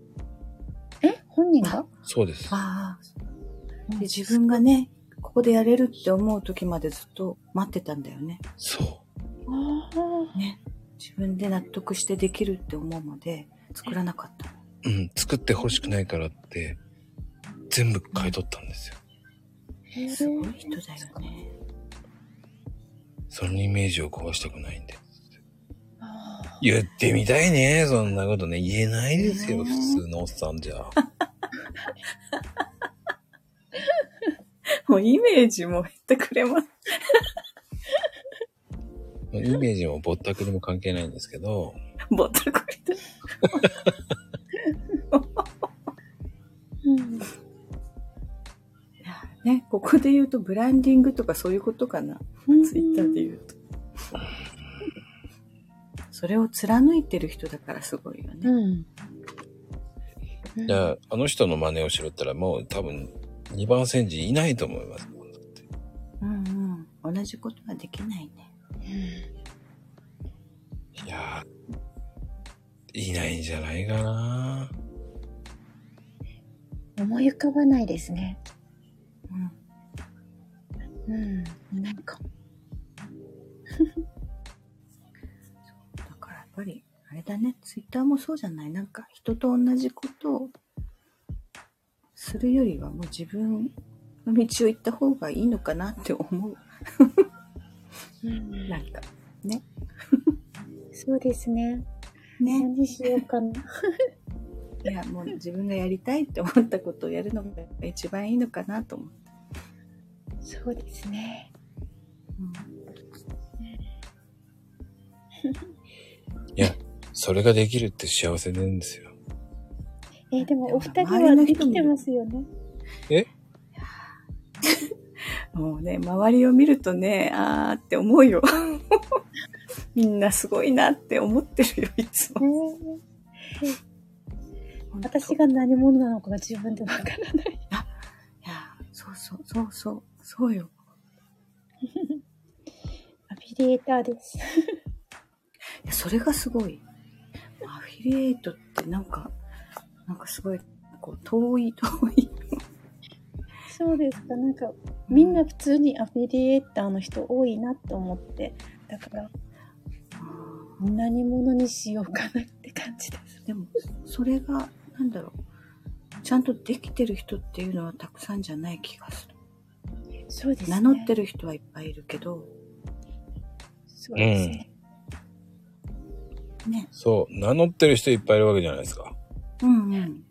B: え本人が
A: そうです。
C: ああ。で、自分がね、ここでやれるって思う時までずっと待ってたんだよね。
A: そ
B: ああ。
C: ね。自分で納得してできるって思うまで作らなかったの。
A: う。うん、作ってほしくないからって、全部買い取ったんですよ。
B: へえ
C: すごい人だよね。
A: そのイメージを壊したくないんで。
B: ああ
A: 言ってみたいね。そんなことね。言えないですよ。
C: ね
A: 普通のおっさんじゃ。
C: もうイメージも減ってくれます。
A: イメージもぼったくりも関係ないんですけど、
C: ぼったくりだ。
B: うん。
C: ね、ここで言うとブランディングとかそういうことかな。ツイッターで言うと。それを貫いてる人だからすごいよね。
B: うん。
A: じゃあ、あの人の真似をしろったらもう多分2番煎じいないと思います。
C: うんうん。同じことができないね。
A: いやー、いないんじゃないかな。
B: 思い浮かばないですね。
C: うん。
B: うん。なんか。
C: だからやっぱり、あれだね、ツイッターもそうじゃない。なんか人と同じことをするよりはもう自分の道を行った方がいいのかなって思う。なんか。
B: そうですね。
C: ね。
B: 何しようかな。
C: いや、もう自分がやりたいって思ったことをやるのが一番いいのかなと思う。
B: そうですね。
C: うん
A: それができるって幸せなんですよ。
B: えーでもお二人はできてますよね。
C: もうね、周りを見るとね、あーって思うよ。 みんなすごいなって思ってるよ、いつも。
B: 私が何者なのかが自分でわからない。
C: いや、そうそう、そうそう、そうよ。
B: アフィリエーターです。
C: いやそれがすごい。アフィリエイトってなんか、なんかすごい、こう、遠い、遠い。
B: そうですか。なんか、みんな普通にアフィリエーターの人多いなと思って。だから、何者にしようかなって感じです。
C: でも、それが、なんだろう。ちゃんとできてる人っていうのはたくさんじゃない気がする。
B: そうですね。
C: 名乗ってる人はいっぱいいるけど、
B: そうですね。
C: ね。
A: そう、名乗ってる人いっぱいいるわけじゃないですか。
C: うんうん。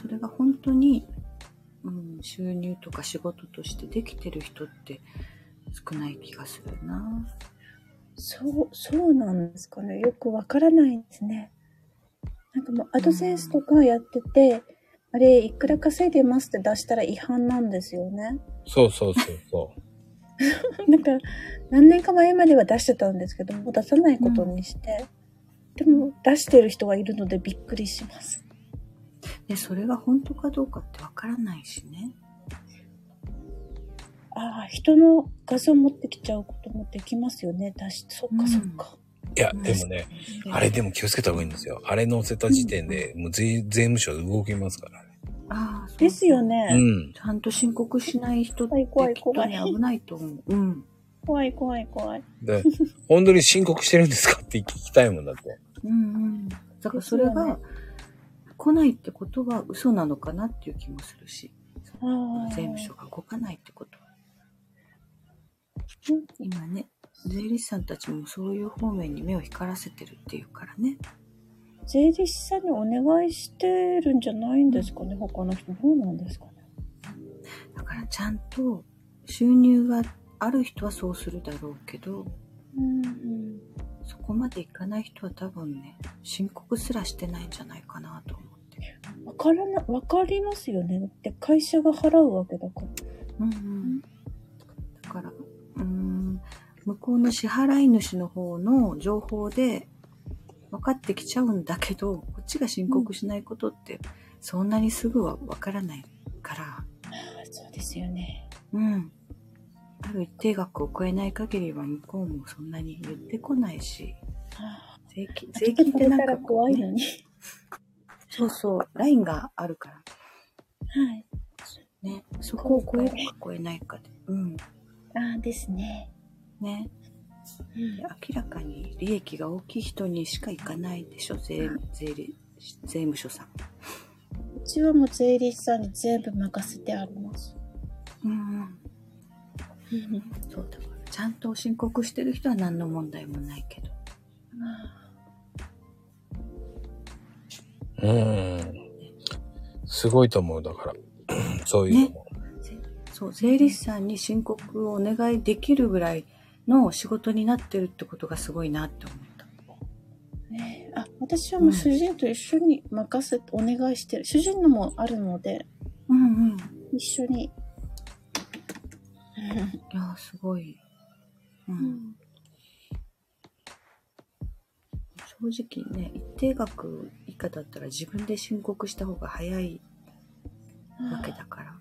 C: それが本当に、うん、収入とか仕事としてできてる人って少ない気がするな。
B: そう、そうなんですかね。よくわからないんですね。なんかもうアドセンスとかやってて、あれ、いくら稼いでますって出したら違反なんですよね。
A: そうそうそうそう。
B: だから、何年か前までは出してたんですけど、もう出さないことにして。でも、出してる人がいるのでびっくりします。
C: で、それが本当かどうかってわからないしね。
B: ああ、人の画像持ってきちゃうこともできますよね。出し、そっ
C: う
B: か
C: ん
B: そっか。
A: い や、でもね、あれでも気をつけた方がいいんですよ。あれ乗せた時点で、もう税税務署動きますからね。
C: ああ、そう
B: ですよ。ね。
A: うん。
C: ちゃんと申告しない人って
B: 怖い怖い
C: きっと
B: 怖い
C: ね、危ないと思う。うん。
B: 怖い怖い怖い。
A: で、本当に申告してるんですかって聞きたいもんだって。
C: うんうん。だからそれ
B: ですよ
C: が来ないってことは嘘なのかなっていう気もするし、
B: ああ。
C: 税務署が動かないってことは。今ね、税理士さんたちもそういう方面に目を光らせてるっていうからね。
B: 税理士さんにお願いしてるんじゃないんですかね。他の人。どうなんですかね。
C: だからちゃんと収入がある人はそうするだろうけど、
B: うんうん。
C: そこまでいかない人は多分ね、申告すらしてないんじゃないかなと思って。
B: わからな、わかりますよね。で、会社が払うわけだから。
C: うんうん。だから、うーん、向こうの支払い主の方の情報で分かってきちゃうんだけど、こっちが申告しないことってそんなにすぐは分からないから、
B: あそうですよね。
C: うん。ある一定額を超えない限りは向こうもそんなに言ってこないし、
B: あ
C: 税金、
B: あ。
C: 税金ってなんかこ
B: 怖
C: う
B: い
C: ね、
B: のに。
C: そうそう、ラインがあるから。
B: はい。
C: ね、そこを超えるか超えないかで。うん。
B: ああですね。
C: ね。
B: うん
C: で明らかに利益が大きい人にしか行かないでしょ、税税理税務署さん。
B: うちはもう税理士さんに全部任せてあります。
C: うん。そうだから。ちゃんと申告してる人は何の問題もないけど。
A: うん。すごいと思う、だから。 そういうのも。
C: そう、税理士さんに申告をお願いできるぐらいの仕事になってるってことがすごいなって思った。
B: ね、あ私はもう主人と一緒に任せてお願いしてる。主人のもあるので、
C: うんうん。い
B: 一緒に。
C: やー、すごい。う。
B: うんん
C: 正直ね、一定額以下だったら自分で申告した方が早いわけだから、や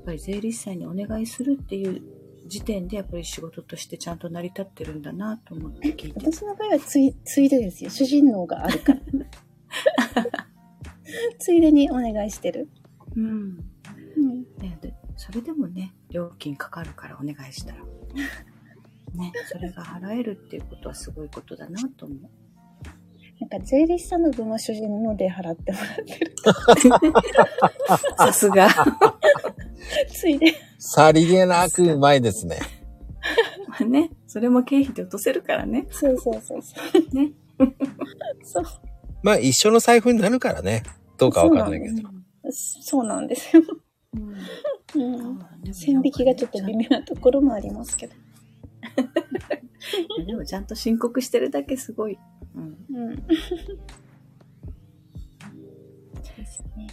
C: っぱり税理士さんにお願いするっていう時点で、やっぱり仕事としてちゃんと成り立ってるんだなと思って聞いて。
B: 私の場合はついついでですよ主人のがある からついでにお願いしてる、
C: う
B: う
C: ん。
B: ん、
C: ねでそれでもね、料金かかるからお願いしたら。ね、それが払えるっていうことはすごいことだなと思う。
B: なんか税理士さんの分は主人ので払ってもらってる
C: さすが。
B: ついで
A: さりげなくうまいですね。
C: まあね、それも経費で落とせるからね。
B: そうそうそうそう
C: ね。
B: そう
A: まあ一緒の財布になるからね。どうかわかんないけど。
B: そうなんですよ、
C: うん
B: う、
C: そうんだね
B: 線引きがちょっと微妙なところもありますけど、
C: いやでもちゃんと申告してるだけすごい。うん。
B: うん、ですね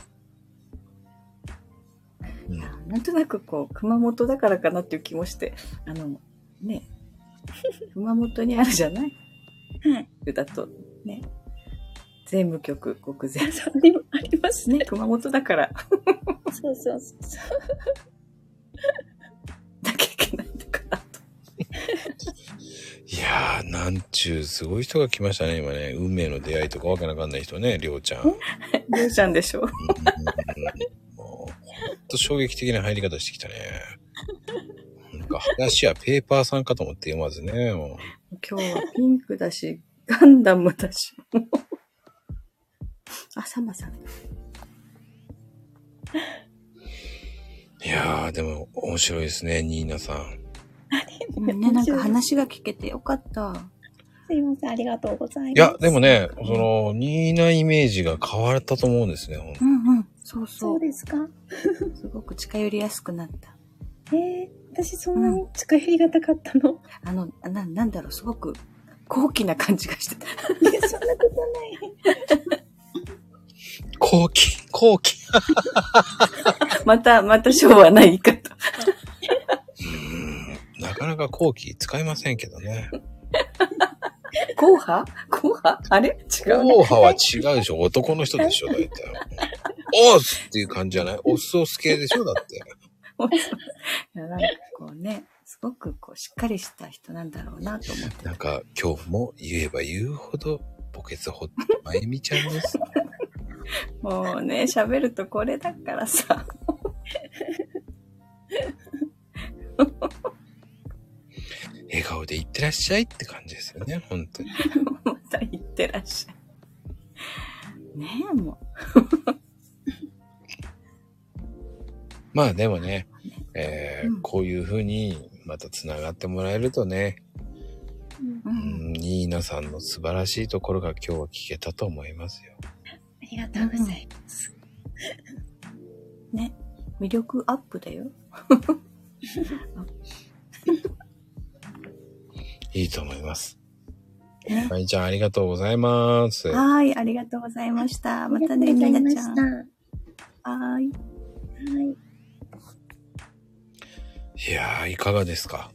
A: うん
C: いやなんとなくこう、熊本だからかなっていう気もして、あの、ね、熊本にあるじゃない
B: はい。
C: だと、ね。全部局、国税。
B: そう、でもあります
C: ね、熊本だから、
B: そうそうそうそう。
C: なきゃいけないのかなと。
A: いやー、なんちゅうすごい人が来ましたね、今ね。運命の出会いとかわけわかんない人ね、りょうちゃん。うん
C: りょうちゃんでしょ。
A: もう、ほんと衝撃的な入り方してきたね。なんか、林やペーパーさんかと思って、まずね。も
C: 今日はピンクだし、ガンダムだし。あ、サマさん。
A: ういやー、でも面白いですね、ニーナさん。
C: ごめんね、なんか話が聞けてよかった。
B: すいません、ありがとうございます。
A: いや、でもね、その、ニーナイメージが変わったと思うんですね、ほんと
C: うんうん。そう
B: そ
C: そう
B: う。ですか
C: すごく近寄りやすくなった。
B: えー、私そんなに近寄りがたかったの、
C: あの、な、なんだろう、すごく高貴な感じがしてた。
B: いやそんなことない。
A: 後期、後期。
C: また、また昭和な言い方。
A: うーん、なかなか後期使いませんけどね。
C: 後派後派あれ違う、
A: 後
C: ね。
A: 派は違うでしょ、男の人でしょ、大体。オースっていう感じじゃないオスオス系でしょ、だって。
C: いやなんかこうね、すごくこう、しっかりした人なんだろうなと思って
A: なんか今日も言えば言うほど墓穴掘ってまゆみちゃんです。
C: もうね、喋るとこれだからさ。
A: 笑顔でいってらっしゃいって感じですよね、本当に。
C: また行ってらっしゃい。ねえ、も
A: まあでもね、えー
C: うん
A: こういう風にまた繋がってもらえるとね、
B: うん
C: う。
A: う
C: う。
A: んん、ニーナさんの素晴らしいところが今日は聞けたと思いますよ。
B: ありがとうございます。
C: ね。魅力アップだよ。
A: いいと思います。
C: ね
A: まゆみちゃんありがとうございます。は
C: はーい、ありがとうございました。また
B: あ
C: ね、
B: りが
C: み
B: とう
C: な
B: ございま
C: ちゃ
B: し
C: ん。
B: た。
C: は
B: は
C: ーい。
B: い。
A: いやー、いかがですか
B: あ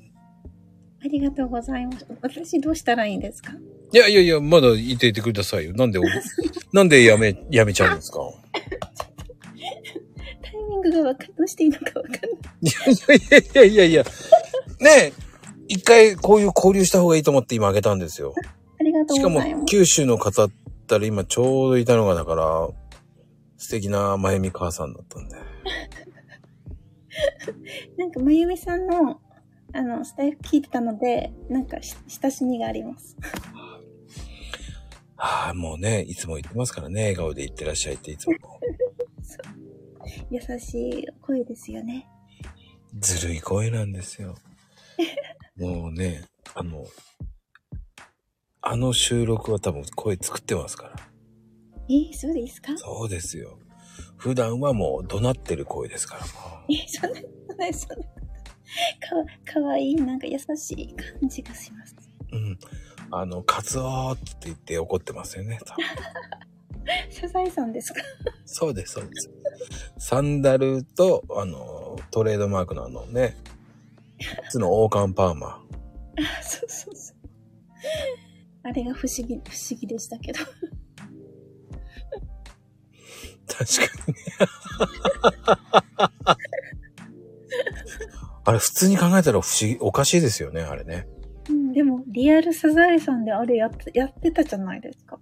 B: りがとうございます。私どうしたらいいんですか
A: いやいやいや、まだいていてくださいよ。なんでお、 なんでやめ、やめちゃうんですか
B: タイミングがわかどうしていいのかわかんない。
A: いやいやいやいや。ねえ、一回こういう交流した方がいいと思って今あげたんですよ。
B: ありがと
A: しか
B: うご
A: も
B: ざいます。
A: 九州の方だったら今ちょうどいたのがだから、素敵なまゆみ母さんだったんで。
B: なんか、まゆみさんの、あの、スタイフ聞いてたので、なんかし、親しみがあります。
A: はあ、もうね、いつも言ってますからね、笑顔で言ってらっしゃいっていつも。
B: 優しい声ですよね。
A: ずるい声なんですよ。もうね、あの、あの収録は多分声作ってますから。
B: えー、そうですか
A: そうですよ。普段はもう怒鳴ってる声ですから、もう
B: えー、そんなことない、そんなことない。かわ、かわいい、なんか優しい感じがします。
A: うん。あの、カツオーって言って怒ってますよね。多分
B: サザエさんですか
A: そうです、そうです。サンダルと、あの、トレードマークのあのね、靴の王冠パーマ。
B: あそうそうそう。あれが不思議、不思議でしたけど。
A: 確かにね。 あれ、普通に考えたら不思議、おかしいですよね、あれね。
B: うん、でも、リアルサザエさんであれやって、やってたじゃないですか。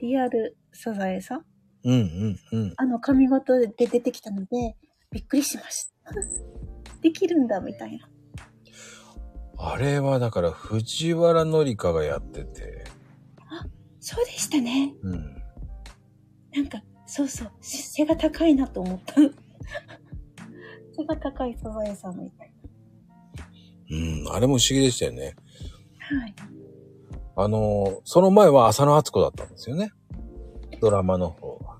B: リアルサザエさん
A: うんうんうん。
B: あの、髪型で出てきたので、びっくりしました。できるんだ、みたいな。
A: あれはだから藤原紀香がやってて、
B: そうでしたね。
A: うん。
B: なんか、そうそう、し背が高いなと思った。 背が高いサザエさんみたい
A: うん、あれも不思議でしたよね。
B: な。はい。
A: あの、その前は浅野敦子だったんですよね。ドラマの方は。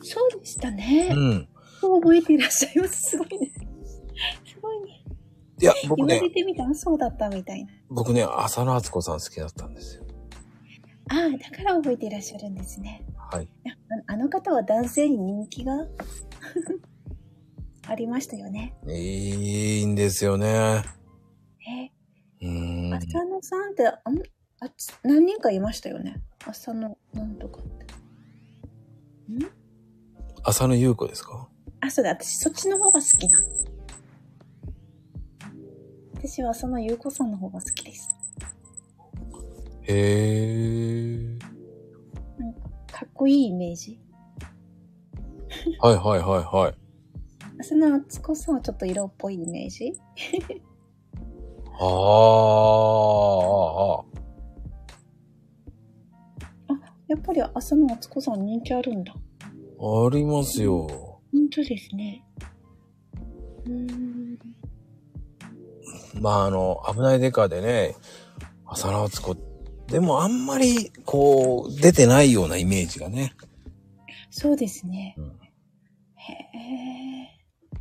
B: そうでしたね
A: う。ん。
B: そう覚えていらっしゃいます。すごいね。すごいね。
A: いや、僕
B: 言わ
A: ね
B: れ、てみたらそうだったみたいな。
A: 僕ね、浅野敦子さん好きだったんですよ。
B: ああ、だから覚えていらっしゃるんですね。
A: はい。
B: いやああの方は男性に人気が ありましたよね。
A: いいんですよね。
B: え浅野さんって、あんあつ何人かいましたよね。浅野なんとかって。
A: 浅野ゆう子ですか
B: あ、そうだ、私そっちの方が好きなの。私は浅野ゆう子さんの方が好きです。
A: へえ。
B: なんか、かっこいいイメージ。
A: はいはいはいはい。
B: 浅野敦子さんはちょっと色っぽいイメージ。
A: ああ、ああ、
B: やっぱり浅野敦子さん人気あるんだ。
A: ありますよ。
B: 本当ですね。うーん。
A: まああの、危ないデカでね、浅野敦子。でもあんまり、こう、出てないようなイメージがね。
B: そうですね。
A: うん
B: へえ。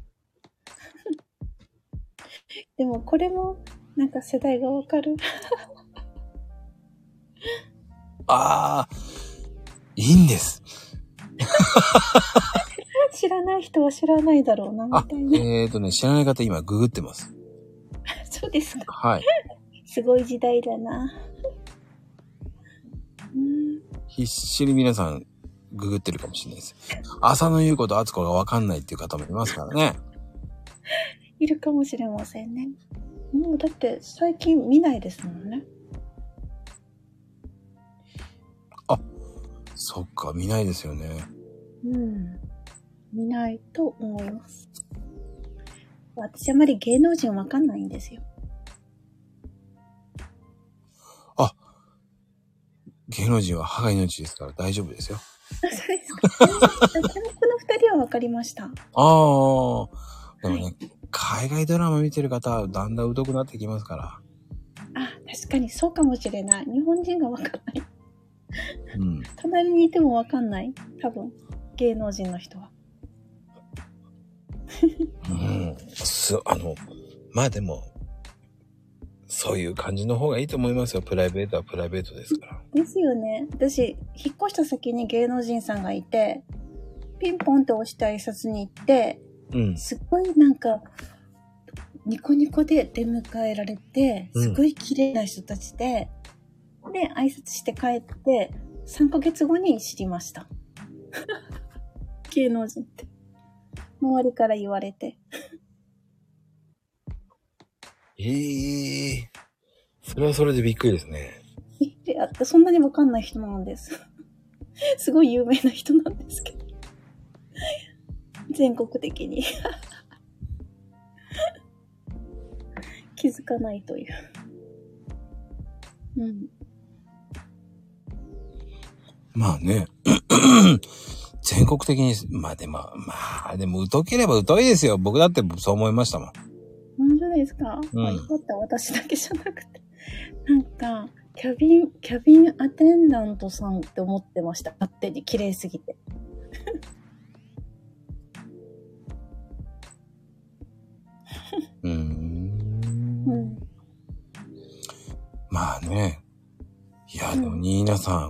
B: でもこれもなんか世代がわかる。
A: ああ、いいんです。
B: 知らない人は知らないだろうな、み
A: あ
B: たい、な。
A: えっ、ー、とね、知らない方今ググってます。
B: そうですか。
A: はい。
B: すごい時代だな。 うん
A: 必死に皆さん、ググってるかもしれないです。浅野ゆう子と敦子がわかんないっていう方もいますからね。
B: いるかもしれませんね。もうだって最近見ないですもんね。
A: そっか、見ないですよね。
B: うん。見ないと思います。私あまり芸能人わかんないんですよ。
A: 芸能人は歯が命ですから大丈夫ですよ。
B: そうですか。でもこの二人はわかりました。
A: ああ、でもね、海外ドラマ見てる方はだんだん疎くなってきますから。
B: あ、確かにそうかもしれない。日本人がわかんない。
A: うん。
B: 隣にいてもわかんない。多分、芸能人の人は。
A: うん。す、あの、まあでも、そういう感じの方がいいと思いますよ。プライベートはプライベートですから。
B: ですよね。私、引っ越した先に芸能人さんがいて、ピンポンって押して挨拶に行って、
A: うん。
B: すっごいなんか、ニコニコで出迎えられて、
A: うん
B: すごい綺麗な人たちで、で、挨拶して帰って、3ヶ月後に知りました。 芸能人って。周りから言われて。
A: ええそれはそれでびっくりですね。
B: えで、あそんなにわかんない人なんです。すごい有名な人なんですけど。全国的に。気づかないという。うん。
A: まあね。全国的に、まあでも、まあでも疎ければ疎いですよ。僕だってそう思いましたもん。
B: 本当ですか、
A: うん
B: まあよかった。私だけじゃなくて。なんか、キャビン、キャビンアテンダントさんって思ってました。勝手に綺麗すぎて。
A: うーん
B: うん。
A: まあね。いや、でも、
B: うん
A: ニーナさ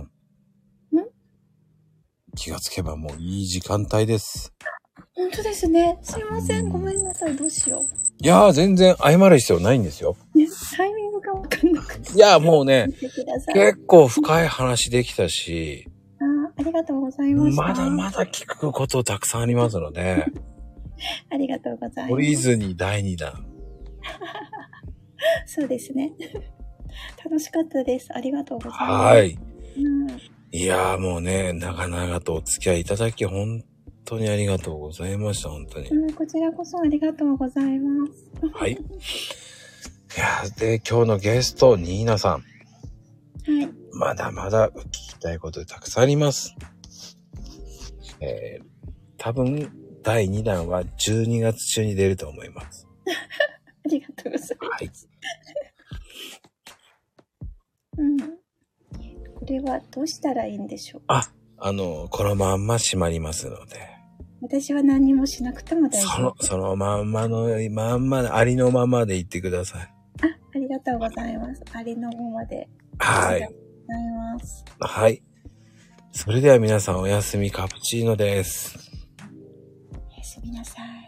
A: ん。
B: ん
A: 気がつけばもういい時間帯です。
B: 本当ですね。すいません。ごめんなさい。どうしよう。
A: いやー、全然謝る必要ないんですよ。
B: ね、タイミングがわかんなくて。
A: いやー、もうね、
B: 見てください。
A: 結構深い話できたし、
B: あーありがとうございました。
A: まだまだ聞くことたくさんありますので、
B: ありがとうござい
A: 懲
B: ま
A: り
B: す。
A: ずに第2弾。
B: そうですね。楽しかったです。ありがとうございます。
A: は。い。
B: うん、
A: いやー、もうね、長々とお付き合いいただき、本当にありがとうございました、本当に。
B: うんこちらこそありがとうございます。
A: はい。いやー、で、今日のゲスト、ニーナさん。
B: はい。
A: まだまだ聞きたいことたくさんあります。えー、多分第2弾は12月中に出ると思います。
B: ありがとうございます。
A: はい。
B: うん。これはどうしたらいいんでしょう。
A: あの、このまんま閉まりますので、
B: 私は何もしなくても大
A: そ
B: 丈夫
A: の。、そのまんまの、まんま、ありのままで言ってください。
B: あ、ありがとうございます。ありのままで。
A: は
B: ありが
A: い
B: と。うございます。
A: はい。それでは皆さんおやすみカプチーノです。
B: おやすみなさい。